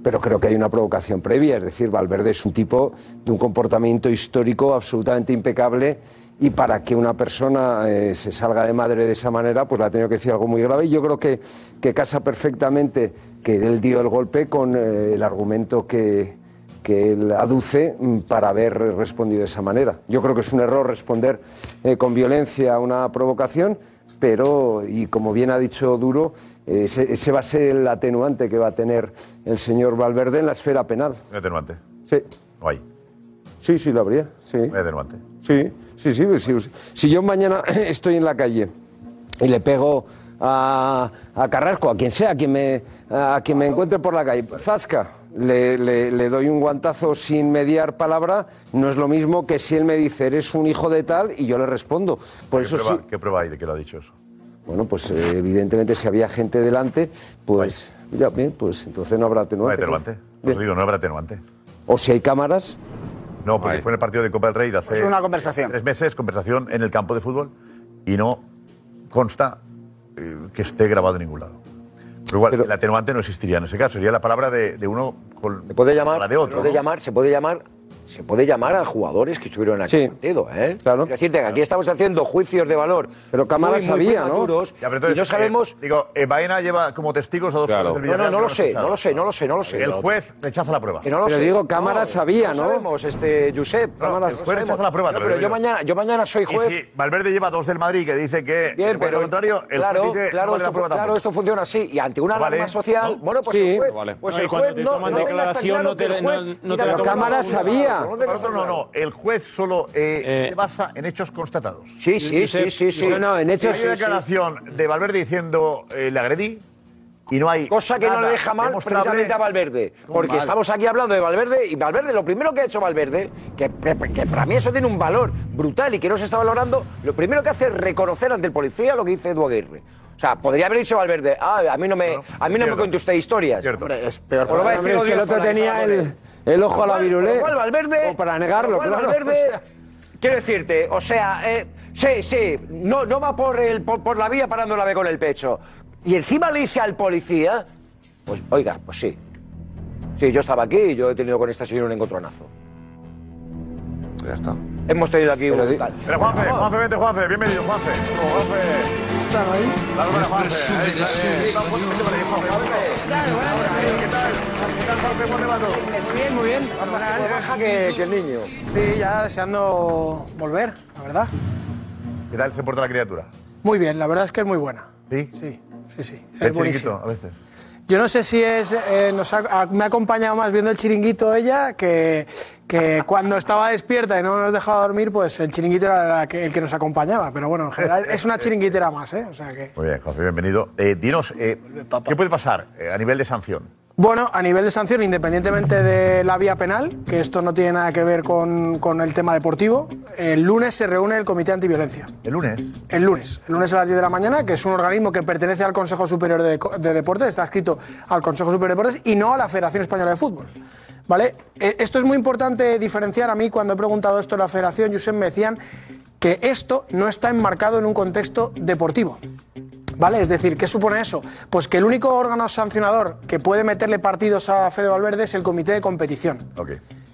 pero creo que hay una provocación previa. Es decir, Valverde es un tipo de un comportamiento histórico absolutamente impecable y para que una persona eh, se salga de madre de esa manera, pues la ha tenido que decir algo muy grave. Y yo creo que, que casa perfectamente que él dio el golpe con eh, el argumento que, que él aduce mm, para haber respondido de esa manera. Yo creo que es un error responder eh, con violencia a una provocación, pero, y como bien ha dicho Duro, eh, ese, ese va a ser el atenuante que va a tener el señor Valverde en la esfera penal.
Un atenuante.
Sí.
¿O hay?
Sí, sí, lo habría. Sí.
Un atenuante.
Sí, sí, sí. pues, Si, si yo mañana estoy en la calle y le pego a, a Carrasco, a quien sea, a quien me, a quien me encuentre por la calle, Zasca, le, le- le doy un guantazo sin mediar palabra, no es lo mismo que si él me dice, eres un hijo de tal, y yo le respondo. Por
¿Qué
eso sí.
prueba, ¿Qué prueba hay de que lo ha dicho eso?
Bueno, pues eh, evidentemente si había gente delante, pues ya bien, pues entonces no habrá
No hay
atenuante.
atenuante. Os digo, no habrá atenuante.
O si hay cámaras.
No, porque fue en el partido de Copa del Rey de hace
Pues Es una
conversación. tres meses, conversación en el campo de fútbol, y no consta eh, que esté grabado en ningún lado. Pero igual, el atenuante no existiría en ese caso, sería la palabra de, de uno con,
Se puede llamar,
con la de otro.
se puede
¿no?
llamar, se puede llamar, se puede llamar a jugadores que estuvieron en aquel partido, ¿eh? Claro. decirte que aquí estamos haciendo juicios de valor. Pero
cámaras había, ¿no?
Ya, pero entonces,
y no sabemos.
eh, digo, eh, Baena lleva como testigos a dos jugadores del
no, no,
Villarreal
no
que
lo
han
sé,
escuchado.
no lo sé, no lo sé, no lo sé.
El juez rechaza la prueba.
Que no lo
Pero
sé.
digo, cámaras había, ¿no?
sabemos, este, Josep.
Cámaras-
no
Pueden
sabemos.
rechazar la prueba,
No,
te lo
pero
digo
yo
yo.
mañana, yo mañana soy juez.
Y si Valverde lleva dos del Madrid que dice que.
Bien,
por
pero
el contrario, el
claro,
juez dice,
claro,
no vale la
esto,
prueba
claro,
tampoco.
esto funciona así. Y ante una
No vale.
alarma social,
No.
bueno, pues
Sí.
el juez,
No vale.
pues
No, y
el
cuando
juez
te
no,
toman
no tengas tan
declaración,
claro
no te-
que el
no-
juez
no te
tira
la
la
toman
cámara
a una.
sabía.
Por lo tanto, no, no. El juez solo eh, se basa en hechos constatados.
Sí, sí, sí, sí, sí. No, no, en hechos-
Hay una declaración de Valverde diciendo eh, le agredí y no hay.
Cosa que no
nada
le deja mal
demostrable.
precisamente a Valverde.
¿Cómo
Porque
mal?
estamos aquí hablando de Valverde y Valverde, lo primero que ha hecho Valverde, que, que- que para mí eso tiene un valor brutal y que no se está valorando, lo primero que hace es reconocer ante el policía lo que dice Edu Aguirre. O sea, podría haber dicho Valverde, ah, a mí no me, a mí no me cuente usted historias.
Hombre, es peor.
Os lo va a
Hombre,
decir
es que el
Odriozola,
otro tenía
está,
el, el ojo a la virulé.
Con lo cual, Valverde.
O para negarlo,
con lo cual,
claro.
Valverde, quiero decirte, o sea, eh, sí, sí, no, no va por, el, por, por la vía parando la B con el pecho. Y encima le dice al policía, pues, oiga, pues sí. Sí, yo estaba aquí y yo he tenido con esta señora un encontronazo.
Ya está.
Hemos tenido aquí
Pero
un.
di-
tal.
Pero Juanfe, Juanfe, vente, Juanfe. Bienvenido, Juanfe. Oh, Juanfe. ¿Están ahí? Dale buena, Juanfe. Ahí está, bien. Vamos, vente para ahí, Juanfe. ¿Qué tal? ¿Qué tal, Juanfe? ¿Cómo te va todo?
Bien, muy bien.
Baja que, que el niño.
Sí, ya deseando volver, la verdad.
¿Qué tal se porta la criatura?
Muy bien, la verdad es que es muy buena.
¿Sí?
Sí, sí, sí.
¿Ve
Es
el
buenísima.
chiquito a veces?
Yo no sé si es. eh, nos ha- a- me ha acompañado más viendo el chiringuito ella que, que cuando estaba despierta y no nos dejaba dormir, pues el chiringuito era la que- el que nos acompañaba. Pero bueno, en general es una chiringuitera más, ¿eh? O sea que.
Muy bien, José, bienvenido. Eh, dinos, eh, ¿qué puede pasar eh, a nivel de sanción?
Bueno, a nivel de sanción, independientemente de la vía penal, que esto no tiene nada que ver con, con el tema deportivo, el lunes se reúne el Comité Antiviolencia.
El lunes.
El lunes, el lunes a las 10 de la mañana, que es un organismo que pertenece al Consejo Superior de, de Deportes, está escrito al Consejo Superior de Deportes y no a la Federación Española de Fútbol. ¿Vale? Eh, Esto es muy importante diferenciar. A mí, cuando he preguntado esto a la Federación, Josep, me decían que esto no está enmarcado en un contexto deportivo. ¿Vale? Es decir, ¿qué supone eso? Pues que el único órgano sancionador que puede meterle partidos a Fede Valverde es el comité de competición.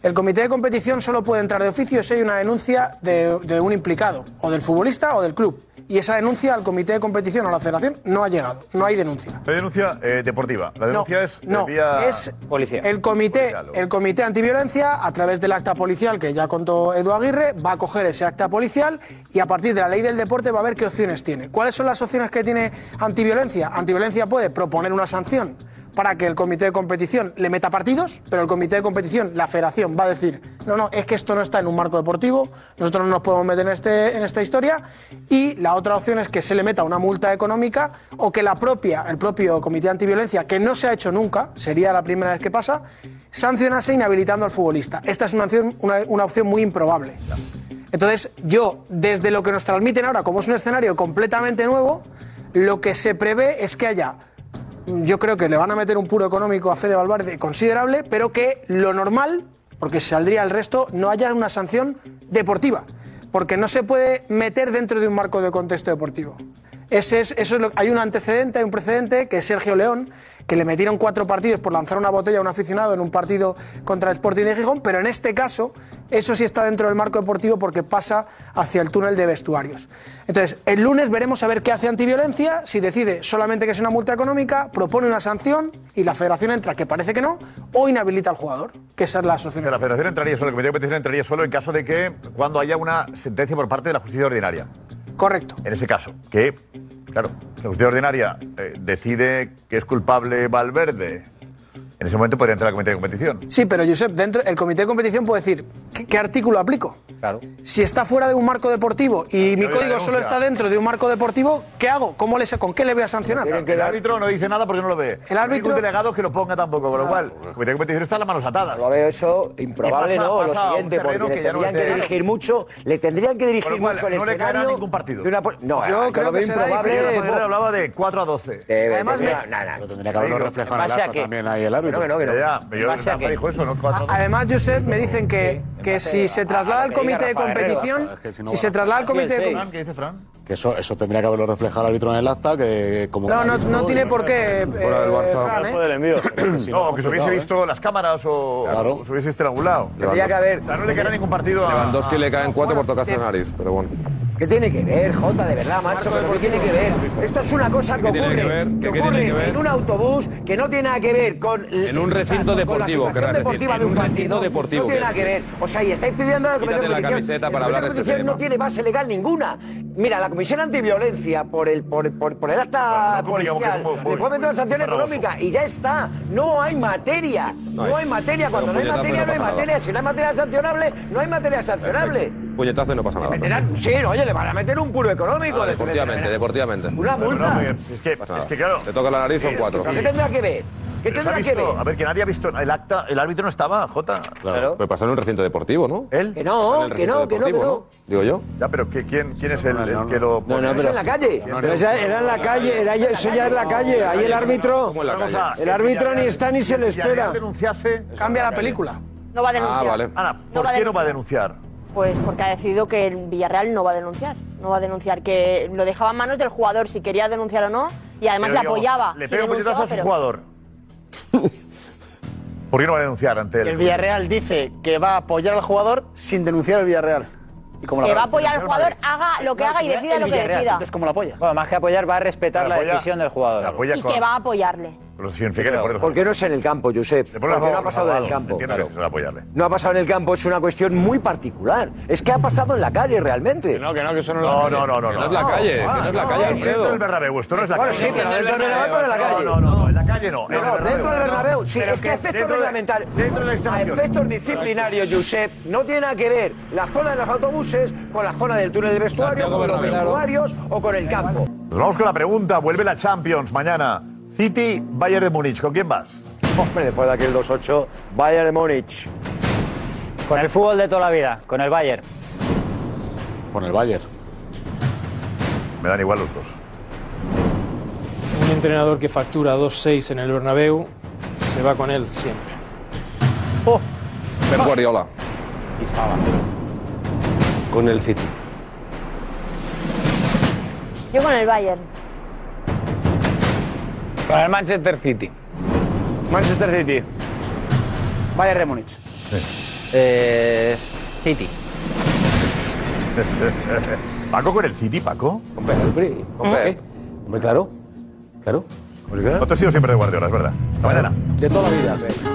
El comité de competición solo puede entrar de oficio si hay una denuncia de, de un implicado, o del futbolista o del club. Y esa denuncia al comité de competición o a la federación no ha llegado, no hay denuncia.
La denuncia eh, deportiva. La denuncia es eh,
No,
vía
es El comité, el comité antiviolencia, a través del acta policial que ya contó Edu Aguirre, va a coger ese acta policial y a partir de la ley del deporte va a ver qué opciones tiene. ¿Cuáles son las opciones que tiene antiviolencia? Antiviolencia puede proponer una sanción para que el comité de competición le meta partidos, pero el comité de competición, la federación, va a decir, no, no, es que esto no está en un marco deportivo, nosotros no nos podemos meter en, este, en esta historia, y la otra opción es que se le meta una multa económica o que la propia, el propio comité antiviolencia, que no se ha hecho nunca, sería la primera vez que pasa, sancionase inhabilitando al futbolista. Esta es una opción, una- una opción muy improbable. Entonces, yo, desde lo que nos transmiten ahora, como es un escenario completamente nuevo, lo que se prevé es que haya yo creo que le van a meter un puro económico a Fede Valverde considerable, pero que lo normal, porque saldría el resto, no haya una sanción deportiva, porque no se puede meter dentro de un marco de contexto deportivo. Ese es, eso es lo- hay un antecedente, hay un precedente, que es Sergio León, que le metieron cuatro partidos por lanzar una botella a un aficionado en un partido contra el Sporting de Gijón, pero en este caso eso sí está dentro del marco deportivo porque pasa hacia el túnel de vestuarios. Entonces, el lunes veremos a ver qué hace antiviolencia, si decide solamente que es una multa económica, propone una sanción y la federación entra, que parece que no, o inhabilita al jugador, que esa es la asociación.
La federación entraría solo, el comité de competición entraría solo en caso de que cuando haya una sentencia por parte de la justicia ordinaria.
Correcto.
En ese caso, que, claro, la justicia ordinaria eh, decide que es culpable Valverde, en ese momento podría entrar el comité de competición.
Sí, pero Josep, dentro el comité de competición puede decir qué, qué artículo aplico.
Claro.
Si está fuera de un marco deportivo y mi
la
código solo
denuncia.
está dentro de un marco deportivo, ¿qué hago? ¿Cómo le, ¿Con qué le voy a sancionar?
El árbitro no dice nada porque no lo ve. El
árbitro-
ningún delegado que lo ponga tampoco, con lo cual, el comité de competición está las manos atadas.
Lo veo eso improbable,
Y pasa-
¿no? Lo
pasa a un
siguiente, porque
terreno
le
que ya no
tendrían
es
que
de-
dirigir mucho, le tendrían que dirigir
Con lo cual,
mucho el
no le caerá
escenario
ningún partido.
de una po- no, yo creo
lo
que
veo
será improbable.
difícil. Yo hablaba de 4 a 12.
Además, me-
Lo
tendría que haberlo reflejado en el acta también ahí el árbitro.
Ya,
En
pero yo
base a
Rafa
que-
dijo eso, ¿no?
A- Además, Josep, me dicen que, que si se traslada al
lo que diga
comité de
Rafa Guerrero,
competición,
Rafa, es que si no
si
va
se
a-
traslada al
Así es,
comité de
seis.
¿Qué dice Ah, Fran?
Que eso, eso tendría que haberlo reflejado el árbitro en el acta, que como...
No, no, no tiene por qué, eh, Fran, ¿eh?
No, que se hubiese visto las cámaras o, o se hubiese visto en algún lado.
Tendría que haber-
O sea, no le queda ningún partido a.
Lewandowski
a-
le caen cuatro por tocarse la nariz, pero bueno.
¿Qué tiene que ver, Jota, de verdad, macho? ¿Pero ¿Qué tiene que ver? Esto es una cosa que
¿Qué tiene
ocurre,
que ver? ¿Qué-
que
qué tiene
ocurre
que ver?
en un autobús que no tiene nada que ver con...
En un recinto
con la
deportivo,
situación
querrás decir,
deportiva
en
de un,
un recinto
partido.
deportivo,
No tiene nada que
querrás
ver. O sea, y estáis pidiendo a la Comisión
Quítate la
de Competición.
camiseta
La
para hablar de
Comisión Competición
este tema.
no tiene base legal ninguna. Mira, la Comisión Antiviolencia, por el, por, por, por el acta
comunicamos
policial,
que somos muy-
le puede meter una sanción
muy farragosos.
económica y ya está. No hay materia.
No
No
hay.
hay, materia. Cuando
Pero
no hay
puñetazo y
materia,
no
no hay
pasa nada.
materia. Si no hay materia sancionable, no hay materia sancionable.
Puñetazo y no pasa nada.
Era- sí, oye, le van a meter un puro económico.
Ah,
de-
deportivamente, deportivamente.
Una multa.
Es que, es que claro. Eh,
Te toca la nariz, son cuatro.
¿Pero ¿Qué tendrá que ver? ¿Qué
Pero se ha
tendrá que
visto-
ver?
A ver, que nadie ha visto el acta. El árbitro no estaba, Jota.
Claro. Pero pasar en un recinto deportivo, ¿no?
¿Él?
Que no,
que no, que no, que no. Digo yo.
Ya, pero ¿qué- ¿quién, quién es el, el que lo pone?
no, pero- Es en la calle.
Pero
esa-
era en la
calle, era-
eso ya es la calle. Ahí el árbitro.
Como en la calle.
El árbitro ni está ni se le espera.
denunciase,
cambia la película.
No va a
Ah,
denunciar.
Ana, ¿por
va a
qué no va a denunciar?
Pues porque ha decidido que el Villarreal no va a denunciar. No va a denunciar, que lo dejaba en manos del jugador si quería denunciar o no. Y además le
Pero digamos,
apoyaba.
Le
si
pega un
denunciaba,
puñetazo a su
pero-
jugador. ¿Por qué no va a denunciar ante él?
El Villarreal dice que va a apoyar al jugador sin denunciar al Villarreal. ¿Y cómo la
Que va a
verdad?
apoyar al jugador, haga lo que haga y decida lo que decida.
Entonces, ¿cómo la apoya?
Bueno, más que apoyar, va a respetar
Pero
la
apoya-
decisión del jugador.
Y que va a apoyarle.
Pero significa que le pone los-
Porque no es en el campo, Josep.
le
Porque
pone los
no ha
abogados
pasado en el
salvados.
campo.
Entiendo que eso es apoyarle.
No ha pasado en el campo, es una cuestión muy particular. Es que ha pasado en la calle realmente.
No, que no, que eso no
No, no, no, no.
Que no es la calle, que no es la calle, Alfredo.
Dentro del Bernabéu, esto no es la
Bueno,
calle.
sí, pero dentro del Bernabéu, pero en la calle.
No, no, no, en la calle no.
No, no, dentro del Bernabéu, sí,
Pero
es que a efectos
dentro de-
reglamentarios,
Dentro de la
a
extremación.
efectos disciplinarios, Josep, no tiene nada que ver la zona de los autobuses con la zona del túnel del vestuario,
Santiago
con los
Bernabéu.
vestuarios o con el campo.
Nos vamos con la pregunta. Vuelve la Champions mañana. City, Bayern de Múnich. ¿Con quién vas?
Hombre, después de aquel 2-8, Bayern de Múnich.
Con el fútbol de toda la vida, con el Bayern.
Con el Bayern. Me dan igual los dos.
Un entrenador que factura 2-6 en el Bernabéu se va con él siempre.
Pep Guardiola.
Y Sala.
Con el City.
Yo con el Bayern.
Con el Manchester City. Manchester City.
Bayern de Múnich.
Eh, City.
¿Paco con el City, Paco?
Hombre, hombre, hombre. Hombre, claro. Claro.
No te has sido siempre de Guardiola, es verdad. Hasta mañana.
De toda la vida.